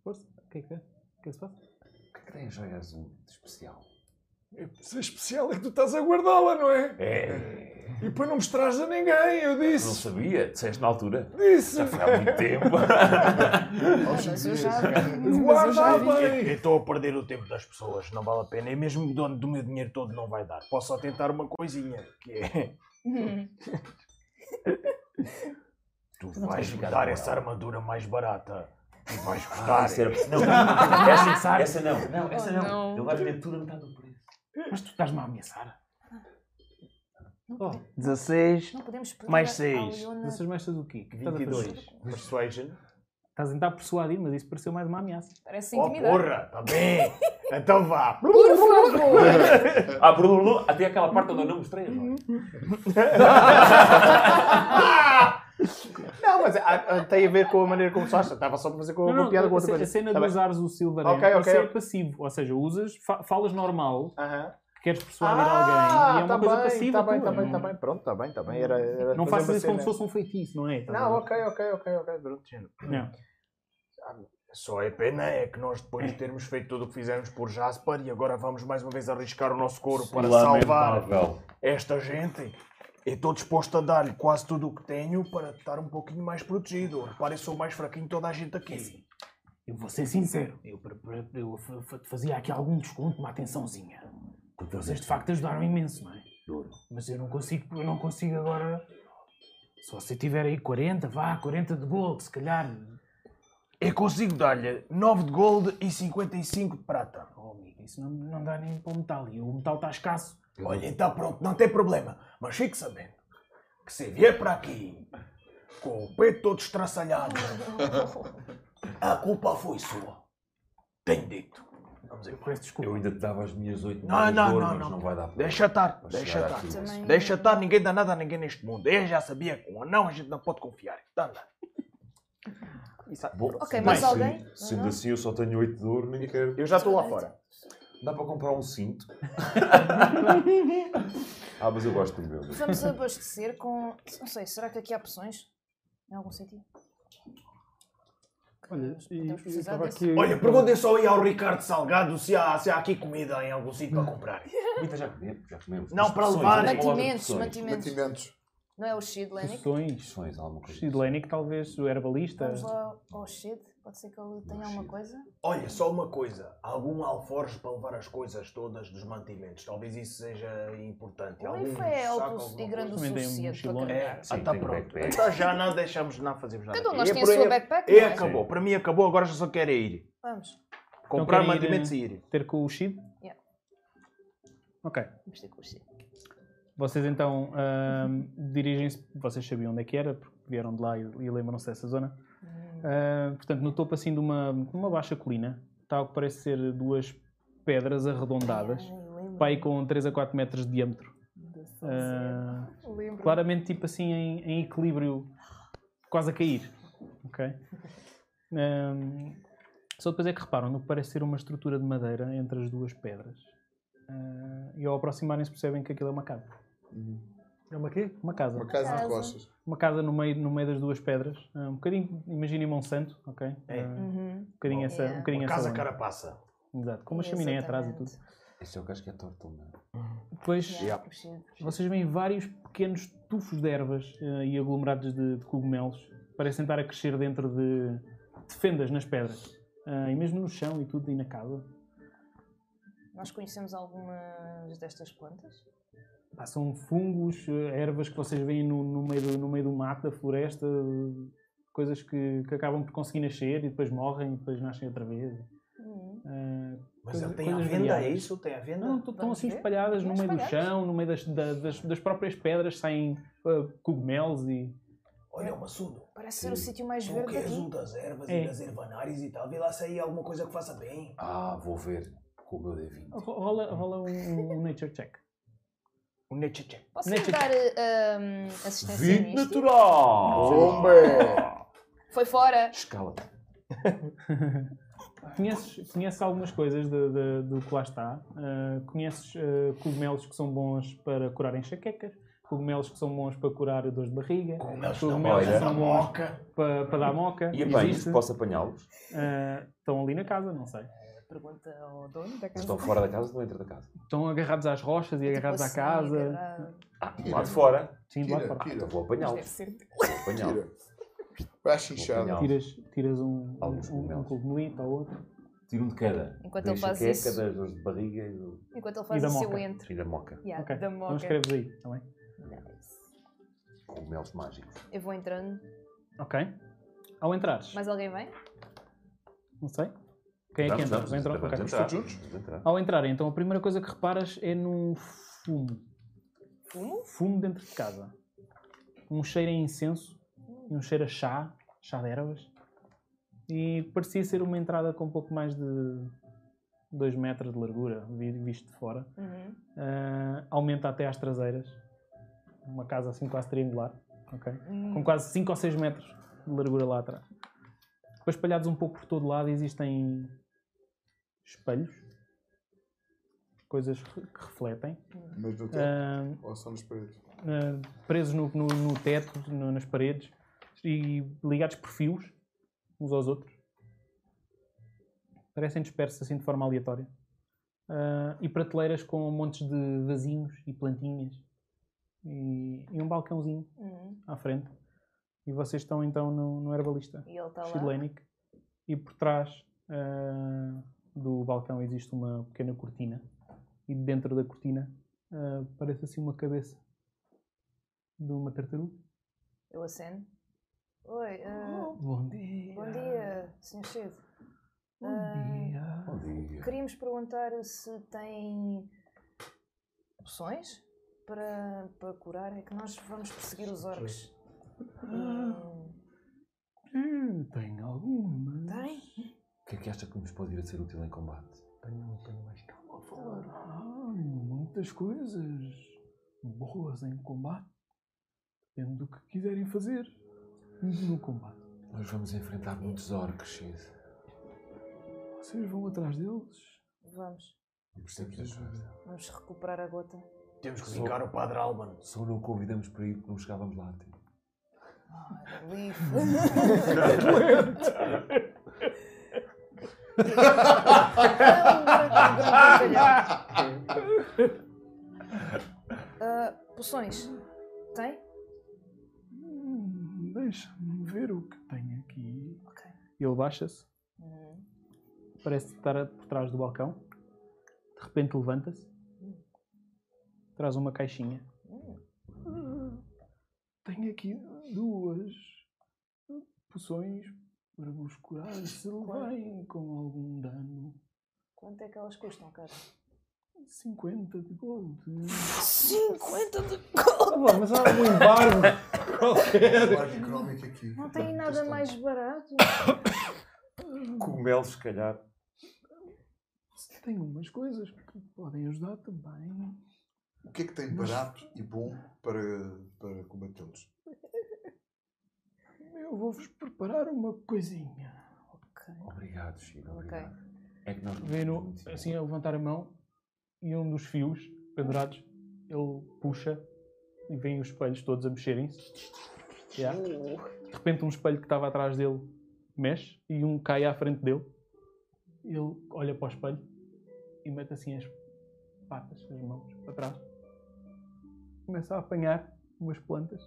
[SPEAKER 1] força, o que é que é? O que é que se passa?
[SPEAKER 4] O que é que tem a joia azul de especial?
[SPEAKER 8] É por ser especial é que tu estás a guardá-la, não é?
[SPEAKER 4] É.
[SPEAKER 8] E para não mostrares a ninguém, eu
[SPEAKER 4] Não
[SPEAKER 8] disse.
[SPEAKER 4] sabia, disseste na altura.
[SPEAKER 8] Disse.
[SPEAKER 4] Já foi há muito tempo.
[SPEAKER 2] Mas eu já Mas eu já vi. *laughs*
[SPEAKER 8] Guardava
[SPEAKER 5] Eu
[SPEAKER 8] aí.
[SPEAKER 5] estou a perder o tempo das pessoas, não vale a pena. E mesmo o dono do meu dinheiro todo não vai dar. Posso só tentar uma coisinha, que é...
[SPEAKER 2] Hum.
[SPEAKER 5] Tu
[SPEAKER 4] não
[SPEAKER 5] vais
[SPEAKER 4] tens
[SPEAKER 5] me
[SPEAKER 4] ficado
[SPEAKER 5] dar
[SPEAKER 4] com
[SPEAKER 5] essa
[SPEAKER 4] ela.
[SPEAKER 5] armadura mais barata. Tu vais
[SPEAKER 1] Ah,
[SPEAKER 5] gostar.
[SPEAKER 4] isso era-
[SPEAKER 5] Não,
[SPEAKER 1] *laughs*
[SPEAKER 4] *laughs* essa, essa não. Não, essa
[SPEAKER 2] Oh,
[SPEAKER 4] não.
[SPEAKER 2] não.
[SPEAKER 4] Ele vai vender tudo a metade do preço.
[SPEAKER 1] Mas tu estás-me a ameaçar. Oh,
[SPEAKER 7] 16.
[SPEAKER 2] Não podemos perder
[SPEAKER 7] Mais
[SPEAKER 2] a- a
[SPEAKER 7] seis.
[SPEAKER 2] Leona.
[SPEAKER 1] vocês mexas o quê? O que estás a fazer?
[SPEAKER 5] 22. Persuasion.
[SPEAKER 1] Estás a tentar persuadir, mas isso pareceu mais uma ameaça.
[SPEAKER 2] Parece
[SPEAKER 5] Oh,
[SPEAKER 2] intimidade.
[SPEAKER 5] porra, tá bem. Então vá.
[SPEAKER 2] Por favor!
[SPEAKER 4] Ah, Uhum. Bruno, até aquela parte onde eu não mostrei a joia.
[SPEAKER 7] Não, mas ah, ah, tem a ver com a maneira como usaste. Estava só para fazer com uma piada com
[SPEAKER 1] a,
[SPEAKER 7] outra
[SPEAKER 1] ce- a
[SPEAKER 7] coisa.
[SPEAKER 1] cena
[SPEAKER 7] Tá
[SPEAKER 1] de
[SPEAKER 7] bem.
[SPEAKER 1] usares o silver
[SPEAKER 7] Ok,
[SPEAKER 1] amp,
[SPEAKER 7] ok,
[SPEAKER 1] isso é
[SPEAKER 7] ok.
[SPEAKER 1] passivo. Ou seja, usas, fa- falas normal,
[SPEAKER 7] Aham.
[SPEAKER 1] que queres persuadir alguém e é uma
[SPEAKER 7] tá
[SPEAKER 1] coisa
[SPEAKER 7] bem,
[SPEAKER 1] passiva.
[SPEAKER 7] Tá bem,
[SPEAKER 1] tua.
[SPEAKER 7] tá bem, tá bem. Pronto, tá bem, tá bem. Era, era
[SPEAKER 1] Não
[SPEAKER 7] fazer
[SPEAKER 1] faças
[SPEAKER 7] uma
[SPEAKER 1] isso como
[SPEAKER 7] cena.
[SPEAKER 1] se fosse um feitiço, não é? Estás a
[SPEAKER 7] Não,
[SPEAKER 1] ver?
[SPEAKER 7] ok, ok, ok, ok. Pronto, gente.
[SPEAKER 5] É.
[SPEAKER 1] Não.
[SPEAKER 5] Só é pena é que nós depois de termos feito tudo o que fizemos por Jasper e agora vamos mais uma vez arriscar o nosso couro para salvar esta gente. Eu estou disposto a dar-lhe quase tudo o que tenho para estar um pouquinho mais protegido. Repare, eu sou o mais fraquinho de toda a gente
[SPEAKER 1] É
[SPEAKER 5] aqui.
[SPEAKER 1] assim, eu vou ser sincero. Eu, pre- pre- eu fa- fa- fazia aqui algum desconto, uma atençãozinha. Porque vocês de facto ajudaram imenso, não é? Mas eu não consigo, eu não consigo agora. Se você tiver aí 40, vá, 40 de gold, se calhar.
[SPEAKER 5] Eu consigo dar-lhe 9 de gold e 55 de prata.
[SPEAKER 1] Oh, amigo, isso não, não dá nem para o metal. E o metal está escasso.
[SPEAKER 5] Olha, então pronto, não tem problema. Mas fique sabendo que se vier para aqui com o peito todo estraçalhado, a culpa foi sua. Tenho dito. Vamos
[SPEAKER 1] Eu
[SPEAKER 5] embora.
[SPEAKER 1] peço desculpa.
[SPEAKER 4] Eu ainda te dava as minhas oito
[SPEAKER 5] Não,
[SPEAKER 4] moedas
[SPEAKER 5] não,
[SPEAKER 4] de ouro,
[SPEAKER 5] não,
[SPEAKER 4] mas
[SPEAKER 5] não.
[SPEAKER 4] não vai dar para-
[SPEAKER 5] Deixa estar,
[SPEAKER 4] para
[SPEAKER 5] deixa
[SPEAKER 4] chegar
[SPEAKER 5] estar.
[SPEAKER 4] àquilo.
[SPEAKER 2] Também-
[SPEAKER 5] Deixa estar, ninguém dá nada a ninguém neste mundo. Eu já sabia que um anão a gente não pode confiar. Dá lá.
[SPEAKER 4] Bom,
[SPEAKER 2] Ok, mais
[SPEAKER 4] sendo
[SPEAKER 2] alguém?
[SPEAKER 4] assim- Sendo
[SPEAKER 2] Não?
[SPEAKER 4] assim, eu só tenho 8 de ouro, nem quero.
[SPEAKER 7] Eu já estou lá fora.
[SPEAKER 4] Dá para comprar um
[SPEAKER 5] *laughs*
[SPEAKER 4] cinto? ah, mas eu gosto do meu.
[SPEAKER 2] Vamos abastecer com. Não sei, será que aqui há opções? Em algum sítio?
[SPEAKER 8] Olha, e,
[SPEAKER 2] Podemos
[SPEAKER 8] e eu
[SPEAKER 2] precisar
[SPEAKER 8] estava
[SPEAKER 2] desse.
[SPEAKER 8] aqui.
[SPEAKER 5] Olha, perguntem só aí ao Ricardo Salgado se há, se há aqui comida em algum sítio para comprar.
[SPEAKER 4] Muita já comemos, já comemos.
[SPEAKER 5] Não,
[SPEAKER 4] Mas
[SPEAKER 5] para
[SPEAKER 4] opções,
[SPEAKER 5] levar.
[SPEAKER 4] vamos falar de
[SPEAKER 2] Mantimentos,
[SPEAKER 4] opções.
[SPEAKER 2] mantimentos.
[SPEAKER 3] Mantimentos.
[SPEAKER 2] Não é o Shid Lennick?
[SPEAKER 1] Poções.
[SPEAKER 4] Opções, alguma coisa. assim.
[SPEAKER 1] Sidlenic, talvez, o herbalista.
[SPEAKER 2] Vamos lá
[SPEAKER 1] é-
[SPEAKER 2] ao Shid, pode ser que ele tenha alguma coisa.
[SPEAKER 5] Olha, só uma coisa. Algum alforje para levar as coisas todas dos mantimentos. Talvez isso seja importante.
[SPEAKER 2] O
[SPEAKER 5] Algum
[SPEAKER 2] Info é
[SPEAKER 5] saco,
[SPEAKER 2] alto
[SPEAKER 5] alguma
[SPEAKER 2] e grande o
[SPEAKER 1] Também tem um
[SPEAKER 2] suficiente para
[SPEAKER 1] mochilão.
[SPEAKER 2] carregar.
[SPEAKER 5] É,
[SPEAKER 4] Sim,
[SPEAKER 5] ah, tá
[SPEAKER 4] tem um
[SPEAKER 5] pronto.
[SPEAKER 4] backpack.
[SPEAKER 5] Então já não deixamos, não fazemos nada.
[SPEAKER 2] Cada um de nós
[SPEAKER 5] E é
[SPEAKER 2] tem
[SPEAKER 5] por
[SPEAKER 2] a sua
[SPEAKER 5] aí-
[SPEAKER 2] backpack,
[SPEAKER 5] E
[SPEAKER 2] não é?
[SPEAKER 5] acabou. Para mim acabou, agora já só quero é ir.
[SPEAKER 2] Vamos,
[SPEAKER 1] quero
[SPEAKER 5] Comprar
[SPEAKER 1] ir,
[SPEAKER 5] mantimentos
[SPEAKER 1] eh,
[SPEAKER 5] e ir.
[SPEAKER 1] Ter com o Shid?
[SPEAKER 2] Yeah.
[SPEAKER 1] Ok.
[SPEAKER 2] vamos ter que o Shid.
[SPEAKER 1] Vocês então ahm, dirigem-se. Vocês sabiam onde é que era, porque vieram de lá e, e lembram-se dessa zona. Ah, portanto, no topo assim de uma, de uma baixa colina, está o que parece ser duas pedras arredondadas, para aí com 3 a 4 metros de diâmetro. Ah, claramente tipo assim em, em equilíbrio, quase a cair. Ok? Ahm, só depois é que reparam no que parece ser uma estrutura de madeira entre as duas pedras. Ah, e ao aproximarem-se percebem que aquilo é uma casa.
[SPEAKER 8] É uma quê?
[SPEAKER 1] Uma casa.
[SPEAKER 3] Uma casa de
[SPEAKER 2] Casa.
[SPEAKER 3] costas.
[SPEAKER 1] Uma casa no meio, no meio das duas pedras. Ah, um bocadinho, imaginem Monsanto, ok?
[SPEAKER 5] É.
[SPEAKER 1] Ah, um
[SPEAKER 2] Uhum.
[SPEAKER 1] bocadinho
[SPEAKER 5] Bom.
[SPEAKER 1] essa. Um
[SPEAKER 2] Yeah.
[SPEAKER 1] bocadinho
[SPEAKER 5] Uma
[SPEAKER 1] essa
[SPEAKER 5] casa
[SPEAKER 1] onda.
[SPEAKER 5] carapaça.
[SPEAKER 1] Exato, com uma chaminé atrás e tudo.
[SPEAKER 2] Exatamente.
[SPEAKER 4] Este é o gajo que é torto, não é?
[SPEAKER 1] Depois,
[SPEAKER 2] Yeah, o Shid.
[SPEAKER 1] Vocês veem vários pequenos tufos de ervas eh, e aglomerados de, de cogumelos. Parecem estar a crescer dentro de, de fendas nas pedras. Ah, e mesmo no chão e tudo, e na casa.
[SPEAKER 2] Nós conhecemos algumas destas plantas?
[SPEAKER 1] Pá, são fungos, eh, ervas que vocês veem no, no meio, do, no meio do mato, da floresta. eh, Coisas que, que acabam por conseguir nascer e depois morrem e depois nascem outra vez.
[SPEAKER 2] Uhum.
[SPEAKER 1] Ah,
[SPEAKER 5] Mas ele
[SPEAKER 1] Coisas-
[SPEAKER 5] tem à
[SPEAKER 1] coisas
[SPEAKER 5] venda, é
[SPEAKER 1] variadas.
[SPEAKER 5] isso? Tem à venda?
[SPEAKER 1] não, estão
[SPEAKER 2] vamos
[SPEAKER 1] assim
[SPEAKER 2] ver.
[SPEAKER 1] espalhadas no
[SPEAKER 2] Mas
[SPEAKER 1] meio do
[SPEAKER 2] espalhadas.
[SPEAKER 1] chão, no meio das, da- das, das próprias pedras saem ah, cogumelos e...
[SPEAKER 5] Olha, é um assunto.
[SPEAKER 2] Parece ser o sítio mais
[SPEAKER 5] Tu
[SPEAKER 2] verde
[SPEAKER 5] que és um
[SPEAKER 2] daqui.
[SPEAKER 5] das ervas
[SPEAKER 1] É.
[SPEAKER 5] e das ervanárias e tal, vê lá se aí alguma coisa que faça bem.
[SPEAKER 4] Ah, vou ver com o meu D20.
[SPEAKER 1] Ro- Rola, rola um- um nature check. Um
[SPEAKER 5] O Necheche.
[SPEAKER 2] Posso
[SPEAKER 1] Nature
[SPEAKER 2] dar eh, um, assistência
[SPEAKER 4] 20
[SPEAKER 2] nisto?
[SPEAKER 4] natural!
[SPEAKER 3] Bomba!
[SPEAKER 2] Foi fora!
[SPEAKER 4] Escala-te.
[SPEAKER 1] Conheces, conheces algumas coisas de- de- do que lá está. ah, conheces ah, cogumelos que são bons para curar enxaquecas, cogumelos que são bons para curar dores de barriga,
[SPEAKER 5] Cogumelos
[SPEAKER 1] Cogumelos
[SPEAKER 4] olha.
[SPEAKER 1] são bons para, para dar moca.
[SPEAKER 4] E apanhos,
[SPEAKER 1] existe.
[SPEAKER 4] posso apanhá-los?
[SPEAKER 1] Ah, estão ali na casa, não sei.
[SPEAKER 2] Pergunta ao dono da casa.
[SPEAKER 4] Estão fora da casa ou estão dentro da casa?
[SPEAKER 1] Estão agarrados às rochas
[SPEAKER 2] Tipo
[SPEAKER 1] e agarrados
[SPEAKER 2] assim,
[SPEAKER 1] à
[SPEAKER 2] é
[SPEAKER 1] casa.
[SPEAKER 4] Ah, do lado de fora.
[SPEAKER 1] Sim, de lá de
[SPEAKER 3] Tira,
[SPEAKER 1] fora.
[SPEAKER 4] Então
[SPEAKER 3] tira,
[SPEAKER 4] vou apanhá-los. Vou apanhá-los.
[SPEAKER 3] tira. Vai à
[SPEAKER 4] Vou
[SPEAKER 3] chinchada.
[SPEAKER 4] apanhá-los.
[SPEAKER 1] Tiras, tiras um,
[SPEAKER 4] Alguns
[SPEAKER 1] um, um, um
[SPEAKER 4] cogumelos.
[SPEAKER 1] cogumelito ou outro. Então
[SPEAKER 4] Tiro um de cada.
[SPEAKER 2] Enquanto
[SPEAKER 4] Da
[SPEAKER 2] ele faz
[SPEAKER 4] enxaqueca,
[SPEAKER 2] isso.
[SPEAKER 4] das dores de barriga e, do-
[SPEAKER 2] Enquanto ele
[SPEAKER 1] E
[SPEAKER 2] faz
[SPEAKER 1] da
[SPEAKER 2] isso, eu
[SPEAKER 1] moca.
[SPEAKER 2] entro.
[SPEAKER 4] e da moca.
[SPEAKER 2] Yeah,
[SPEAKER 1] ok,
[SPEAKER 2] Da
[SPEAKER 1] então
[SPEAKER 2] moca.
[SPEAKER 1] escreves aí, também.
[SPEAKER 4] Com melos mágicos.
[SPEAKER 2] Eu vou entrando.
[SPEAKER 1] Ok. Ao entrares,
[SPEAKER 2] Mais alguém vem?
[SPEAKER 1] não sei. Quem é que entra?
[SPEAKER 4] Vamos,
[SPEAKER 1] Entra-
[SPEAKER 4] vamos,
[SPEAKER 1] ok.
[SPEAKER 4] vamos entrar. um Vamos entrar.
[SPEAKER 1] Ao entrar, então, a primeira coisa que reparas é no fumo.
[SPEAKER 2] Fumo?
[SPEAKER 1] Fumo dentro de casa. Um cheiro a incenso e um cheiro a chá, chá de ervas. E parecia ser uma entrada com um pouco mais de 2 metros de largura, vi- visto de fora.
[SPEAKER 2] Uhum.
[SPEAKER 1] Ah, aumenta até às traseiras. Uma casa assim quase triangular, ok? Com quase 5 ou 6 metros de largura lá atrás. Depois, espalhados um pouco por todo lado, existem espelhos. Coisas re- que refletem.
[SPEAKER 3] Mas no tempo.
[SPEAKER 1] Ah,
[SPEAKER 3] Ou só nos paredes.
[SPEAKER 1] ah, presos no, no- no teto, no- nas paredes e ligados por fios uns aos outros. Parecem dispersos assim de forma aleatória. Ah, e prateleiras com montes de vasinhos e plantinhas e, e um balcãozinho
[SPEAKER 2] Uhum.
[SPEAKER 1] à frente. E vocês estão então no, no herbalista
[SPEAKER 2] E ele está Tá lá.
[SPEAKER 1] chilenic e por trás ah, do balcão existe uma pequena cortina e dentro da cortina ah, parece assim uma cabeça de uma tartaruga.
[SPEAKER 2] Eu acendo. Oi, ah,
[SPEAKER 1] Bom dia.
[SPEAKER 2] bom dia, Ah. Sr. Chefe.
[SPEAKER 4] Bom dia.
[SPEAKER 2] Eh, Queríamos perguntar se tem opções para, para curar. É que nós vamos perseguir os orcs. Hum,
[SPEAKER 1] Hum, Tem alguma?
[SPEAKER 2] tem?
[SPEAKER 4] O que é que acha que nos pode vir a ser útil em combate?
[SPEAKER 1] Ai, muitas coisas boas em combate. Depende do que quiserem fazer no combate.
[SPEAKER 4] Nós vamos enfrentar um muitos orcs, Sid.
[SPEAKER 8] Vocês vão atrás deles?
[SPEAKER 2] Vamos.
[SPEAKER 4] E precisamos de ajuda.
[SPEAKER 2] Vamos recuperar a gota.
[SPEAKER 5] Temos que vingar o Padre Alban.
[SPEAKER 4] Só não o convidamos para ir porque não chegávamos lá tipo. a tempo.
[SPEAKER 2] Leaf. Ah, poções. Tem?
[SPEAKER 8] Hum, Deixa-me ver o que tem aqui.
[SPEAKER 2] Ok.
[SPEAKER 1] Ele baixa-se,
[SPEAKER 2] Hum.
[SPEAKER 1] parece estar a- por trás do balcão. De repente levanta-se, traz uma caixinha.
[SPEAKER 8] Tenho aqui duas poções para vos curar se levarem com algum dano.
[SPEAKER 2] Quanto é que elas custam, cara?
[SPEAKER 8] 50 de gold.
[SPEAKER 2] 50 de.
[SPEAKER 7] mas há um embargo.
[SPEAKER 3] Guarda económico aqui.
[SPEAKER 2] Não tem nada mais barato.
[SPEAKER 7] Cogumelos, se calhar.
[SPEAKER 8] Tenho umas coisas que podem ajudar também.
[SPEAKER 3] O que é que tem barato e bom para, para combatê-los?
[SPEAKER 8] Eu vou-vos preparar uma coisinha.
[SPEAKER 2] Ok.
[SPEAKER 4] Obrigado, Sid.
[SPEAKER 2] Ok.
[SPEAKER 4] Obrigado. É que nós não
[SPEAKER 1] Vê no,
[SPEAKER 4] podemos ir.
[SPEAKER 1] assim a levantar a mão e um dos fios pendurados ele puxa e vem os espelhos todos a mexerem-se. Yeah. De repente, um espelho que estava atrás dele mexe e um cai à frente dele. Ele olha para o espelho e mete assim as patas, as mãos para trás. Começa a apanhar umas plantas.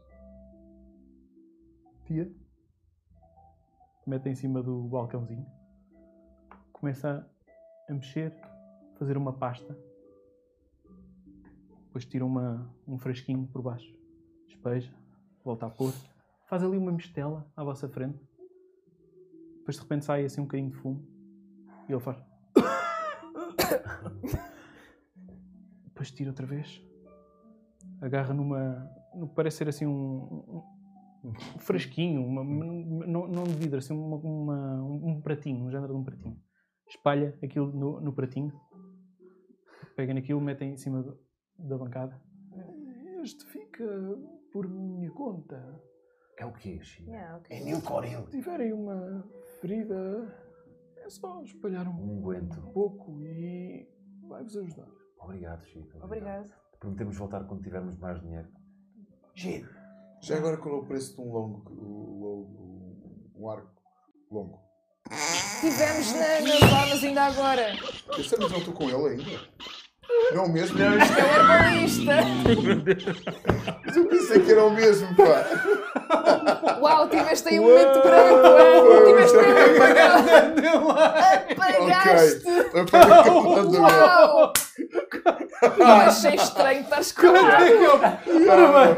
[SPEAKER 1] Tia. Mete em cima do balcãozinho. Começa a a mexer, fazer uma pasta. Depois tira uma, um fresquinho por baixo, despeja, volta a pôr. Faz ali uma mistela à vossa frente. Depois de repente sai assim um bocadinho de fumo e ele faz. *coughs* Depois tira outra vez, agarra numa. No, parece ser assim um, um- um fresquinho, uma, não, não de vidro, assim uma, uma- um pratinho, um género de um pratinho espalha aquilo no, no pratinho, pega naquilo, metem em cima do- da bancada.
[SPEAKER 8] Este fica por minha conta.
[SPEAKER 4] É o quê, Sid?
[SPEAKER 2] Yeah, ok.
[SPEAKER 5] É New Coril.
[SPEAKER 8] Se tiverem uma ferida, é só espalhar um
[SPEAKER 4] Um aguento.
[SPEAKER 8] pouco e vai-vos ajudar.
[SPEAKER 4] Obrigado, Sid.
[SPEAKER 2] Obrigado.
[SPEAKER 4] Prometemos voltar quando tivermos mais dinheiro.
[SPEAKER 5] Giro.
[SPEAKER 3] Já agora qual é o preço de um longo, um, um arco longo?
[SPEAKER 2] Estivemos na- nas armas ainda agora.
[SPEAKER 3] Este é, mas não estou com ele ainda. Não é o mesmo?
[SPEAKER 2] É o herbalista.
[SPEAKER 3] Mas eu pensei que era o mesmo, pá.
[SPEAKER 2] Uau, tiveste aí um momento branco. Uau, tiveste aí um apagão. Apagaste.
[SPEAKER 3] Ok. Apaga-
[SPEAKER 2] Uau. Não achei estranho estares com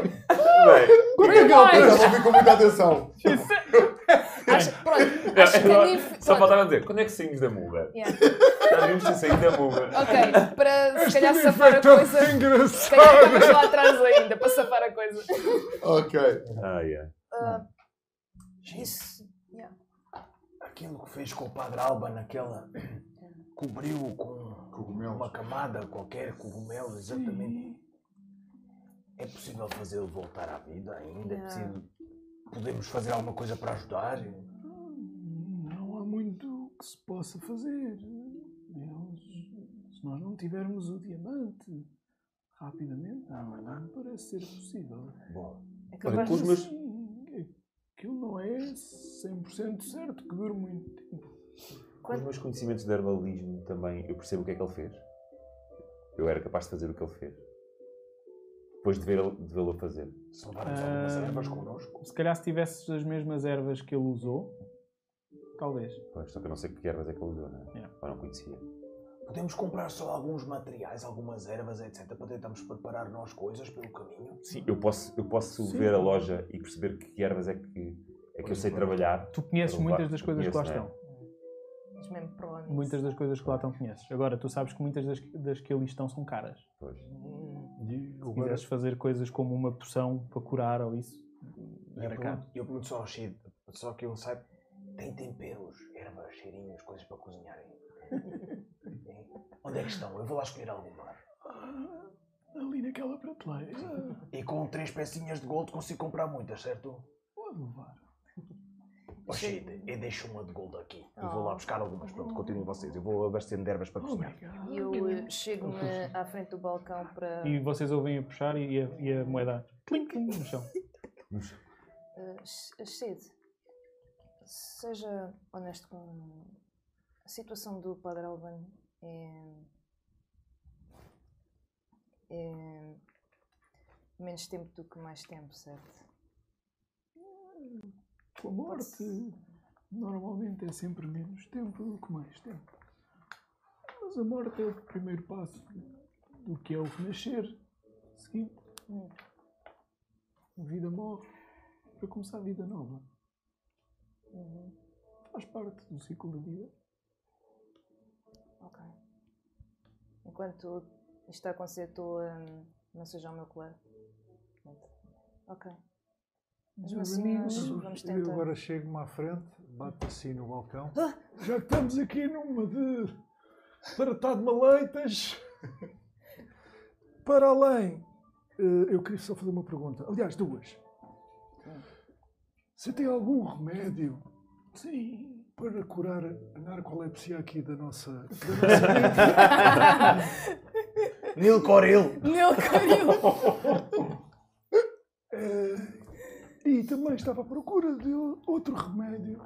[SPEAKER 2] Parabéns.
[SPEAKER 3] Quanto é que ele tem? Já vou ver com muita atenção.
[SPEAKER 4] é
[SPEAKER 2] Acho, pronto, acho que a dif...
[SPEAKER 4] Só
[SPEAKER 2] pronto.
[SPEAKER 4] faltava dizer, quando é que saímos da mulga?
[SPEAKER 2] Yeah.
[SPEAKER 4] Já vimos ter saído da mulga.
[SPEAKER 2] Ok, para se calhar safar a coisa. Se calhar estamos lá atrás ainda, para safar a coisa.
[SPEAKER 3] Ok.
[SPEAKER 4] Ah, yeah.
[SPEAKER 2] Ah, isso.
[SPEAKER 5] Aquilo que fez com o Padre Alban, naquela. cobriu-o com
[SPEAKER 3] Cogumelos.
[SPEAKER 5] uma camada qualquer, cogumelo, exatamente. É possível fazê-lo voltar à vida ainda? É
[SPEAKER 2] Não.
[SPEAKER 5] possível. Podemos fazer alguma coisa para ajudar?
[SPEAKER 8] Não há muito que se possa fazer. Eles, se nós não tivermos o diamante rapidamente, não, não parece ser possível.
[SPEAKER 5] Bom,
[SPEAKER 2] É capaz
[SPEAKER 4] com os
[SPEAKER 2] de-
[SPEAKER 4] meus-
[SPEAKER 8] Sim, aquilo não é 100% certo que dure muito tempo.
[SPEAKER 4] Com os meus conhecimentos de herbalismo também, eu percebo o que é que ele fez. Eu era capaz de fazer o que ele fez. Depois de vê-lo de vê-lo a fazer.
[SPEAKER 5] se levarmos algumas
[SPEAKER 1] Ah.
[SPEAKER 5] ervas connosco.
[SPEAKER 1] Se calhar se tivesses as mesmas ervas que ele usou, talvez.
[SPEAKER 4] Pois, só que eu não sei que ervas é que ele usou, não é?
[SPEAKER 1] Yeah.
[SPEAKER 4] Ou não conhecia.
[SPEAKER 5] Podemos comprar só alguns materiais, algumas ervas, etc., para tentarmos preparar nós coisas pelo caminho.
[SPEAKER 4] Sim, eu posso, eu posso ver a loja e perceber que ervas é que, é que eu sei trabalhar.
[SPEAKER 1] Tu conheces
[SPEAKER 4] Ele
[SPEAKER 1] muitas
[SPEAKER 4] vai-
[SPEAKER 1] das coisas que lá
[SPEAKER 4] conhece,
[SPEAKER 1] estão.
[SPEAKER 4] não
[SPEAKER 2] És mesmo pro nisso.
[SPEAKER 1] Muitas das coisas que lá estão conheces. Agora, tu sabes que muitas das, das que ali estão são caras.
[SPEAKER 4] Pois.
[SPEAKER 1] Se quiseres fazer coisas como uma poção para curar ou isso,
[SPEAKER 5] E eu
[SPEAKER 1] era caro.
[SPEAKER 5] pergunto, eu pergunto só ao Chid, só que ele sabe, tem temperos, ervas, cheirinhos, coisas para cozinharem. Hein? Onde é que estão? Eu vou lá escolher alguma.
[SPEAKER 8] Ah, Ali naquela prateleira,
[SPEAKER 5] E com três pecinhas de gold consigo comprar muitas, certo?
[SPEAKER 8] pode levar.
[SPEAKER 5] Oxida, eu deixo uma de gold aqui. Eu vou lá buscar algumas. Pronto, continuem vocês. Eu vou abastecendo de ervas para cozinhar.
[SPEAKER 2] E eu eh, chego-me à frente do balcão para.
[SPEAKER 1] E vocês ouvem a puxar e a, e a moeda plim, plim, no chão.
[SPEAKER 2] eh, Sh- Shade, seja honesto com. A situação do Padre Alban é. é. menos tempo do que mais tempo, certo?
[SPEAKER 8] Com a morte, normalmente é sempre menos tempo do que mais tempo. Mas a morte é o primeiro passo do que é o renascer. Seguinte,
[SPEAKER 2] Hum.
[SPEAKER 8] a vida morre para começar a vida nova.
[SPEAKER 2] Uhum.
[SPEAKER 8] Faz parte do ciclo da vida.
[SPEAKER 2] Ok. Enquanto isto está a acontecer, estou a massagear o meu colar. Pronto. Ok. Mas,
[SPEAKER 8] Meus
[SPEAKER 2] assim, nós
[SPEAKER 8] amigos,
[SPEAKER 2] vamos
[SPEAKER 9] Eu
[SPEAKER 2] tentar.
[SPEAKER 9] agora chego-me à frente, bato assim no balcão.
[SPEAKER 8] Já que estamos aqui numa de tratar de maleitas.
[SPEAKER 9] Para além, eh, eu queria só fazer uma pergunta. Aliás, duas. Você tem algum remédio
[SPEAKER 8] Sim.
[SPEAKER 9] para curar a narcolepsia aqui da nossa. da
[SPEAKER 5] Nil Coril!
[SPEAKER 2] Meu carinho!
[SPEAKER 9] nossa- Ah, e também estava à procura de o- outro remédio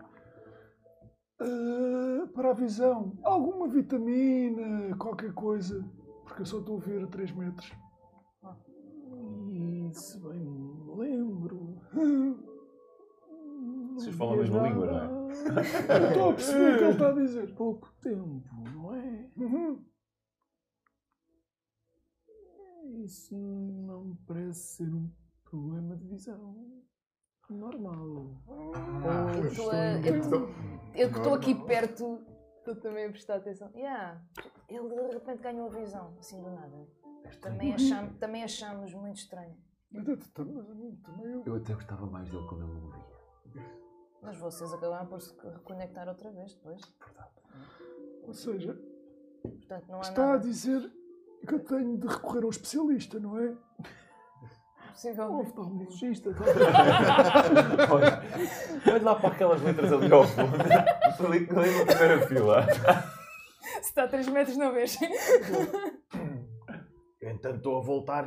[SPEAKER 9] eh, para a visão. Alguma vitamina, qualquer coisa. Porque eu só estou a ver a 3 metros.
[SPEAKER 8] E Hum, se bem me lembro.
[SPEAKER 4] Vocês falam a mesma língua,
[SPEAKER 9] *laughs*
[SPEAKER 4] não é?
[SPEAKER 8] Eu estou a perceber o que ele está a dizer. Pouco tempo, não é?
[SPEAKER 9] Uhum.
[SPEAKER 8] Isso não me parece ser um problema de visão. Normal.
[SPEAKER 9] Ah,
[SPEAKER 8] é um
[SPEAKER 2] Eu estou a- eu estou- eu que estou aqui perto, tu também a prestar atenção. Yeah. Ele de repente ganhou a visão, assim do nada. Também
[SPEAKER 8] *laughs*
[SPEAKER 2] achamos, também achamos muito estranho.
[SPEAKER 9] Mas é eu também- eu também eu-
[SPEAKER 10] Eu até gostava mais dele quando ele não morria.
[SPEAKER 2] Mas vocês acabaram por se reconectar outra vez depois.
[SPEAKER 9] Ou seja,
[SPEAKER 2] Portanto, não há
[SPEAKER 9] está a
[SPEAKER 2] nada
[SPEAKER 9] dizer que eu tenho de recorrer a um especialista, não é? Um
[SPEAKER 2] possível.
[SPEAKER 8] *laughs*
[SPEAKER 9] oftalmologista,
[SPEAKER 4] Olha lá para aquelas letras ali ao *laughs* fundo. ali, ali na primeira fila.
[SPEAKER 2] *laughs* Se está a 3 metros, não vês.
[SPEAKER 5] Eu Então estou a voltar.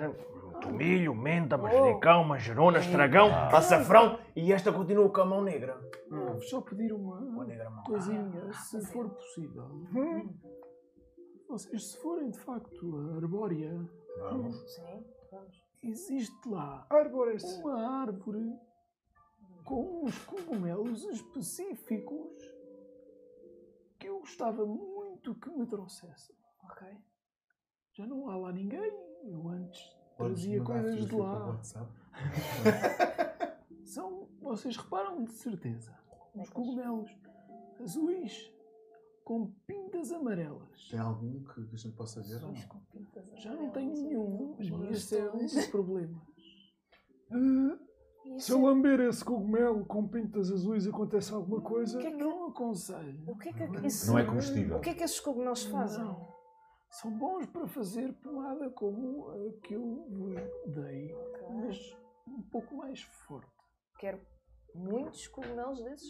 [SPEAKER 5] Tomilho, menta, manjericão, manjerona, estragão, açafrão e esta continua com a mão negra.
[SPEAKER 8] Vou só pedir
[SPEAKER 5] Com a
[SPEAKER 8] uma
[SPEAKER 5] negra mão.
[SPEAKER 8] coisinha, se for possível. Hum. Vocês, se forem de facto a arbórea,
[SPEAKER 5] Vamos.
[SPEAKER 2] Sim, vamos.
[SPEAKER 8] existe lá
[SPEAKER 9] árvores.
[SPEAKER 8] uma árvore com uns cogumelos específicos que eu gostava muito que me trouxessem.
[SPEAKER 2] *laughs* Ok.
[SPEAKER 8] Já não há lá ninguém. Eu antes trazia coisas de lá. São, vocês reparam de certeza, uns cogumelos azuis com pintas amarelas.
[SPEAKER 3] Tem algum que a gente possa ver? ou não?
[SPEAKER 8] Já não tenho nenhum, mas esse é
[SPEAKER 2] então,
[SPEAKER 8] um dos *laughs* problemas.
[SPEAKER 9] Ah, se eu
[SPEAKER 2] Isso é-
[SPEAKER 9] lamber esse cogumelo com pintas azuis acontece alguma coisa?
[SPEAKER 2] O que é que-
[SPEAKER 8] Não aconselho.
[SPEAKER 2] O que é que isso-
[SPEAKER 4] Não é comestível.
[SPEAKER 2] O que é que esses cogumelos fazem?
[SPEAKER 8] Não. São bons para fazer pomada como a que eu vos dei,
[SPEAKER 2] Ok.
[SPEAKER 8] mas um pouco mais forte.
[SPEAKER 2] Quero muitos cogumelos desses.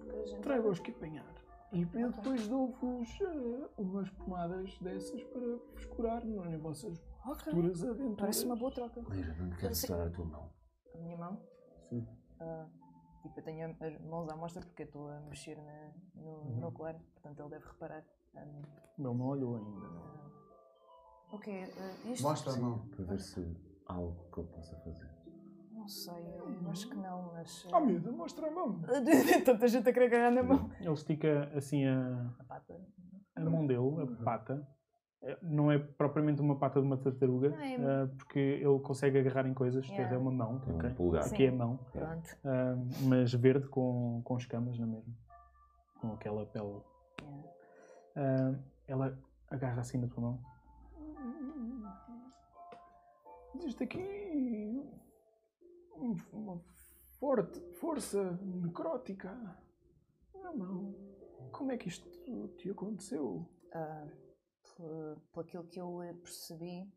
[SPEAKER 2] porque a gente-
[SPEAKER 8] Trago-os que apanhar. E eu depois dou-vos eh, umas pomadas dessas para vos curar nas vossas
[SPEAKER 2] Ok.
[SPEAKER 8] futuras aventuras.
[SPEAKER 2] Parece uma boa troca.
[SPEAKER 10] Lira, não lhe quero
[SPEAKER 2] Sim.
[SPEAKER 10] estourar a tua mão.
[SPEAKER 2] A minha mão? Ah, tipo, eu tenho as mãos à mostra porque eu estou a mexer na- no,
[SPEAKER 8] Uhum.
[SPEAKER 2] no meu colar, portanto ele deve reparar. Ah,
[SPEAKER 1] Ele não olhou ainda. não.
[SPEAKER 2] ok, ah, isto
[SPEAKER 3] Mostra a mão.
[SPEAKER 10] Para ver se há algo que ele possa fazer.
[SPEAKER 2] não sei, eu acho que não, mas.
[SPEAKER 9] Ah, miúda, mostra a mão.
[SPEAKER 2] *laughs* Tanta gente a querer ganhar na mão.
[SPEAKER 8] Uhum.
[SPEAKER 1] Ele estica assim a,
[SPEAKER 2] A pata.
[SPEAKER 1] a mão É um dele, a pata. Eh, Não é propriamente uma pata de uma tartaruga,
[SPEAKER 2] Não, é-
[SPEAKER 1] eh, porque ele consegue agarrar em coisas.
[SPEAKER 2] Yeah.
[SPEAKER 1] É uma mão,
[SPEAKER 4] Tem
[SPEAKER 1] ok?
[SPEAKER 4] um pulgar.
[SPEAKER 1] Aqui é a mão,
[SPEAKER 2] Pronto.
[SPEAKER 1] ah, mas verde com, com escamas, não é mesmo? Com aquela pele.
[SPEAKER 2] Yeah.
[SPEAKER 1] Ah, ela agarra assim na tua mão.
[SPEAKER 8] Existe aqui um- uma forte força necrótica na mão. Como é que isto te aconteceu?
[SPEAKER 2] Ah, por, por aquilo que eu eh, percebi,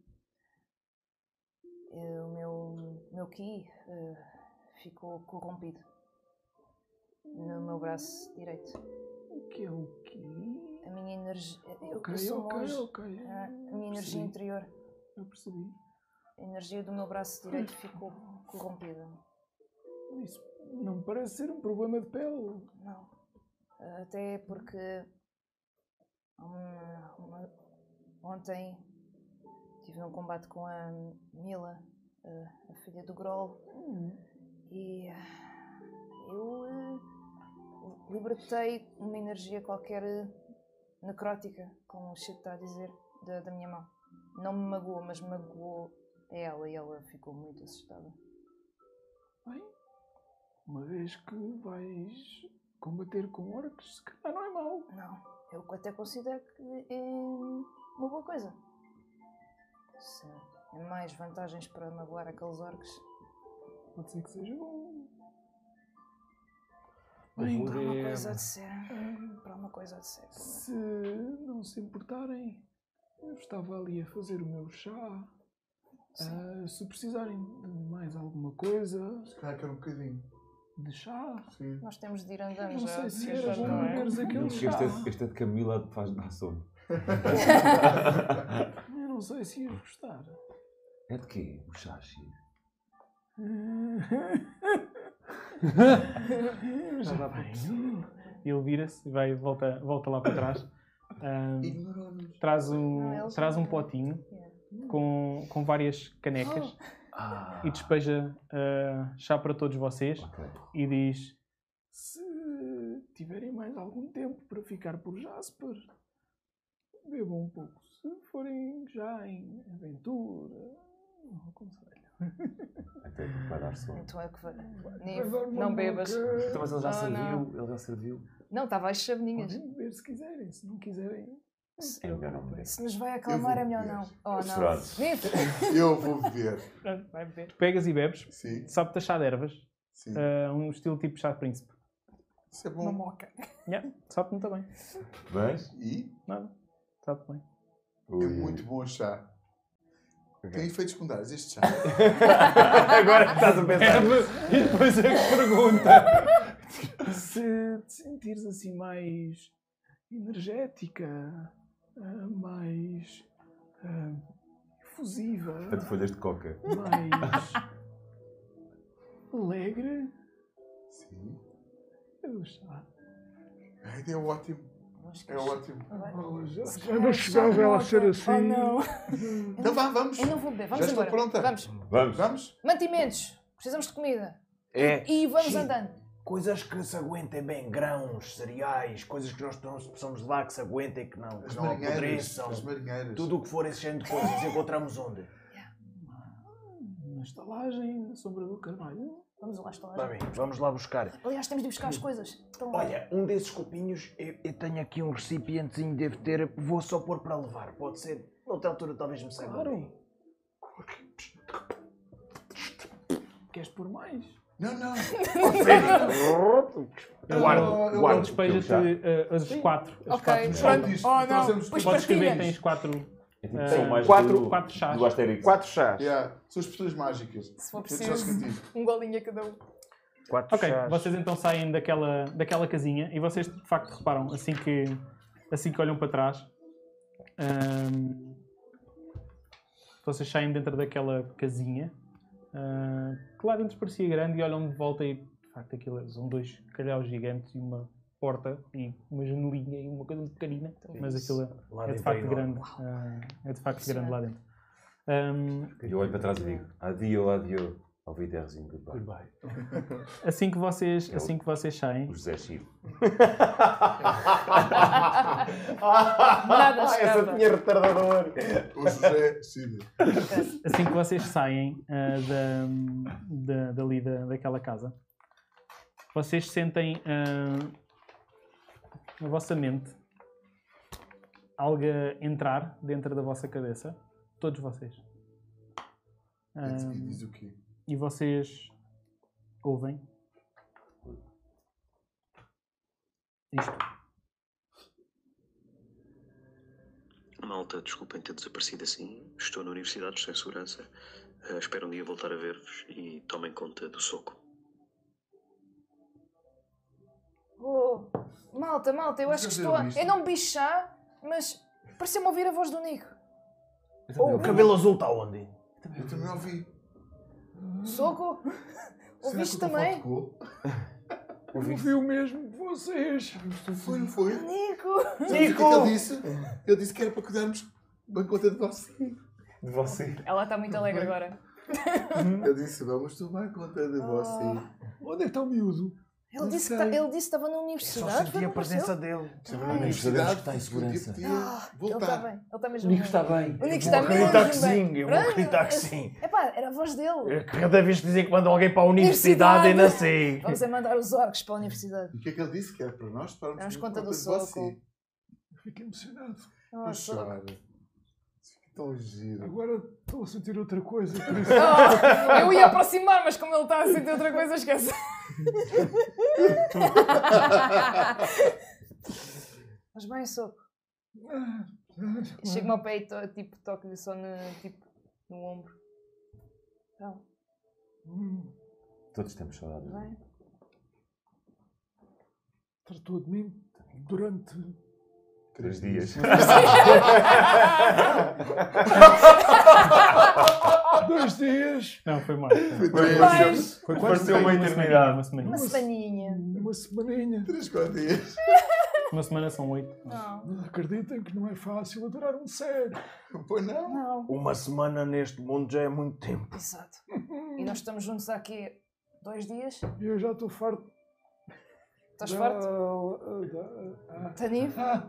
[SPEAKER 2] eh, o meu, meu ki eh, ficou corrompido. no meu braço direito.
[SPEAKER 8] O que é o quê?
[SPEAKER 2] A minha energia. Eu,
[SPEAKER 8] Ok,
[SPEAKER 2] eu sou
[SPEAKER 8] ok,
[SPEAKER 2] monge.
[SPEAKER 8] ok.
[SPEAKER 2] Ah, A minha energia
[SPEAKER 8] Percebi.
[SPEAKER 2] interior,
[SPEAKER 8] Eu percebi.
[SPEAKER 2] a energia do meu braço direito ficou corrompida.
[SPEAKER 8] Isso não me parece ser um problema de pele.
[SPEAKER 2] Não. Ah, Até porque hum, uma- ontem tive um combate com a Mila, ah, a filha do Grol,
[SPEAKER 8] Hum.
[SPEAKER 2] e ah, eu ah, libertei uma energia qualquer ah, necrótica, como o Chico está a dizer, da, da minha mão. Não me magoou, mas magoou a ela e ela ficou muito assustada.
[SPEAKER 8] Uma vez que vais combater com orcs, se calhar não é mau.
[SPEAKER 2] Não, eu até considero que é uma boa coisa. Se é mais vantagens para magoar aqueles orcs.
[SPEAKER 8] Pode ser que seja bom. Então,
[SPEAKER 2] Para
[SPEAKER 8] Bem,
[SPEAKER 3] É.
[SPEAKER 2] uma coisa de ser. Para uma coisa de ser.
[SPEAKER 8] se não se importarem, eu estava ali a fazer o meu chá. Ah, se precisarem de mais alguma coisa,
[SPEAKER 3] Se calhar quero um bocadinho.
[SPEAKER 8] de chá,
[SPEAKER 3] Sim.
[SPEAKER 2] Nós temos de ir andando
[SPEAKER 8] não
[SPEAKER 2] já.
[SPEAKER 8] sei se
[SPEAKER 2] porque
[SPEAKER 8] era
[SPEAKER 2] já
[SPEAKER 8] bom
[SPEAKER 2] não é.
[SPEAKER 8] beberes aquele
[SPEAKER 10] Este,
[SPEAKER 8] chá.
[SPEAKER 10] este, este é de Camila faz dar sono.
[SPEAKER 8] Eu não sei se ias gostar. *laughs*
[SPEAKER 10] É de quê? O Shashi.
[SPEAKER 1] Já bem. Ele vira-se e vai, volta, volta lá para trás. Ahm,
[SPEAKER 3] Ignoramos.
[SPEAKER 1] traz, um,
[SPEAKER 2] Não, eles
[SPEAKER 1] traz um
[SPEAKER 2] não-
[SPEAKER 1] potinho com, com várias canecas
[SPEAKER 2] Oh!
[SPEAKER 10] Ah,
[SPEAKER 1] e despeja ah, chá para todos vocês
[SPEAKER 10] *laughs* ok.
[SPEAKER 1] e diz:
[SPEAKER 8] Se tiverem mais algum tempo para ficar por Jasper, bebam um pouco. Se forem já em aventura, não aconselho.
[SPEAKER 10] Até que vai dar sono.
[SPEAKER 2] Então é que vai. Nivo, não bebas.
[SPEAKER 10] Então, mas ele já
[SPEAKER 2] Não,
[SPEAKER 10] serviu. Ele já serviu.
[SPEAKER 2] Não, tá, estava às chavinhas.
[SPEAKER 8] Podem beber se quiserem, se não quiserem.
[SPEAKER 10] É melhor não beber.
[SPEAKER 2] Se nos vai acalmar é melhor não. Oh não.
[SPEAKER 4] Pronto.
[SPEAKER 2] Nivo!
[SPEAKER 3] Eu vou beber. *laughs*
[SPEAKER 1] "Pronto, Tu pegas e bebes,
[SPEAKER 3] Sim,
[SPEAKER 1] sabe-te a chá de ervas,
[SPEAKER 3] sim.
[SPEAKER 1] ah, um estilo tipo chá de príncipe.
[SPEAKER 3] Isso é
[SPEAKER 2] Uma
[SPEAKER 3] bom.
[SPEAKER 2] moca.
[SPEAKER 1] Yeah, sabe muito bem.
[SPEAKER 4] Mas,
[SPEAKER 3] E
[SPEAKER 1] Nada. Sabe
[SPEAKER 3] *laughs*
[SPEAKER 1] bem.
[SPEAKER 3] é muito bom o chá. Tem efeitos secundários este chá.
[SPEAKER 7] Agora que estás a pensar.
[SPEAKER 1] E depois é que pergunta.
[SPEAKER 8] Se te sentires assim mais energética, ah, mais ah, efusiva,
[SPEAKER 4] tanto folhas de coca.
[SPEAKER 8] mais alegre,
[SPEAKER 3] Sim.
[SPEAKER 8] eu chá.
[SPEAKER 3] Ai, é ótimo. É ótimo.
[SPEAKER 9] Já não chegava ela a ser assim.
[SPEAKER 2] Oh não.
[SPEAKER 3] Então vá, vamos.
[SPEAKER 2] Eu não vou beber. Vamos
[SPEAKER 3] Já estou
[SPEAKER 2] embora.
[SPEAKER 3] pronta.
[SPEAKER 2] Vamos.
[SPEAKER 4] Vamos.
[SPEAKER 3] Vamos?
[SPEAKER 2] Mantimentos. Precisamos de comida.
[SPEAKER 5] É.
[SPEAKER 2] E vamos
[SPEAKER 5] Sim.
[SPEAKER 2] andando.
[SPEAKER 5] Coisas que se aguentem bem, grãos, cereais, coisas que nós não possamos levar que se aguentem, que não,
[SPEAKER 3] As
[SPEAKER 5] que não
[SPEAKER 3] marinheiras.
[SPEAKER 5] apodreçam.
[SPEAKER 3] As marinheiras.
[SPEAKER 5] Tudo o que for esse género
[SPEAKER 3] *laughs*
[SPEAKER 5] de coisas, encontramos onde?
[SPEAKER 8] *laughs* Na estalagem, na sombra do carvalho.
[SPEAKER 2] Vamos lá, estou
[SPEAKER 5] Está
[SPEAKER 2] lá.
[SPEAKER 5] bem, vamos lá buscar.
[SPEAKER 2] Aliás, temos de ir buscar as coisas. Estão lá.
[SPEAKER 5] Olha, um desses copinhos, eu, eu tenho aqui um recipientezinho, devo ter, vou só pôr para levar, pode ser? Noutra altura talvez me saiba
[SPEAKER 8] Claro.
[SPEAKER 5] bem.
[SPEAKER 8] Queres pôr mais?
[SPEAKER 3] Não, não.
[SPEAKER 1] Guarda,
[SPEAKER 3] eu-
[SPEAKER 1] guarda.
[SPEAKER 3] eu-
[SPEAKER 1] Despeja-te ah, as quatro. As
[SPEAKER 2] Ok,
[SPEAKER 1] quatro
[SPEAKER 3] Não,
[SPEAKER 1] chaves.
[SPEAKER 3] diz,
[SPEAKER 2] Oh, não.
[SPEAKER 3] trouxemos
[SPEAKER 2] Pois
[SPEAKER 3] tudo.
[SPEAKER 1] Podes escrever,
[SPEAKER 2] partilhas.
[SPEAKER 1] tens quatro,
[SPEAKER 4] É tipo,
[SPEAKER 1] ah,
[SPEAKER 4] são mais
[SPEAKER 7] quatro-
[SPEAKER 4] do,
[SPEAKER 1] quatro chás.
[SPEAKER 4] do Asterix.
[SPEAKER 7] Quatro chás.
[SPEAKER 3] Yeah. São as pessoas mágicas.
[SPEAKER 2] Se for
[SPEAKER 3] Eu já
[SPEAKER 2] preciso,
[SPEAKER 3] escrevi.
[SPEAKER 2] um golinho a cada um.
[SPEAKER 7] Quatro
[SPEAKER 1] Ok,
[SPEAKER 7] chás.
[SPEAKER 1] vocês então saem daquela, daquela casinha e vocês de facto reparam assim que, assim que olham para trás. ahm, vocês saem dentro daquela casinha ah, que lá dentro parecia grande e olham de volta e de facto aquilo é, são dois calhaus gigantes e uma porta e uma janelinha e uma coisa muito pequenina, mas aquilo é-
[SPEAKER 5] Lá
[SPEAKER 1] é de
[SPEAKER 5] dentro
[SPEAKER 1] facto
[SPEAKER 5] enorme. *laughs*
[SPEAKER 1] grande. ah, é de facto grande lá dentro. Ahm,
[SPEAKER 4] E eu olho para trás e digo, adio, adio. Ao Viderzinho,
[SPEAKER 5] Uhum.
[SPEAKER 4] goodbye.
[SPEAKER 1] assim que vocês,
[SPEAKER 4] Eu-
[SPEAKER 1] assim que vocês saem,
[SPEAKER 4] O José Chico.
[SPEAKER 5] Ah,
[SPEAKER 2] Nada
[SPEAKER 7] Essa
[SPEAKER 2] escapa.
[SPEAKER 7] tinha retardador.
[SPEAKER 3] O José Cida.
[SPEAKER 1] assim que vocês saem ah, da, da, dali da, daquela casa, vocês sentem ah, na vossa mente algo a entrar dentro da vossa cabeça, todos vocês. Ah,
[SPEAKER 3] E É diz o quê?
[SPEAKER 1] e vocês ouvem isto.
[SPEAKER 11] Malta, desculpem ter desaparecido assim. Estou na universidade, estou em segurança. Ah, espero um dia voltar a ver-vos e tomem conta do soco.
[SPEAKER 2] Oh, Malta, malta, eu acho que estou. a- Eu não bebi chá, mas pareceu-me ouvir a voz do Nico.
[SPEAKER 5] Oh, o cabelo azul está onde?
[SPEAKER 3] Eu também ouvi.
[SPEAKER 2] Soco? Ouviste também?
[SPEAKER 9] Ouvi o mesmo de vocês.
[SPEAKER 3] Foi, foi.
[SPEAKER 2] Nico!
[SPEAKER 3] Sabe o que é que ele disse? Ele disse que era para cuidarmos bem conta de você.
[SPEAKER 4] De você.
[SPEAKER 2] Ela está muito alegre agora.
[SPEAKER 3] Ele disse, vamos tomar conta
[SPEAKER 2] Ah,
[SPEAKER 3] de
[SPEAKER 2] tá
[SPEAKER 3] você.
[SPEAKER 9] Onde é que está o miúdo?
[SPEAKER 2] Ele disse que tá- ele disse que estava na universidade. foi, não apareceu?
[SPEAKER 5] dele.
[SPEAKER 10] é
[SPEAKER 3] Ai,
[SPEAKER 10] sabemos que está em
[SPEAKER 3] porque
[SPEAKER 10] segurança.
[SPEAKER 3] podia
[SPEAKER 2] Ah, ele está
[SPEAKER 3] Voltar.
[SPEAKER 2] bem. Ele está mesmo
[SPEAKER 10] O Nico está bem.
[SPEAKER 2] O Nico
[SPEAKER 5] Eu
[SPEAKER 2] está
[SPEAKER 5] vou
[SPEAKER 2] mesmo
[SPEAKER 5] acreditar que
[SPEAKER 2] bem.
[SPEAKER 5] sim, eu vou
[SPEAKER 2] Pronto,
[SPEAKER 5] acreditar que
[SPEAKER 2] é-
[SPEAKER 5] sim.
[SPEAKER 2] Epá, era a voz dele.
[SPEAKER 5] um Cada vez que dizem que mandam alguém para a universidade, assim. eu não sei.
[SPEAKER 2] Vamos é mandar os orcs para a universidade.
[SPEAKER 3] E o que é que ele disse? Que era para nós tomarmos
[SPEAKER 2] Damos conta do
[SPEAKER 3] de você.
[SPEAKER 2] soco.
[SPEAKER 9] Fico emocionado.
[SPEAKER 2] Ah,
[SPEAKER 3] Não
[SPEAKER 2] soco.
[SPEAKER 3] chora. Que Tão giro.
[SPEAKER 9] Agora estou a sentir outra coisa. *laughs* por isso-
[SPEAKER 2] Ah, eu ia aproximar, mas como ele está a sentir outra coisa, esquece. mas bem, soco.
[SPEAKER 9] Ah,
[SPEAKER 2] Chego-me ao pé e to- tipo, toco-lhe só no, tipo, no ombro. Então,
[SPEAKER 10] Todos temos saudades.
[SPEAKER 2] bem.
[SPEAKER 9] Tratou de mim durante. *laughs*
[SPEAKER 10] Três dias.
[SPEAKER 9] Dois dias,
[SPEAKER 1] Não, foi mais. Foi
[SPEAKER 2] Mas,
[SPEAKER 1] foi
[SPEAKER 4] Pareceu uma
[SPEAKER 1] semana.
[SPEAKER 4] eternidade.
[SPEAKER 1] Uma semana,
[SPEAKER 2] uma semaninha.
[SPEAKER 9] uma semaninha.
[SPEAKER 3] Três, quatro dias.
[SPEAKER 1] uma semana são oito.
[SPEAKER 2] Não.
[SPEAKER 9] Acreditem que não é fácil adorar um cego.
[SPEAKER 3] Pois não.
[SPEAKER 2] Não.
[SPEAKER 7] Uma semana neste mundo já é muito tempo.
[SPEAKER 2] Exato. E nós estamos juntos há aqui dois dias.
[SPEAKER 9] E eu já estou farto.
[SPEAKER 2] Estás
[SPEAKER 9] da-
[SPEAKER 2] forte?
[SPEAKER 9] da-
[SPEAKER 2] Tanive?
[SPEAKER 9] ah,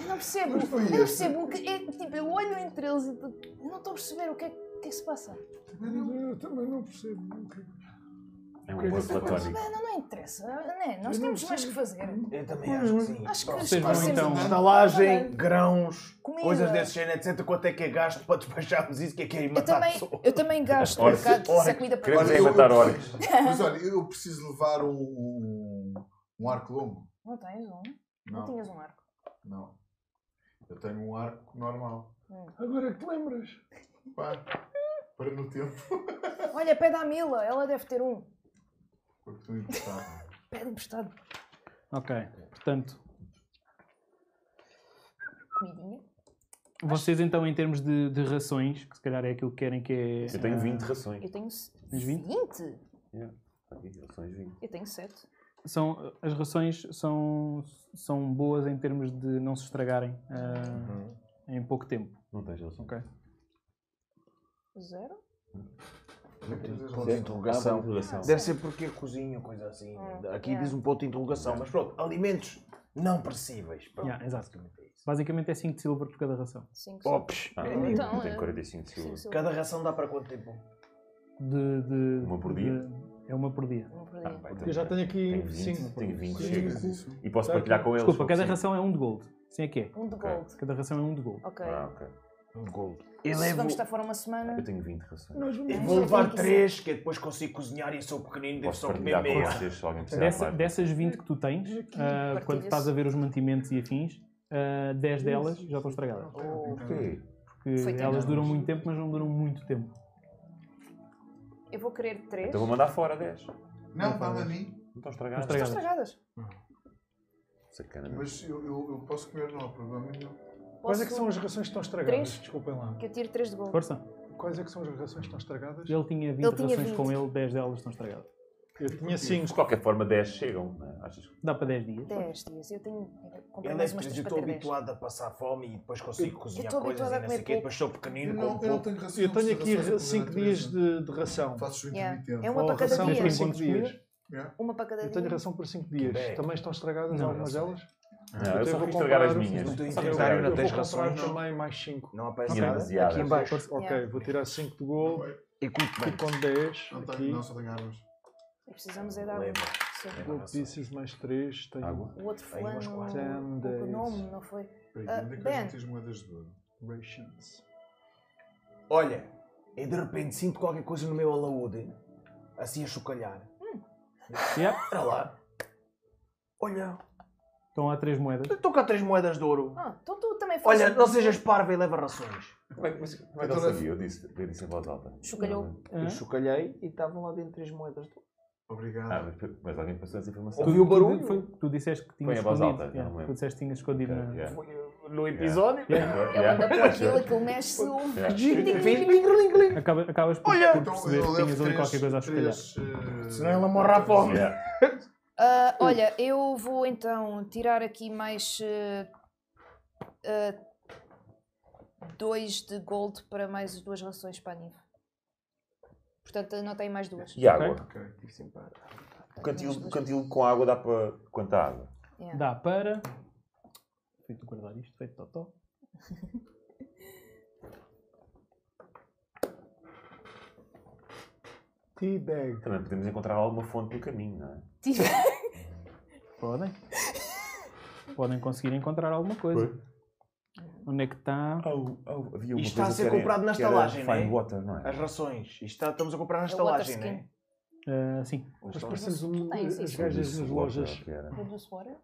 [SPEAKER 2] Eu não percebo.
[SPEAKER 3] Mas foi
[SPEAKER 2] Eu não
[SPEAKER 3] este.
[SPEAKER 2] percebo o que é. Tipo, eu olho entre eles e tu- não estou a perceber o que é que, o que é que se passa.
[SPEAKER 9] Eu também não percebo. o que-
[SPEAKER 10] É um amor platónico.
[SPEAKER 2] Mas não, não interessa, não é? Nós
[SPEAKER 9] Eu
[SPEAKER 2] temos
[SPEAKER 9] não
[SPEAKER 2] mais
[SPEAKER 9] sei.
[SPEAKER 2] que fazer.
[SPEAKER 5] Eu também acho que sim.
[SPEAKER 2] Acho que
[SPEAKER 1] Vocês vão
[SPEAKER 2] esclarecemos
[SPEAKER 1] então.
[SPEAKER 2] tudo.
[SPEAKER 5] Estalagem, grãos,
[SPEAKER 2] Comida.
[SPEAKER 5] coisas desse género, etc. Quanto é que é gasto para despacharmos isso? Que é que é ir
[SPEAKER 2] Eu
[SPEAKER 5] matar
[SPEAKER 2] também,
[SPEAKER 5] pessoas?
[SPEAKER 2] eu também gasto um bocado se a comida para
[SPEAKER 4] Queremos
[SPEAKER 3] Olha,
[SPEAKER 4] é
[SPEAKER 3] eu-
[SPEAKER 4] matar
[SPEAKER 3] eu-
[SPEAKER 4] orcs.
[SPEAKER 3] Mas olha, eu preciso levar um, um, um arco longo.
[SPEAKER 2] Não tens um? Não
[SPEAKER 3] Não,
[SPEAKER 2] tinhas um arco.
[SPEAKER 3] não. Eu tenho um arco normal.
[SPEAKER 9] Agora que te lembras?
[SPEAKER 3] Para, para no tempo.
[SPEAKER 2] Olha, pede à Mila, ela deve ter um.
[SPEAKER 3] Porque estou emprestado.
[SPEAKER 2] Pede emprestado.
[SPEAKER 1] Ok, portanto,
[SPEAKER 2] Comidinha.
[SPEAKER 1] vocês então em termos de, de rações, que se calhar é aquilo que querem que é...
[SPEAKER 10] Eu tenho
[SPEAKER 1] ah,
[SPEAKER 10] 20 rações.
[SPEAKER 2] Eu tenho
[SPEAKER 1] Tens vinte?
[SPEAKER 2] 20.
[SPEAKER 10] Aqui, rações 20.
[SPEAKER 2] Eu tenho 7.
[SPEAKER 1] são, as rações são, são boas em termos de não se estragarem ah, em pouco tempo.
[SPEAKER 10] Não tens rações.
[SPEAKER 1] Ok.
[SPEAKER 2] Zero?
[SPEAKER 5] Ponto de interrogação.
[SPEAKER 10] Interrogação.
[SPEAKER 5] Deve ser porque é cozinho, coisa assim.
[SPEAKER 2] Hum,
[SPEAKER 5] Aqui
[SPEAKER 2] yeah.
[SPEAKER 5] diz um ponto de interrogação, mas pronto, alimentos não perecíveis. Pronto,
[SPEAKER 1] Yeah, exato.
[SPEAKER 5] basicamente é isso.
[SPEAKER 1] Basicamente é 5 de silver por cada ração.
[SPEAKER 2] 5.
[SPEAKER 5] Pops.
[SPEAKER 10] Ah,
[SPEAKER 5] É
[SPEAKER 10] eu
[SPEAKER 5] nível.
[SPEAKER 2] Então,
[SPEAKER 10] tenho
[SPEAKER 2] é.
[SPEAKER 10] 45 de silver.
[SPEAKER 5] Cada ração dá para quanto tempo?
[SPEAKER 1] De, de-
[SPEAKER 10] Uma por dia?
[SPEAKER 1] de- é uma por dia.
[SPEAKER 2] Não
[SPEAKER 10] Ah,
[SPEAKER 2] perdi.
[SPEAKER 10] vai,
[SPEAKER 8] Eu já
[SPEAKER 10] então,
[SPEAKER 8] tenho aqui
[SPEAKER 10] Tenho
[SPEAKER 8] 5.
[SPEAKER 10] 20, tenho 20,
[SPEAKER 3] Chega
[SPEAKER 10] chega.
[SPEAKER 3] disso.
[SPEAKER 10] E posso partilhar com eles.
[SPEAKER 1] Desculpa, cada
[SPEAKER 10] se for
[SPEAKER 1] ração é um de gold. Sim é que é.
[SPEAKER 2] Um de
[SPEAKER 10] Ok.
[SPEAKER 2] gold.
[SPEAKER 1] Cada ração é um de gold.
[SPEAKER 2] Ok.
[SPEAKER 10] possível. Ah, ok.
[SPEAKER 5] Eu
[SPEAKER 2] Se
[SPEAKER 5] levo.
[SPEAKER 2] vamos estar fora uma semana.
[SPEAKER 10] Eu tenho 20 rações.
[SPEAKER 9] Nós
[SPEAKER 5] Eu
[SPEAKER 9] vamos.
[SPEAKER 5] vou levar
[SPEAKER 2] Sim, sim.
[SPEAKER 5] três, que eu depois consigo cozinhar e eu sou pequenino, devo
[SPEAKER 10] Posso
[SPEAKER 5] só comer
[SPEAKER 10] partilhar com
[SPEAKER 5] meia.
[SPEAKER 10] vocês se alguém precisar de
[SPEAKER 1] Dessa,
[SPEAKER 10] mais.
[SPEAKER 1] dessas 20 que tu tens, ah,
[SPEAKER 2] Partilhas.
[SPEAKER 1] quando estás a ver os mantimentos e afins, ah, 10 delas já estão estragadas.
[SPEAKER 3] Oh,
[SPEAKER 10] Porquê?
[SPEAKER 1] Porque
[SPEAKER 2] Foi tentado.
[SPEAKER 1] elas duram muito tempo, mas não duram muito tempo.
[SPEAKER 2] Eu vou querer três.
[SPEAKER 10] Então vou mandar fora 10. Não
[SPEAKER 3] Não, fala a mim.
[SPEAKER 10] estão estragadas.
[SPEAKER 1] Estão
[SPEAKER 2] Estão
[SPEAKER 1] estragadas.
[SPEAKER 2] estragadas.
[SPEAKER 10] Sacana.
[SPEAKER 3] Mas eu, eu, eu posso comer, não há problema nenhum.
[SPEAKER 8] Quais é que
[SPEAKER 2] Posso-
[SPEAKER 8] são as rações que estão estragadas?
[SPEAKER 2] Três?
[SPEAKER 8] Desculpem lá.
[SPEAKER 2] Que eu tiro três de gold.
[SPEAKER 1] Força.
[SPEAKER 8] Quais é que são as rações que estão estragadas?
[SPEAKER 1] Ele tinha 20
[SPEAKER 2] Ele tinha
[SPEAKER 1] rações
[SPEAKER 2] 20.
[SPEAKER 1] com ele, 10 delas estão estragadas.
[SPEAKER 8] Eu tinha
[SPEAKER 10] Mas
[SPEAKER 8] 5.
[SPEAKER 10] de qualquer forma 10 chegam, não é? Achas que
[SPEAKER 1] Dá para 10 dias.
[SPEAKER 2] 10 dias. Eu tenho. eu Comprei
[SPEAKER 5] Ele é
[SPEAKER 2] mais
[SPEAKER 5] que
[SPEAKER 2] umas
[SPEAKER 5] diz,
[SPEAKER 2] três
[SPEAKER 5] eu
[SPEAKER 2] para
[SPEAKER 5] estou
[SPEAKER 2] ter 10.
[SPEAKER 5] habituado a passar fome e depois consigo cozinhar
[SPEAKER 2] estou
[SPEAKER 5] coisas
[SPEAKER 2] habituado
[SPEAKER 5] e
[SPEAKER 2] a
[SPEAKER 5] não
[SPEAKER 2] comer
[SPEAKER 5] sei o quê,
[SPEAKER 2] pouco.
[SPEAKER 5] depois sou
[SPEAKER 3] Eu
[SPEAKER 5] pequenino,
[SPEAKER 3] não,
[SPEAKER 5] como
[SPEAKER 3] eu não
[SPEAKER 5] um pouco.
[SPEAKER 3] tenho ração.
[SPEAKER 8] Eu tenho
[SPEAKER 3] ração
[SPEAKER 8] aqui
[SPEAKER 3] da
[SPEAKER 8] 5
[SPEAKER 3] natureza.
[SPEAKER 8] dias de, de ração.
[SPEAKER 3] Faço
[SPEAKER 2] Yeah.
[SPEAKER 3] intermitente.
[SPEAKER 2] É uma
[SPEAKER 8] Ou
[SPEAKER 2] para cada
[SPEAKER 8] ração
[SPEAKER 2] dia.
[SPEAKER 8] por 5
[SPEAKER 1] Enquanto
[SPEAKER 8] dias.
[SPEAKER 2] Uma para cada
[SPEAKER 8] Eu
[SPEAKER 2] dia.
[SPEAKER 8] tenho ração por 5 dias.
[SPEAKER 5] bem.
[SPEAKER 8] Também estão estragadas
[SPEAKER 1] Não,
[SPEAKER 8] algumas delas?
[SPEAKER 10] Não, eu
[SPEAKER 8] Então
[SPEAKER 10] só
[SPEAKER 8] eu vou
[SPEAKER 10] quis estragar as
[SPEAKER 8] comprar-
[SPEAKER 10] minhas.
[SPEAKER 5] No teu
[SPEAKER 10] Só quis
[SPEAKER 5] interior
[SPEAKER 4] um
[SPEAKER 10] estragar
[SPEAKER 5] não
[SPEAKER 8] Eu
[SPEAKER 10] as
[SPEAKER 8] vou
[SPEAKER 5] tens
[SPEAKER 10] minhas.
[SPEAKER 5] rações,
[SPEAKER 8] comprar
[SPEAKER 5] não?
[SPEAKER 8] também mais 5.
[SPEAKER 5] Não aparece
[SPEAKER 1] Ok.
[SPEAKER 5] nada. Aqui em baixo.
[SPEAKER 8] Ok,
[SPEAKER 2] Yeah.
[SPEAKER 8] vou tirar 5 de gold
[SPEAKER 5] E cuido
[SPEAKER 8] e
[SPEAKER 5] bem.
[SPEAKER 8] com 10
[SPEAKER 3] Não
[SPEAKER 8] aqui.
[SPEAKER 3] tenho, não, só tenho armas.
[SPEAKER 2] E precisamos é dar
[SPEAKER 5] Leva.
[SPEAKER 2] Sim.
[SPEAKER 5] Leva
[SPEAKER 8] Gold
[SPEAKER 5] rações.
[SPEAKER 8] pieces mais 3. Tenho um.
[SPEAKER 10] Água.
[SPEAKER 2] O outro
[SPEAKER 5] Aí umas
[SPEAKER 2] fulano.
[SPEAKER 5] quatro.
[SPEAKER 8] Ten
[SPEAKER 2] O o
[SPEAKER 8] days.
[SPEAKER 2] nome não foi.
[SPEAKER 3] Peraí,
[SPEAKER 2] Ah,
[SPEAKER 3] onde é que eu
[SPEAKER 2] Ben.
[SPEAKER 3] juntei as moedas de ouro?
[SPEAKER 8] rations.
[SPEAKER 5] Olha, eu de repente sinto qualquer coisa no meu alaúde, assim a chocalhar.
[SPEAKER 2] Hum.
[SPEAKER 1] Yep.
[SPEAKER 5] Espera lá. Olha,
[SPEAKER 1] Estão lá 3 moedas.
[SPEAKER 5] eu estou cá três moedas de ouro.
[SPEAKER 2] Ah, então tu também fazes.
[SPEAKER 5] Olha, não sejas parva e leva rações.
[SPEAKER 10] Como é que mas como é que ele sabia? Eu disse, eu disse em voz alta.
[SPEAKER 2] Chocalhou.
[SPEAKER 10] Não,
[SPEAKER 1] Hã?
[SPEAKER 5] chocalhei e estavam lá dentro três moedas de ouro.
[SPEAKER 3] Obrigado.
[SPEAKER 4] Ah, mas, mas alguém passou essa informação.
[SPEAKER 7] Ouviu o
[SPEAKER 1] Tu-
[SPEAKER 7] barulho?
[SPEAKER 1] Tu, foi- tu disseste que tinha
[SPEAKER 4] Põe a voz
[SPEAKER 1] escondido.
[SPEAKER 4] alta, já
[SPEAKER 1] yeah,
[SPEAKER 4] não
[SPEAKER 1] tu
[SPEAKER 4] me lembro.
[SPEAKER 1] disseste que tinha escondido é?
[SPEAKER 4] Ok,
[SPEAKER 1] na.
[SPEAKER 4] yeah.
[SPEAKER 8] eh,
[SPEAKER 7] No episódio?
[SPEAKER 4] Yeah.
[SPEAKER 2] Ele anda por
[SPEAKER 4] Yeah.
[SPEAKER 2] aquilo, aquilo mexe-se. um-
[SPEAKER 4] Yeah.
[SPEAKER 1] Acaba- acabas por,
[SPEAKER 3] Então,
[SPEAKER 1] por perceber que tinhas ali qualquer coisa a espelhar.
[SPEAKER 3] eh,
[SPEAKER 7] Senão ela morre à fome.
[SPEAKER 4] Yeah.
[SPEAKER 2] Ah, olha, eu vou então tirar aqui mais eh, eh, ah, dois de gold para mais duas rações para a Nive. Portanto, anotei mais duas.
[SPEAKER 4] E água.
[SPEAKER 7] Ah,
[SPEAKER 4] O
[SPEAKER 2] Anotei mais
[SPEAKER 4] cantil, o
[SPEAKER 2] duas.
[SPEAKER 4] cantil com água dá para. Quanta água?
[SPEAKER 2] Yeah.
[SPEAKER 1] Dá para. Feito guardar isto, feito totó.
[SPEAKER 9] Teabag.
[SPEAKER 4] Também podemos encontrar alguma fonte no caminho, não é?
[SPEAKER 2] Tive- *laughs*
[SPEAKER 1] Podem. Podem conseguir encontrar alguma coisa. Onde é que está?
[SPEAKER 4] havia
[SPEAKER 7] Isto está a ser comprado na estalagem, não é?
[SPEAKER 4] Fine water, não é?
[SPEAKER 7] As rações. Isto está- estamos a comprar na
[SPEAKER 2] É o water
[SPEAKER 7] estalagem, não é?
[SPEAKER 2] skin.
[SPEAKER 1] Ah, sim.
[SPEAKER 9] Mas parecemos um,
[SPEAKER 2] Tem, sim,
[SPEAKER 9] as gajas
[SPEAKER 2] sim.
[SPEAKER 4] Produce
[SPEAKER 9] nas
[SPEAKER 4] water,
[SPEAKER 9] lojas.
[SPEAKER 4] que era.
[SPEAKER 2] Produce water?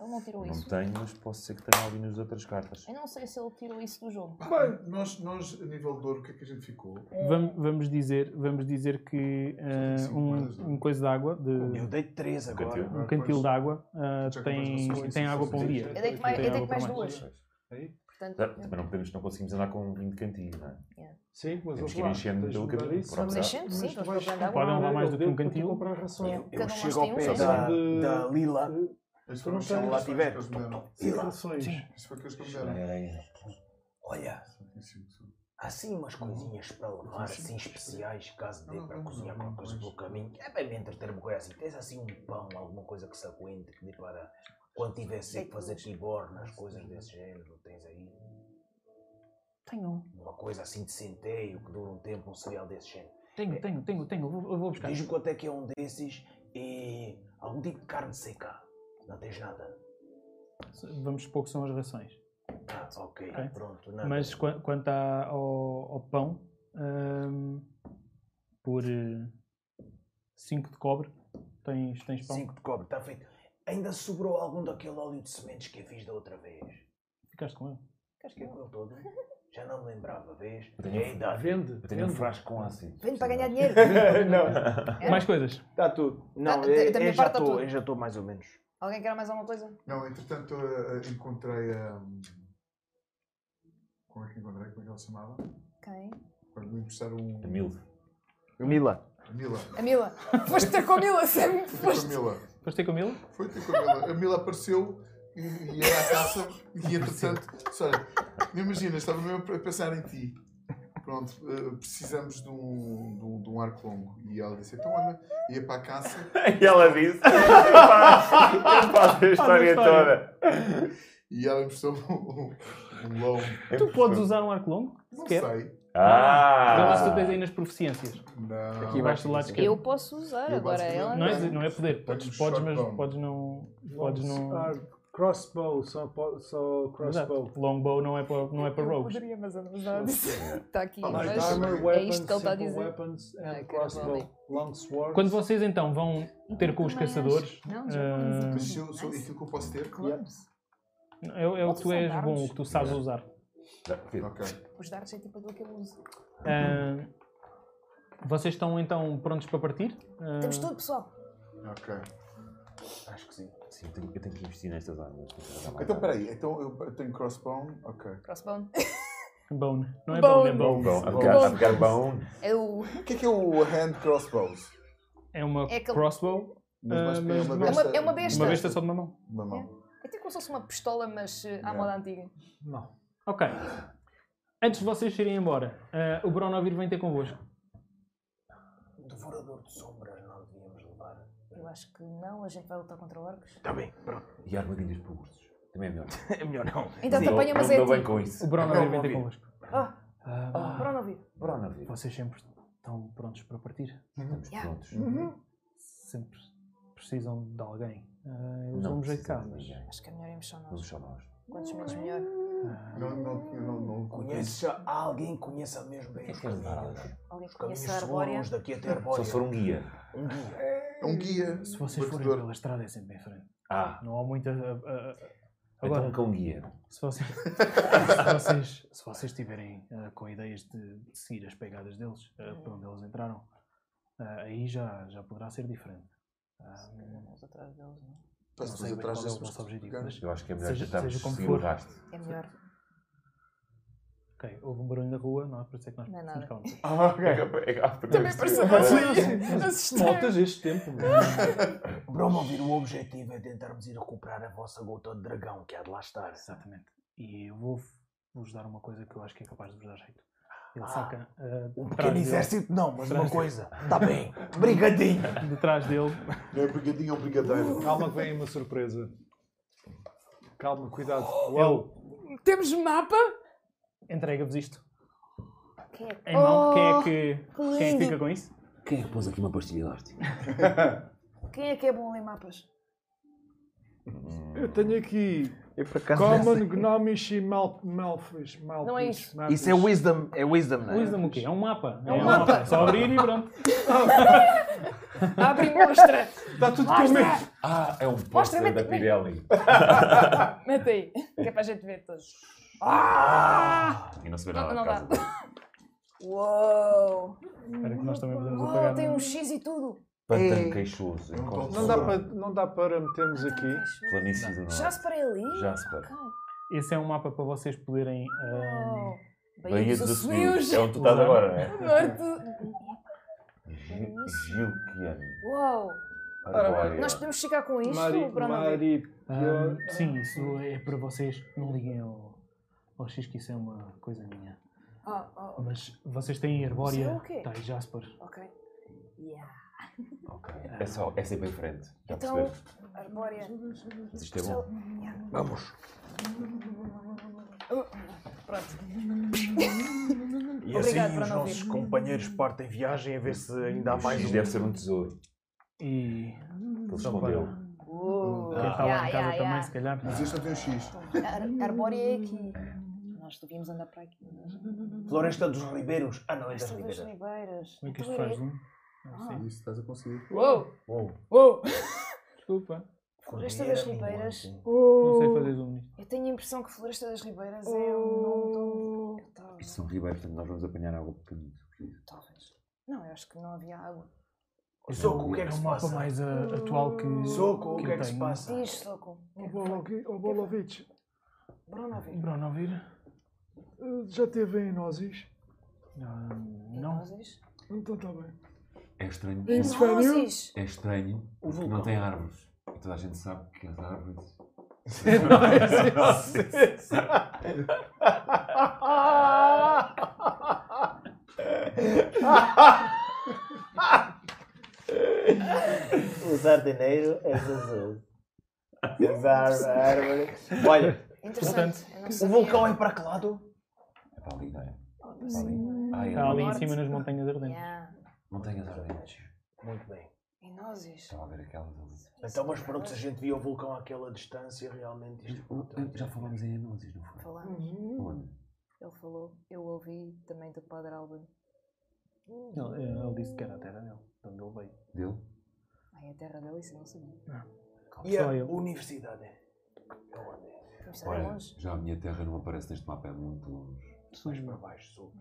[SPEAKER 2] Ele não tirou
[SPEAKER 4] Não
[SPEAKER 2] isso.
[SPEAKER 4] tenho, mas posso ser que tenha ali nas outras cartas.
[SPEAKER 2] Eu não sei se ele tirou isso do jogo.
[SPEAKER 3] Bem, nós, nós, a nível de ouro, o que é que a gente ficou?
[SPEAKER 1] Vamos, vamos dizer, vamos dizer que ah,
[SPEAKER 3] cinco moedas, não é?
[SPEAKER 1] um, um coisa de água, de,
[SPEAKER 5] é?
[SPEAKER 7] Eu dei três agora.
[SPEAKER 4] cantil.
[SPEAKER 1] um cantil de água, ah,
[SPEAKER 3] Já que mais
[SPEAKER 1] tem,
[SPEAKER 3] não sei se
[SPEAKER 1] tem
[SPEAKER 3] isso
[SPEAKER 1] água
[SPEAKER 3] é
[SPEAKER 1] para um dia.
[SPEAKER 2] Eu dei que mais,
[SPEAKER 1] Tem
[SPEAKER 2] eu dei
[SPEAKER 1] água
[SPEAKER 2] que
[SPEAKER 7] É
[SPEAKER 2] mais
[SPEAKER 1] para
[SPEAKER 2] duas. Portanto,
[SPEAKER 4] Já, Também não, podemos, não conseguimos andar com 20 cantinhos, não é?
[SPEAKER 9] Sim, mas
[SPEAKER 4] Temos
[SPEAKER 9] ouve
[SPEAKER 4] que ir
[SPEAKER 9] lá,
[SPEAKER 4] enchendo
[SPEAKER 9] tens de
[SPEAKER 4] pelo
[SPEAKER 9] mudar
[SPEAKER 4] caminho,
[SPEAKER 9] isso,
[SPEAKER 4] pronto.
[SPEAKER 9] mas-
[SPEAKER 2] Enchendo, sim,
[SPEAKER 9] mas tu
[SPEAKER 2] nós
[SPEAKER 9] vais
[SPEAKER 2] vamos
[SPEAKER 9] comprar
[SPEAKER 1] Podem levar
[SPEAKER 9] nada,
[SPEAKER 1] mais do que um
[SPEAKER 9] deu para tu
[SPEAKER 1] cantil.
[SPEAKER 9] comprar ração.
[SPEAKER 2] Yeah.
[SPEAKER 7] Eu
[SPEAKER 2] Cada um
[SPEAKER 7] chego
[SPEAKER 2] tem
[SPEAKER 7] ao
[SPEAKER 2] um,
[SPEAKER 7] pé
[SPEAKER 2] sim.
[SPEAKER 7] da,
[SPEAKER 9] De-
[SPEAKER 7] da
[SPEAKER 5] Ah,
[SPEAKER 7] Lila.
[SPEAKER 3] Estes
[SPEAKER 9] não
[SPEAKER 3] foram as
[SPEAKER 9] sei,
[SPEAKER 3] rações
[SPEAKER 7] lá tiver.
[SPEAKER 3] um que eles me deram.
[SPEAKER 9] Sim,
[SPEAKER 7] Lila.
[SPEAKER 9] rações.
[SPEAKER 3] Isto foi o que eles me
[SPEAKER 4] Ai,
[SPEAKER 3] deram.
[SPEAKER 4] ai, ai.
[SPEAKER 5] Olha,
[SPEAKER 3] Sim, sim.
[SPEAKER 5] há assim umas coisinhas para levar, assim especiais, caso dê
[SPEAKER 3] Não,
[SPEAKER 5] para
[SPEAKER 3] não,
[SPEAKER 5] cozinhar
[SPEAKER 3] não,
[SPEAKER 5] alguma coisa
[SPEAKER 3] não,
[SPEAKER 5] pelo caminho. É bem me entreter uma coisa assim. Tens assim um pão, alguma coisa que se aguente, que dê para quando tivesse que fazer tibornas, coisas desse género. Tens aí
[SPEAKER 2] um.
[SPEAKER 1] Tenho,
[SPEAKER 5] uma coisa assim de centeio que dura um tempo, um cereal desse género.
[SPEAKER 1] tenho, tenho, tenho, tenho. Eu vou, eu vou buscar.
[SPEAKER 5] Diz-me quanto é que é um desses e algum tipo de carne seca. Não tens nada.
[SPEAKER 1] Vamos supor que são as rações.
[SPEAKER 5] Ah, ok,
[SPEAKER 1] Ok.
[SPEAKER 5] pronto. Nada.
[SPEAKER 1] Mas qua- quanto à- ao, ao pão, ahm, por 5 de cobre, tens, tens pão.
[SPEAKER 5] 5 de cobre, está feito. Ainda sobrou algum daquele óleo de sementes que fiz da outra vez.
[SPEAKER 1] Ficaste com ele.
[SPEAKER 5] Queres que eu ele todo? Já não me lembrava, vês?
[SPEAKER 4] tenho-
[SPEAKER 5] É a idade.
[SPEAKER 9] Vende.
[SPEAKER 4] Eu tenho um
[SPEAKER 9] vende.
[SPEAKER 4] frasco com ácido.
[SPEAKER 2] Vem para ganhar dinheiro.
[SPEAKER 7] não,
[SPEAKER 2] É?
[SPEAKER 1] Mais coisas.
[SPEAKER 7] está tudo. Não,
[SPEAKER 2] Tá,
[SPEAKER 7] eu,
[SPEAKER 2] da
[SPEAKER 7] eu
[SPEAKER 2] minha
[SPEAKER 7] já
[SPEAKER 2] parte tá
[SPEAKER 7] estou,
[SPEAKER 2] tudo.
[SPEAKER 7] eu já estou mais ou menos.
[SPEAKER 2] Alguém quer mais alguma coisa?
[SPEAKER 3] Não, entretanto, eh, eh, encontrei a. Como é que encontrei? Como é que ela se chamava?
[SPEAKER 2] Quem?
[SPEAKER 3] Quando me emprestaram
[SPEAKER 4] A
[SPEAKER 3] um.
[SPEAKER 4] *laughs* milf.
[SPEAKER 7] Mila.
[SPEAKER 3] A Mila.
[SPEAKER 2] A Mila. Foste ter com a Mila, sempre
[SPEAKER 3] Foi com a
[SPEAKER 2] foste.
[SPEAKER 3] Mila.
[SPEAKER 1] Depois tem com ele?
[SPEAKER 3] Foi ter com a Mila. A Mila apareceu e, e era à caça e entretanto. Só, não imaginas, estava mesmo a pensar em ti. Pronto, eh, precisamos de um, de, um, de um arco longo. E ela disse: então olha, ia para a caça.
[SPEAKER 4] E ela disse: Eu faço Ah, a história toda.
[SPEAKER 3] E ela emprestou um, um longo.
[SPEAKER 1] Tu podes usar um arco longo?
[SPEAKER 3] Não
[SPEAKER 1] Sequer.
[SPEAKER 3] sei.
[SPEAKER 1] Vê lá se tu
[SPEAKER 4] É Ah!
[SPEAKER 1] tens aí nas proficiências.
[SPEAKER 3] Não.
[SPEAKER 7] Aqui
[SPEAKER 1] Abaixo do lado
[SPEAKER 7] Eu
[SPEAKER 1] esquerdo.
[SPEAKER 2] Eu posso usar
[SPEAKER 3] Eu
[SPEAKER 2] agora.
[SPEAKER 3] basicamente
[SPEAKER 2] Ela
[SPEAKER 1] Não é,
[SPEAKER 3] Tenho-
[SPEAKER 1] não é poder.
[SPEAKER 3] tenho
[SPEAKER 1] Podes,
[SPEAKER 3] um
[SPEAKER 1] podes,
[SPEAKER 3] short
[SPEAKER 1] mas
[SPEAKER 3] bow.
[SPEAKER 1] podes não. Podes não.
[SPEAKER 9] Ah, crossbow, só, po- só
[SPEAKER 1] Exato.
[SPEAKER 9] crossbow.
[SPEAKER 1] Longbow não é para, não é para rogues.
[SPEAKER 2] poderia, mas eu não usava disso. Está aqui.
[SPEAKER 3] Ah,
[SPEAKER 9] Light
[SPEAKER 3] mas-
[SPEAKER 9] armor,
[SPEAKER 2] mas é
[SPEAKER 9] weapons,
[SPEAKER 2] isto que ele está
[SPEAKER 9] simple
[SPEAKER 2] a dizer.
[SPEAKER 9] weapons
[SPEAKER 8] um
[SPEAKER 9] and
[SPEAKER 2] Ai, caramba,
[SPEAKER 9] crossbow.
[SPEAKER 2] homem.
[SPEAKER 9] Long sword.
[SPEAKER 1] Quando vocês então vão ter com os
[SPEAKER 2] Também acho.
[SPEAKER 1] caçadores,
[SPEAKER 2] Não, é já vamos
[SPEAKER 1] ah,
[SPEAKER 3] Mas é se eu, se eu, aquilo que eu posso ter, claro.
[SPEAKER 9] Yeah.
[SPEAKER 1] é, o- é o que tu
[SPEAKER 2] Outros
[SPEAKER 1] és
[SPEAKER 2] são
[SPEAKER 1] bom,
[SPEAKER 2] dados.
[SPEAKER 1] o que tu sabes usar.
[SPEAKER 3] Ok.
[SPEAKER 2] Os dardos é tipo aquilo que eu uso.
[SPEAKER 1] Ah, vocês estão então prontos para partir? Ah,
[SPEAKER 2] Temos tudo, pessoal.
[SPEAKER 3] Ok.
[SPEAKER 5] Acho que sim.
[SPEAKER 4] Sim, eu tenho- eu tenho que investir nestas armas. tenho que arranjar mais
[SPEAKER 3] Então,
[SPEAKER 4] armas.
[SPEAKER 3] peraí, então eu eu tenho crossbone, ok.
[SPEAKER 2] Crossbone.
[SPEAKER 1] Bone. Não é
[SPEAKER 2] Bone.
[SPEAKER 1] bone, é bone.
[SPEAKER 4] Bom, a ficar- a ficar bom.
[SPEAKER 2] É o.
[SPEAKER 3] O que é que é o hand crossbows?
[SPEAKER 1] É uma
[SPEAKER 2] É aquele-
[SPEAKER 1] crossbow, Ah,
[SPEAKER 3] Mas,
[SPEAKER 1] mas
[SPEAKER 3] uma
[SPEAKER 1] não-
[SPEAKER 2] É
[SPEAKER 3] besta.
[SPEAKER 2] uma, é uma besta.
[SPEAKER 1] uma besta só de uma mão.
[SPEAKER 3] Uma mão.
[SPEAKER 2] É tipo como se fosse uma pistola, mas eh, à
[SPEAKER 3] Yeah.
[SPEAKER 2] moda antiga.
[SPEAKER 9] Não.
[SPEAKER 1] Ok. Antes de vocês irem embora, ah, o Bronovir vem ter convosco.
[SPEAKER 5] Devorador de sombras não devíamos levar.
[SPEAKER 2] Eu acho que não, a gente vai lutar contra orcs.
[SPEAKER 5] Está bem, pronto.
[SPEAKER 4] E armadilhas para ursos. Também é melhor.
[SPEAKER 5] É melhor não.
[SPEAKER 2] Então
[SPEAKER 4] Não
[SPEAKER 2] apanha
[SPEAKER 4] dou-
[SPEAKER 2] mas
[SPEAKER 4] não
[SPEAKER 2] é
[SPEAKER 4] dou bem
[SPEAKER 2] ti.
[SPEAKER 4] com isso.
[SPEAKER 1] O Bronovir vem ter
[SPEAKER 5] Bronovir.
[SPEAKER 1] convosco.
[SPEAKER 2] Ah.
[SPEAKER 1] Ah,
[SPEAKER 2] Para não vir.
[SPEAKER 4] Bronavir.
[SPEAKER 1] vocês sempre estão prontos para partir?
[SPEAKER 4] Estamos
[SPEAKER 2] Yeah.
[SPEAKER 4] prontos. Uhum.
[SPEAKER 2] Uhum.
[SPEAKER 1] sempre precisam de alguém. Ah, eles
[SPEAKER 4] Não
[SPEAKER 1] vão jeito cá,
[SPEAKER 4] precisamos
[SPEAKER 1] mas
[SPEAKER 4] de ninguém.
[SPEAKER 2] Acho que é melhor irmos só
[SPEAKER 4] Vamos
[SPEAKER 2] nós.
[SPEAKER 4] só nós.
[SPEAKER 2] Quantos menos melhor.
[SPEAKER 1] Ah,
[SPEAKER 3] Não, não, eu não, não conheço.
[SPEAKER 5] Conheça alguém que conheça mesmo bem
[SPEAKER 4] Quem
[SPEAKER 5] os
[SPEAKER 4] quer levar
[SPEAKER 5] caminhos.
[SPEAKER 4] alguém?
[SPEAKER 2] Alguém que
[SPEAKER 5] Os caminhos
[SPEAKER 2] conheça a
[SPEAKER 5] são
[SPEAKER 2] Arbórea.
[SPEAKER 5] uns daqui até
[SPEAKER 4] Só
[SPEAKER 5] Arbórea.
[SPEAKER 4] se for um guia.
[SPEAKER 5] Um guia.
[SPEAKER 3] É um guia.
[SPEAKER 1] se vocês forem
[SPEAKER 3] batedor.
[SPEAKER 1] pela estrada é sempre em frente.
[SPEAKER 4] Ah,
[SPEAKER 1] Não há muita. ah, ah, ah.
[SPEAKER 4] então
[SPEAKER 1] agora,
[SPEAKER 4] um cão guia.
[SPEAKER 1] se, vocês, *laughs* se, vocês, se
[SPEAKER 2] Hum.
[SPEAKER 1] vocês tiverem ah, com ideias de, de seguir as pegadas deles, ah, para onde eles entraram, ah, ah, aí já, já poderá ser diferente. Ah,
[SPEAKER 2] Vamos atrás deles, não é?
[SPEAKER 1] não
[SPEAKER 3] Posso
[SPEAKER 1] sei
[SPEAKER 3] fazer
[SPEAKER 1] bem
[SPEAKER 3] atrás
[SPEAKER 1] qual é
[SPEAKER 3] desse
[SPEAKER 1] o nosso objetivo, mas
[SPEAKER 4] Eu acho que é melhor
[SPEAKER 1] Seja-
[SPEAKER 4] tentarmos
[SPEAKER 1] seja como
[SPEAKER 4] seguir o
[SPEAKER 1] for.
[SPEAKER 4] rastro.
[SPEAKER 2] É melhor.
[SPEAKER 1] ok, houve um barulho na rua, não é por isso é que nós
[SPEAKER 2] Não é
[SPEAKER 1] somos
[SPEAKER 2] nada.
[SPEAKER 1] calmos.
[SPEAKER 7] Ah,
[SPEAKER 4] É
[SPEAKER 7] ok.
[SPEAKER 2] Também pareceu que *laughs* eu
[SPEAKER 8] Faltas este tempo, mano.
[SPEAKER 5] Bromovir, o objetivo é tentarmos ir recuperar a vossa gota de dragão que há de lá estar.
[SPEAKER 1] Exatamente. E eu vou vos dar uma coisa que eu acho que é capaz de vos dar jeito. Ele saca ah,
[SPEAKER 5] Um
[SPEAKER 1] de trás
[SPEAKER 5] pequeno
[SPEAKER 1] dele,
[SPEAKER 5] exército, não, mas uma
[SPEAKER 1] Trânsito.
[SPEAKER 5] coisa. Está bem. Brigadinho.
[SPEAKER 1] de trás dele,
[SPEAKER 3] Não é brigadinho, é um brigadeiro.
[SPEAKER 12] Calma que vem aí uma surpresa. Calma, cuidado. Uau!
[SPEAKER 2] Temos mapa?
[SPEAKER 1] entrega-vos isto.
[SPEAKER 2] Quem é que-
[SPEAKER 1] Em mão, quem é
[SPEAKER 2] Oh,
[SPEAKER 1] que, quem é que
[SPEAKER 2] lindo.
[SPEAKER 1] fica com isso?
[SPEAKER 4] Quem é que pôs aqui uma pastilha elástica?
[SPEAKER 2] Quem é que é bom em mapas?
[SPEAKER 9] Eu tenho aqui
[SPEAKER 5] Eu por acaso.
[SPEAKER 9] Common Gnomish e Mal- Malfish. Malfish,
[SPEAKER 2] Não é isso.
[SPEAKER 9] Malfish.
[SPEAKER 5] Isso é wisdom, é wisdom, não é?
[SPEAKER 1] Wisdom o quê? É um mapa. É
[SPEAKER 2] um mapa.
[SPEAKER 1] Só abrir e
[SPEAKER 2] *laughs*
[SPEAKER 1] pronto.
[SPEAKER 2] Abre e mostra!
[SPEAKER 12] Está tudo com
[SPEAKER 2] Mostra!
[SPEAKER 12] medo!
[SPEAKER 4] Ah, é um
[SPEAKER 2] Mostra,
[SPEAKER 4] pôster da
[SPEAKER 2] mete-
[SPEAKER 4] Pirelli.
[SPEAKER 2] Mete aí, *laughs* que é para a gente ver todos.
[SPEAKER 4] E não se vê
[SPEAKER 2] Não,
[SPEAKER 4] nada
[SPEAKER 2] não
[SPEAKER 4] de casa.
[SPEAKER 2] Uou!
[SPEAKER 1] Espera que nós também podemos
[SPEAKER 2] Uou,
[SPEAKER 1] apagar. é?
[SPEAKER 2] tem um X e tudo!
[SPEAKER 4] Pantano queixoso.
[SPEAKER 12] Não dá, para, não dá para metermos aqui.
[SPEAKER 4] Planície do Norte.
[SPEAKER 2] Já se parei ali?
[SPEAKER 4] Já se para.
[SPEAKER 2] Ok.
[SPEAKER 1] Esse é um mapa para vocês poderem. ah,
[SPEAKER 2] Uou.
[SPEAKER 4] Bahia dos Assumidos. É onde tu
[SPEAKER 1] Usar.
[SPEAKER 4] estás agora,
[SPEAKER 2] *laughs*
[SPEAKER 4] não é?
[SPEAKER 2] O norte!
[SPEAKER 4] Gil- Gilquiano.
[SPEAKER 2] Uau!
[SPEAKER 4] Arbórea.
[SPEAKER 2] Nós podemos chegar com isto
[SPEAKER 12] Mari,
[SPEAKER 2] para
[SPEAKER 12] Mari,
[SPEAKER 1] ah, sim, isso é para vocês. Não liguem ao, ao X que isso é uma coisa minha.
[SPEAKER 2] Ah, ah, ah,
[SPEAKER 1] Mas vocês têm
[SPEAKER 2] Isso é
[SPEAKER 1] Arbórea,
[SPEAKER 2] o quê?
[SPEAKER 1] tem Jasper.
[SPEAKER 2] oh. ok. Yeah.
[SPEAKER 4] Ok. É só, é sempre em frente. Já
[SPEAKER 2] Então,
[SPEAKER 4] percebeste?
[SPEAKER 2] Arbórea.
[SPEAKER 4] Mas Isto é bom.
[SPEAKER 5] Vamos.
[SPEAKER 7] E
[SPEAKER 2] Obrigado
[SPEAKER 7] assim
[SPEAKER 2] por
[SPEAKER 7] os
[SPEAKER 2] não
[SPEAKER 7] nossos
[SPEAKER 2] vir.
[SPEAKER 7] companheiros partem viagem a ver se ainda há
[SPEAKER 4] O
[SPEAKER 7] mais
[SPEAKER 4] X
[SPEAKER 7] um.
[SPEAKER 4] deve ser um tesouro.
[SPEAKER 2] Então,
[SPEAKER 1] E.
[SPEAKER 4] Ele
[SPEAKER 1] Só
[SPEAKER 4] escondeu.
[SPEAKER 1] para-
[SPEAKER 2] Uou!
[SPEAKER 1] Quem está lá em casa tá também, se calhar.
[SPEAKER 3] Mas este não tem um X.
[SPEAKER 2] Ar Arbórea é aqui. Nós devíamos andar para aqui.
[SPEAKER 5] Floresta dos Ribeiros. Ah, não, é das
[SPEAKER 2] Estas duas
[SPEAKER 5] Ribeiras.
[SPEAKER 2] ribeiras.
[SPEAKER 1] Como é que isto
[SPEAKER 2] Então é-
[SPEAKER 1] faz? Um?
[SPEAKER 3] Isso, estás a conseguir.
[SPEAKER 2] Uou!
[SPEAKER 5] Uou. é
[SPEAKER 2] Uou!
[SPEAKER 1] Desculpa.
[SPEAKER 2] Oh! Floresta das Ribeiras.
[SPEAKER 1] Não sei fazer zoom nisto.
[SPEAKER 2] Eu tenho a impressão que Floresta das Ribeiras é um nome de onde eu estava.
[SPEAKER 4] Isto são ribeiros, portanto nós vamos apanhar água pequenina.
[SPEAKER 2] Talvez. Não, eu acho que não havia água.
[SPEAKER 5] Soco, o que é que
[SPEAKER 1] É um
[SPEAKER 5] se
[SPEAKER 1] mapa
[SPEAKER 5] passa?
[SPEAKER 1] mais ah, atual que.
[SPEAKER 5] Soco, o
[SPEAKER 1] eu
[SPEAKER 5] que é que se
[SPEAKER 1] tenho.
[SPEAKER 5] passa?
[SPEAKER 2] Diz, Soco. é
[SPEAKER 9] O Bolovi- o Bolovich
[SPEAKER 2] Bronovi.
[SPEAKER 1] Bruno, ouvir?
[SPEAKER 9] eh, já teve em Nozis?
[SPEAKER 1] Ah, não.
[SPEAKER 9] Então está bem.
[SPEAKER 4] É estranho.
[SPEAKER 9] Em Svenil?
[SPEAKER 2] Nozes.
[SPEAKER 4] É estranho porque não tem árvores. E toda a gente sabe que as árvores.
[SPEAKER 7] Usar dinheiro é
[SPEAKER 5] *laughs*
[SPEAKER 7] azul. Usar árvore. Olha,
[SPEAKER 2] Interessante. Eu não
[SPEAKER 5] O
[SPEAKER 2] sabia.
[SPEAKER 5] vulcão é para que lado?
[SPEAKER 4] É para ali, não é?
[SPEAKER 2] Oh,
[SPEAKER 4] Para ali. Ah, é
[SPEAKER 1] Está Tá ali em
[SPEAKER 2] Norte.
[SPEAKER 1] cima nas montanhas ardentes.
[SPEAKER 2] Yeah.
[SPEAKER 4] Montanhas ardentes.
[SPEAKER 5] Muito bem.
[SPEAKER 2] E nozes.
[SPEAKER 4] Estava a ver aquelas ali.
[SPEAKER 5] Então,
[SPEAKER 2] é
[SPEAKER 5] mas pronto,
[SPEAKER 2] um
[SPEAKER 5] se a gente via o vulcão àquela distância, realmente isto é
[SPEAKER 4] Ah, Já falámos em anúncios, não foi?
[SPEAKER 2] Falamos.
[SPEAKER 4] Onde?
[SPEAKER 2] Ele falou. Eu ouvi também do Padre Álvaro.
[SPEAKER 1] Ele, ele disse que era a terra dele, de onde ele veio.
[SPEAKER 4] Dele?
[SPEAKER 2] Ai, a terra dele, isso eu não sabia.
[SPEAKER 5] E a
[SPEAKER 1] Só eu.
[SPEAKER 5] universidade? É onde?
[SPEAKER 2] Temos de estar
[SPEAKER 4] Olha,
[SPEAKER 2] longe.
[SPEAKER 4] já a minha terra não aparece neste mapa, é muito longe.
[SPEAKER 5] Mais para baixo, sul.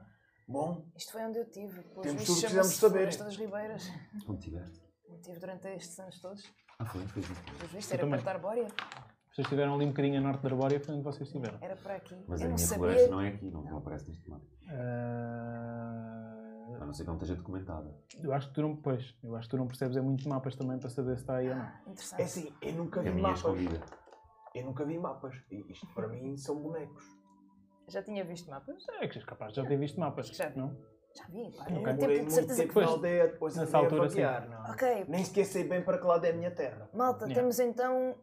[SPEAKER 5] Bom,
[SPEAKER 2] Isto foi onde eu tive. Pois
[SPEAKER 5] Temos
[SPEAKER 2] isto
[SPEAKER 5] tudo o
[SPEAKER 2] chama-se
[SPEAKER 5] que precisamos saber.
[SPEAKER 2] Floresta das Ribeiras.
[SPEAKER 4] Onde tiveste?
[SPEAKER 2] Eu tive durante estes anos todos.
[SPEAKER 4] Ah, foi, foi isso.
[SPEAKER 2] Os vistos
[SPEAKER 1] Eu
[SPEAKER 2] era
[SPEAKER 1] também.
[SPEAKER 2] para Tarbória.
[SPEAKER 1] Vocês estiveram ali um bocadinho a norte da Arbórea, foi onde vocês estiveram.
[SPEAKER 2] Era para aqui.
[SPEAKER 4] Mas
[SPEAKER 2] eu
[SPEAKER 4] a
[SPEAKER 2] não
[SPEAKER 4] minha
[SPEAKER 2] sabia.
[SPEAKER 4] floresta não é aqui, não, não aparece neste mapa.
[SPEAKER 1] Ah,
[SPEAKER 4] A não ser que não esteja documentada.
[SPEAKER 1] eu acho que tu não, pois, eu acho que tu não percebes é muitos mapas também para saber se está aí ou não.
[SPEAKER 5] é
[SPEAKER 2] Ah, Interessante.
[SPEAKER 5] assim, eu nunca
[SPEAKER 4] É a
[SPEAKER 5] vi
[SPEAKER 4] minha
[SPEAKER 5] mapas.
[SPEAKER 4] escondida.
[SPEAKER 5] Eu nunca vi mapas. E isto para mim são bonecos.
[SPEAKER 2] Já tinha visto mapas?
[SPEAKER 1] É que és capaz de já ter visto mapas,
[SPEAKER 2] Acho que já vi.
[SPEAKER 1] não?
[SPEAKER 2] Já vi, pá.
[SPEAKER 1] Ok.
[SPEAKER 2] Eu
[SPEAKER 5] Eu
[SPEAKER 2] tempo
[SPEAKER 5] demorei
[SPEAKER 2] de
[SPEAKER 5] muito
[SPEAKER 2] certeza
[SPEAKER 5] tempo
[SPEAKER 2] que foi.
[SPEAKER 5] na aldeia, depois
[SPEAKER 1] Nessa
[SPEAKER 5] andei a
[SPEAKER 1] altura, sim.
[SPEAKER 5] vaguear, não. é?
[SPEAKER 2] Ok,
[SPEAKER 5] Nem sequer sei bem para que lado é a minha terra.
[SPEAKER 2] Malta,
[SPEAKER 1] Yeah.
[SPEAKER 2] temos então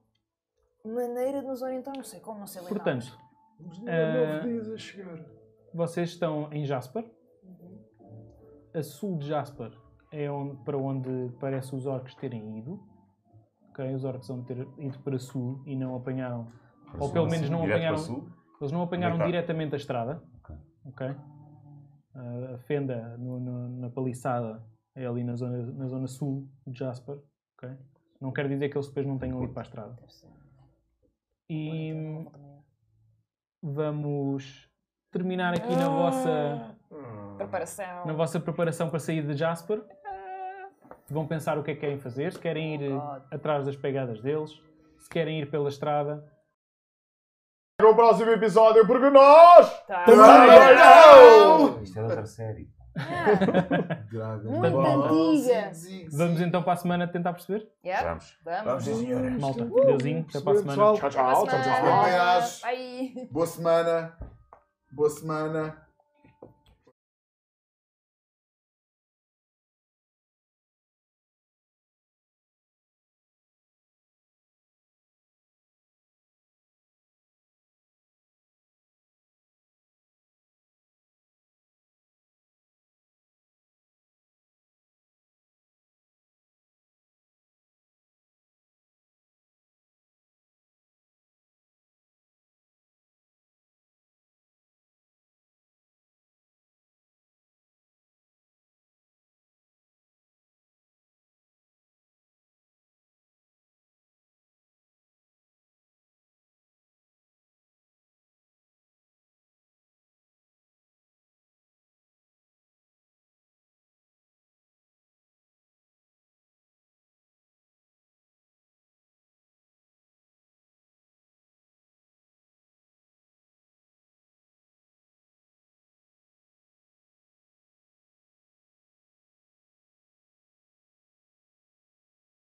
[SPEAKER 2] maneira de nos orientar, não sei como, não sei ler
[SPEAKER 1] Portanto,
[SPEAKER 9] Mas não é
[SPEAKER 1] Ah.
[SPEAKER 9] nove dias a chegar.
[SPEAKER 1] vocês estão em Jasper.
[SPEAKER 2] Uhum.
[SPEAKER 1] A sul de Jasper é onde- para onde parece os orcs terem ido. ok? Os orcs vão ter ido para sul e não apanharam
[SPEAKER 4] Para
[SPEAKER 1] Ou
[SPEAKER 4] sul,
[SPEAKER 1] pelo
[SPEAKER 4] assim,
[SPEAKER 1] menos não um-
[SPEAKER 4] direto para
[SPEAKER 1] apanharam-
[SPEAKER 4] sul.
[SPEAKER 1] Eles não apanharam
[SPEAKER 4] Onde é que tá?
[SPEAKER 1] diretamente a estrada.
[SPEAKER 4] Ok.
[SPEAKER 1] Ok. Ah, a fenda no- no- na paliçada é ali na zona, na zona sul de Jasper. ok? Não quer dizer que eles depois não tenham ido para a estrada.
[SPEAKER 2] Deve ser. então,
[SPEAKER 1] E vamos terminar
[SPEAKER 2] Ah!
[SPEAKER 1] aqui na vossa,
[SPEAKER 2] Preparação.
[SPEAKER 1] na vossa preparação para sair de Jasper. Vão pensar o que é que querem fazer, se querem ir eh, atrás das pegadas deles, se querem ir pela estrada.
[SPEAKER 7] No próximo episódio, porque nós
[SPEAKER 2] Tá.
[SPEAKER 4] Isto é da outra série.
[SPEAKER 2] Ah, Muito antiga.
[SPEAKER 1] Vamos então para a semana tentar perceber?
[SPEAKER 4] *laughs*
[SPEAKER 2] Yeah.
[SPEAKER 4] Vamos.
[SPEAKER 2] Vamos.
[SPEAKER 1] Malta,
[SPEAKER 2] Uh,
[SPEAKER 1] deusinho, até para a semana.
[SPEAKER 3] Tchau, tchau, tchau, tchau.
[SPEAKER 2] Bye.
[SPEAKER 3] Boa semana. Boa semana.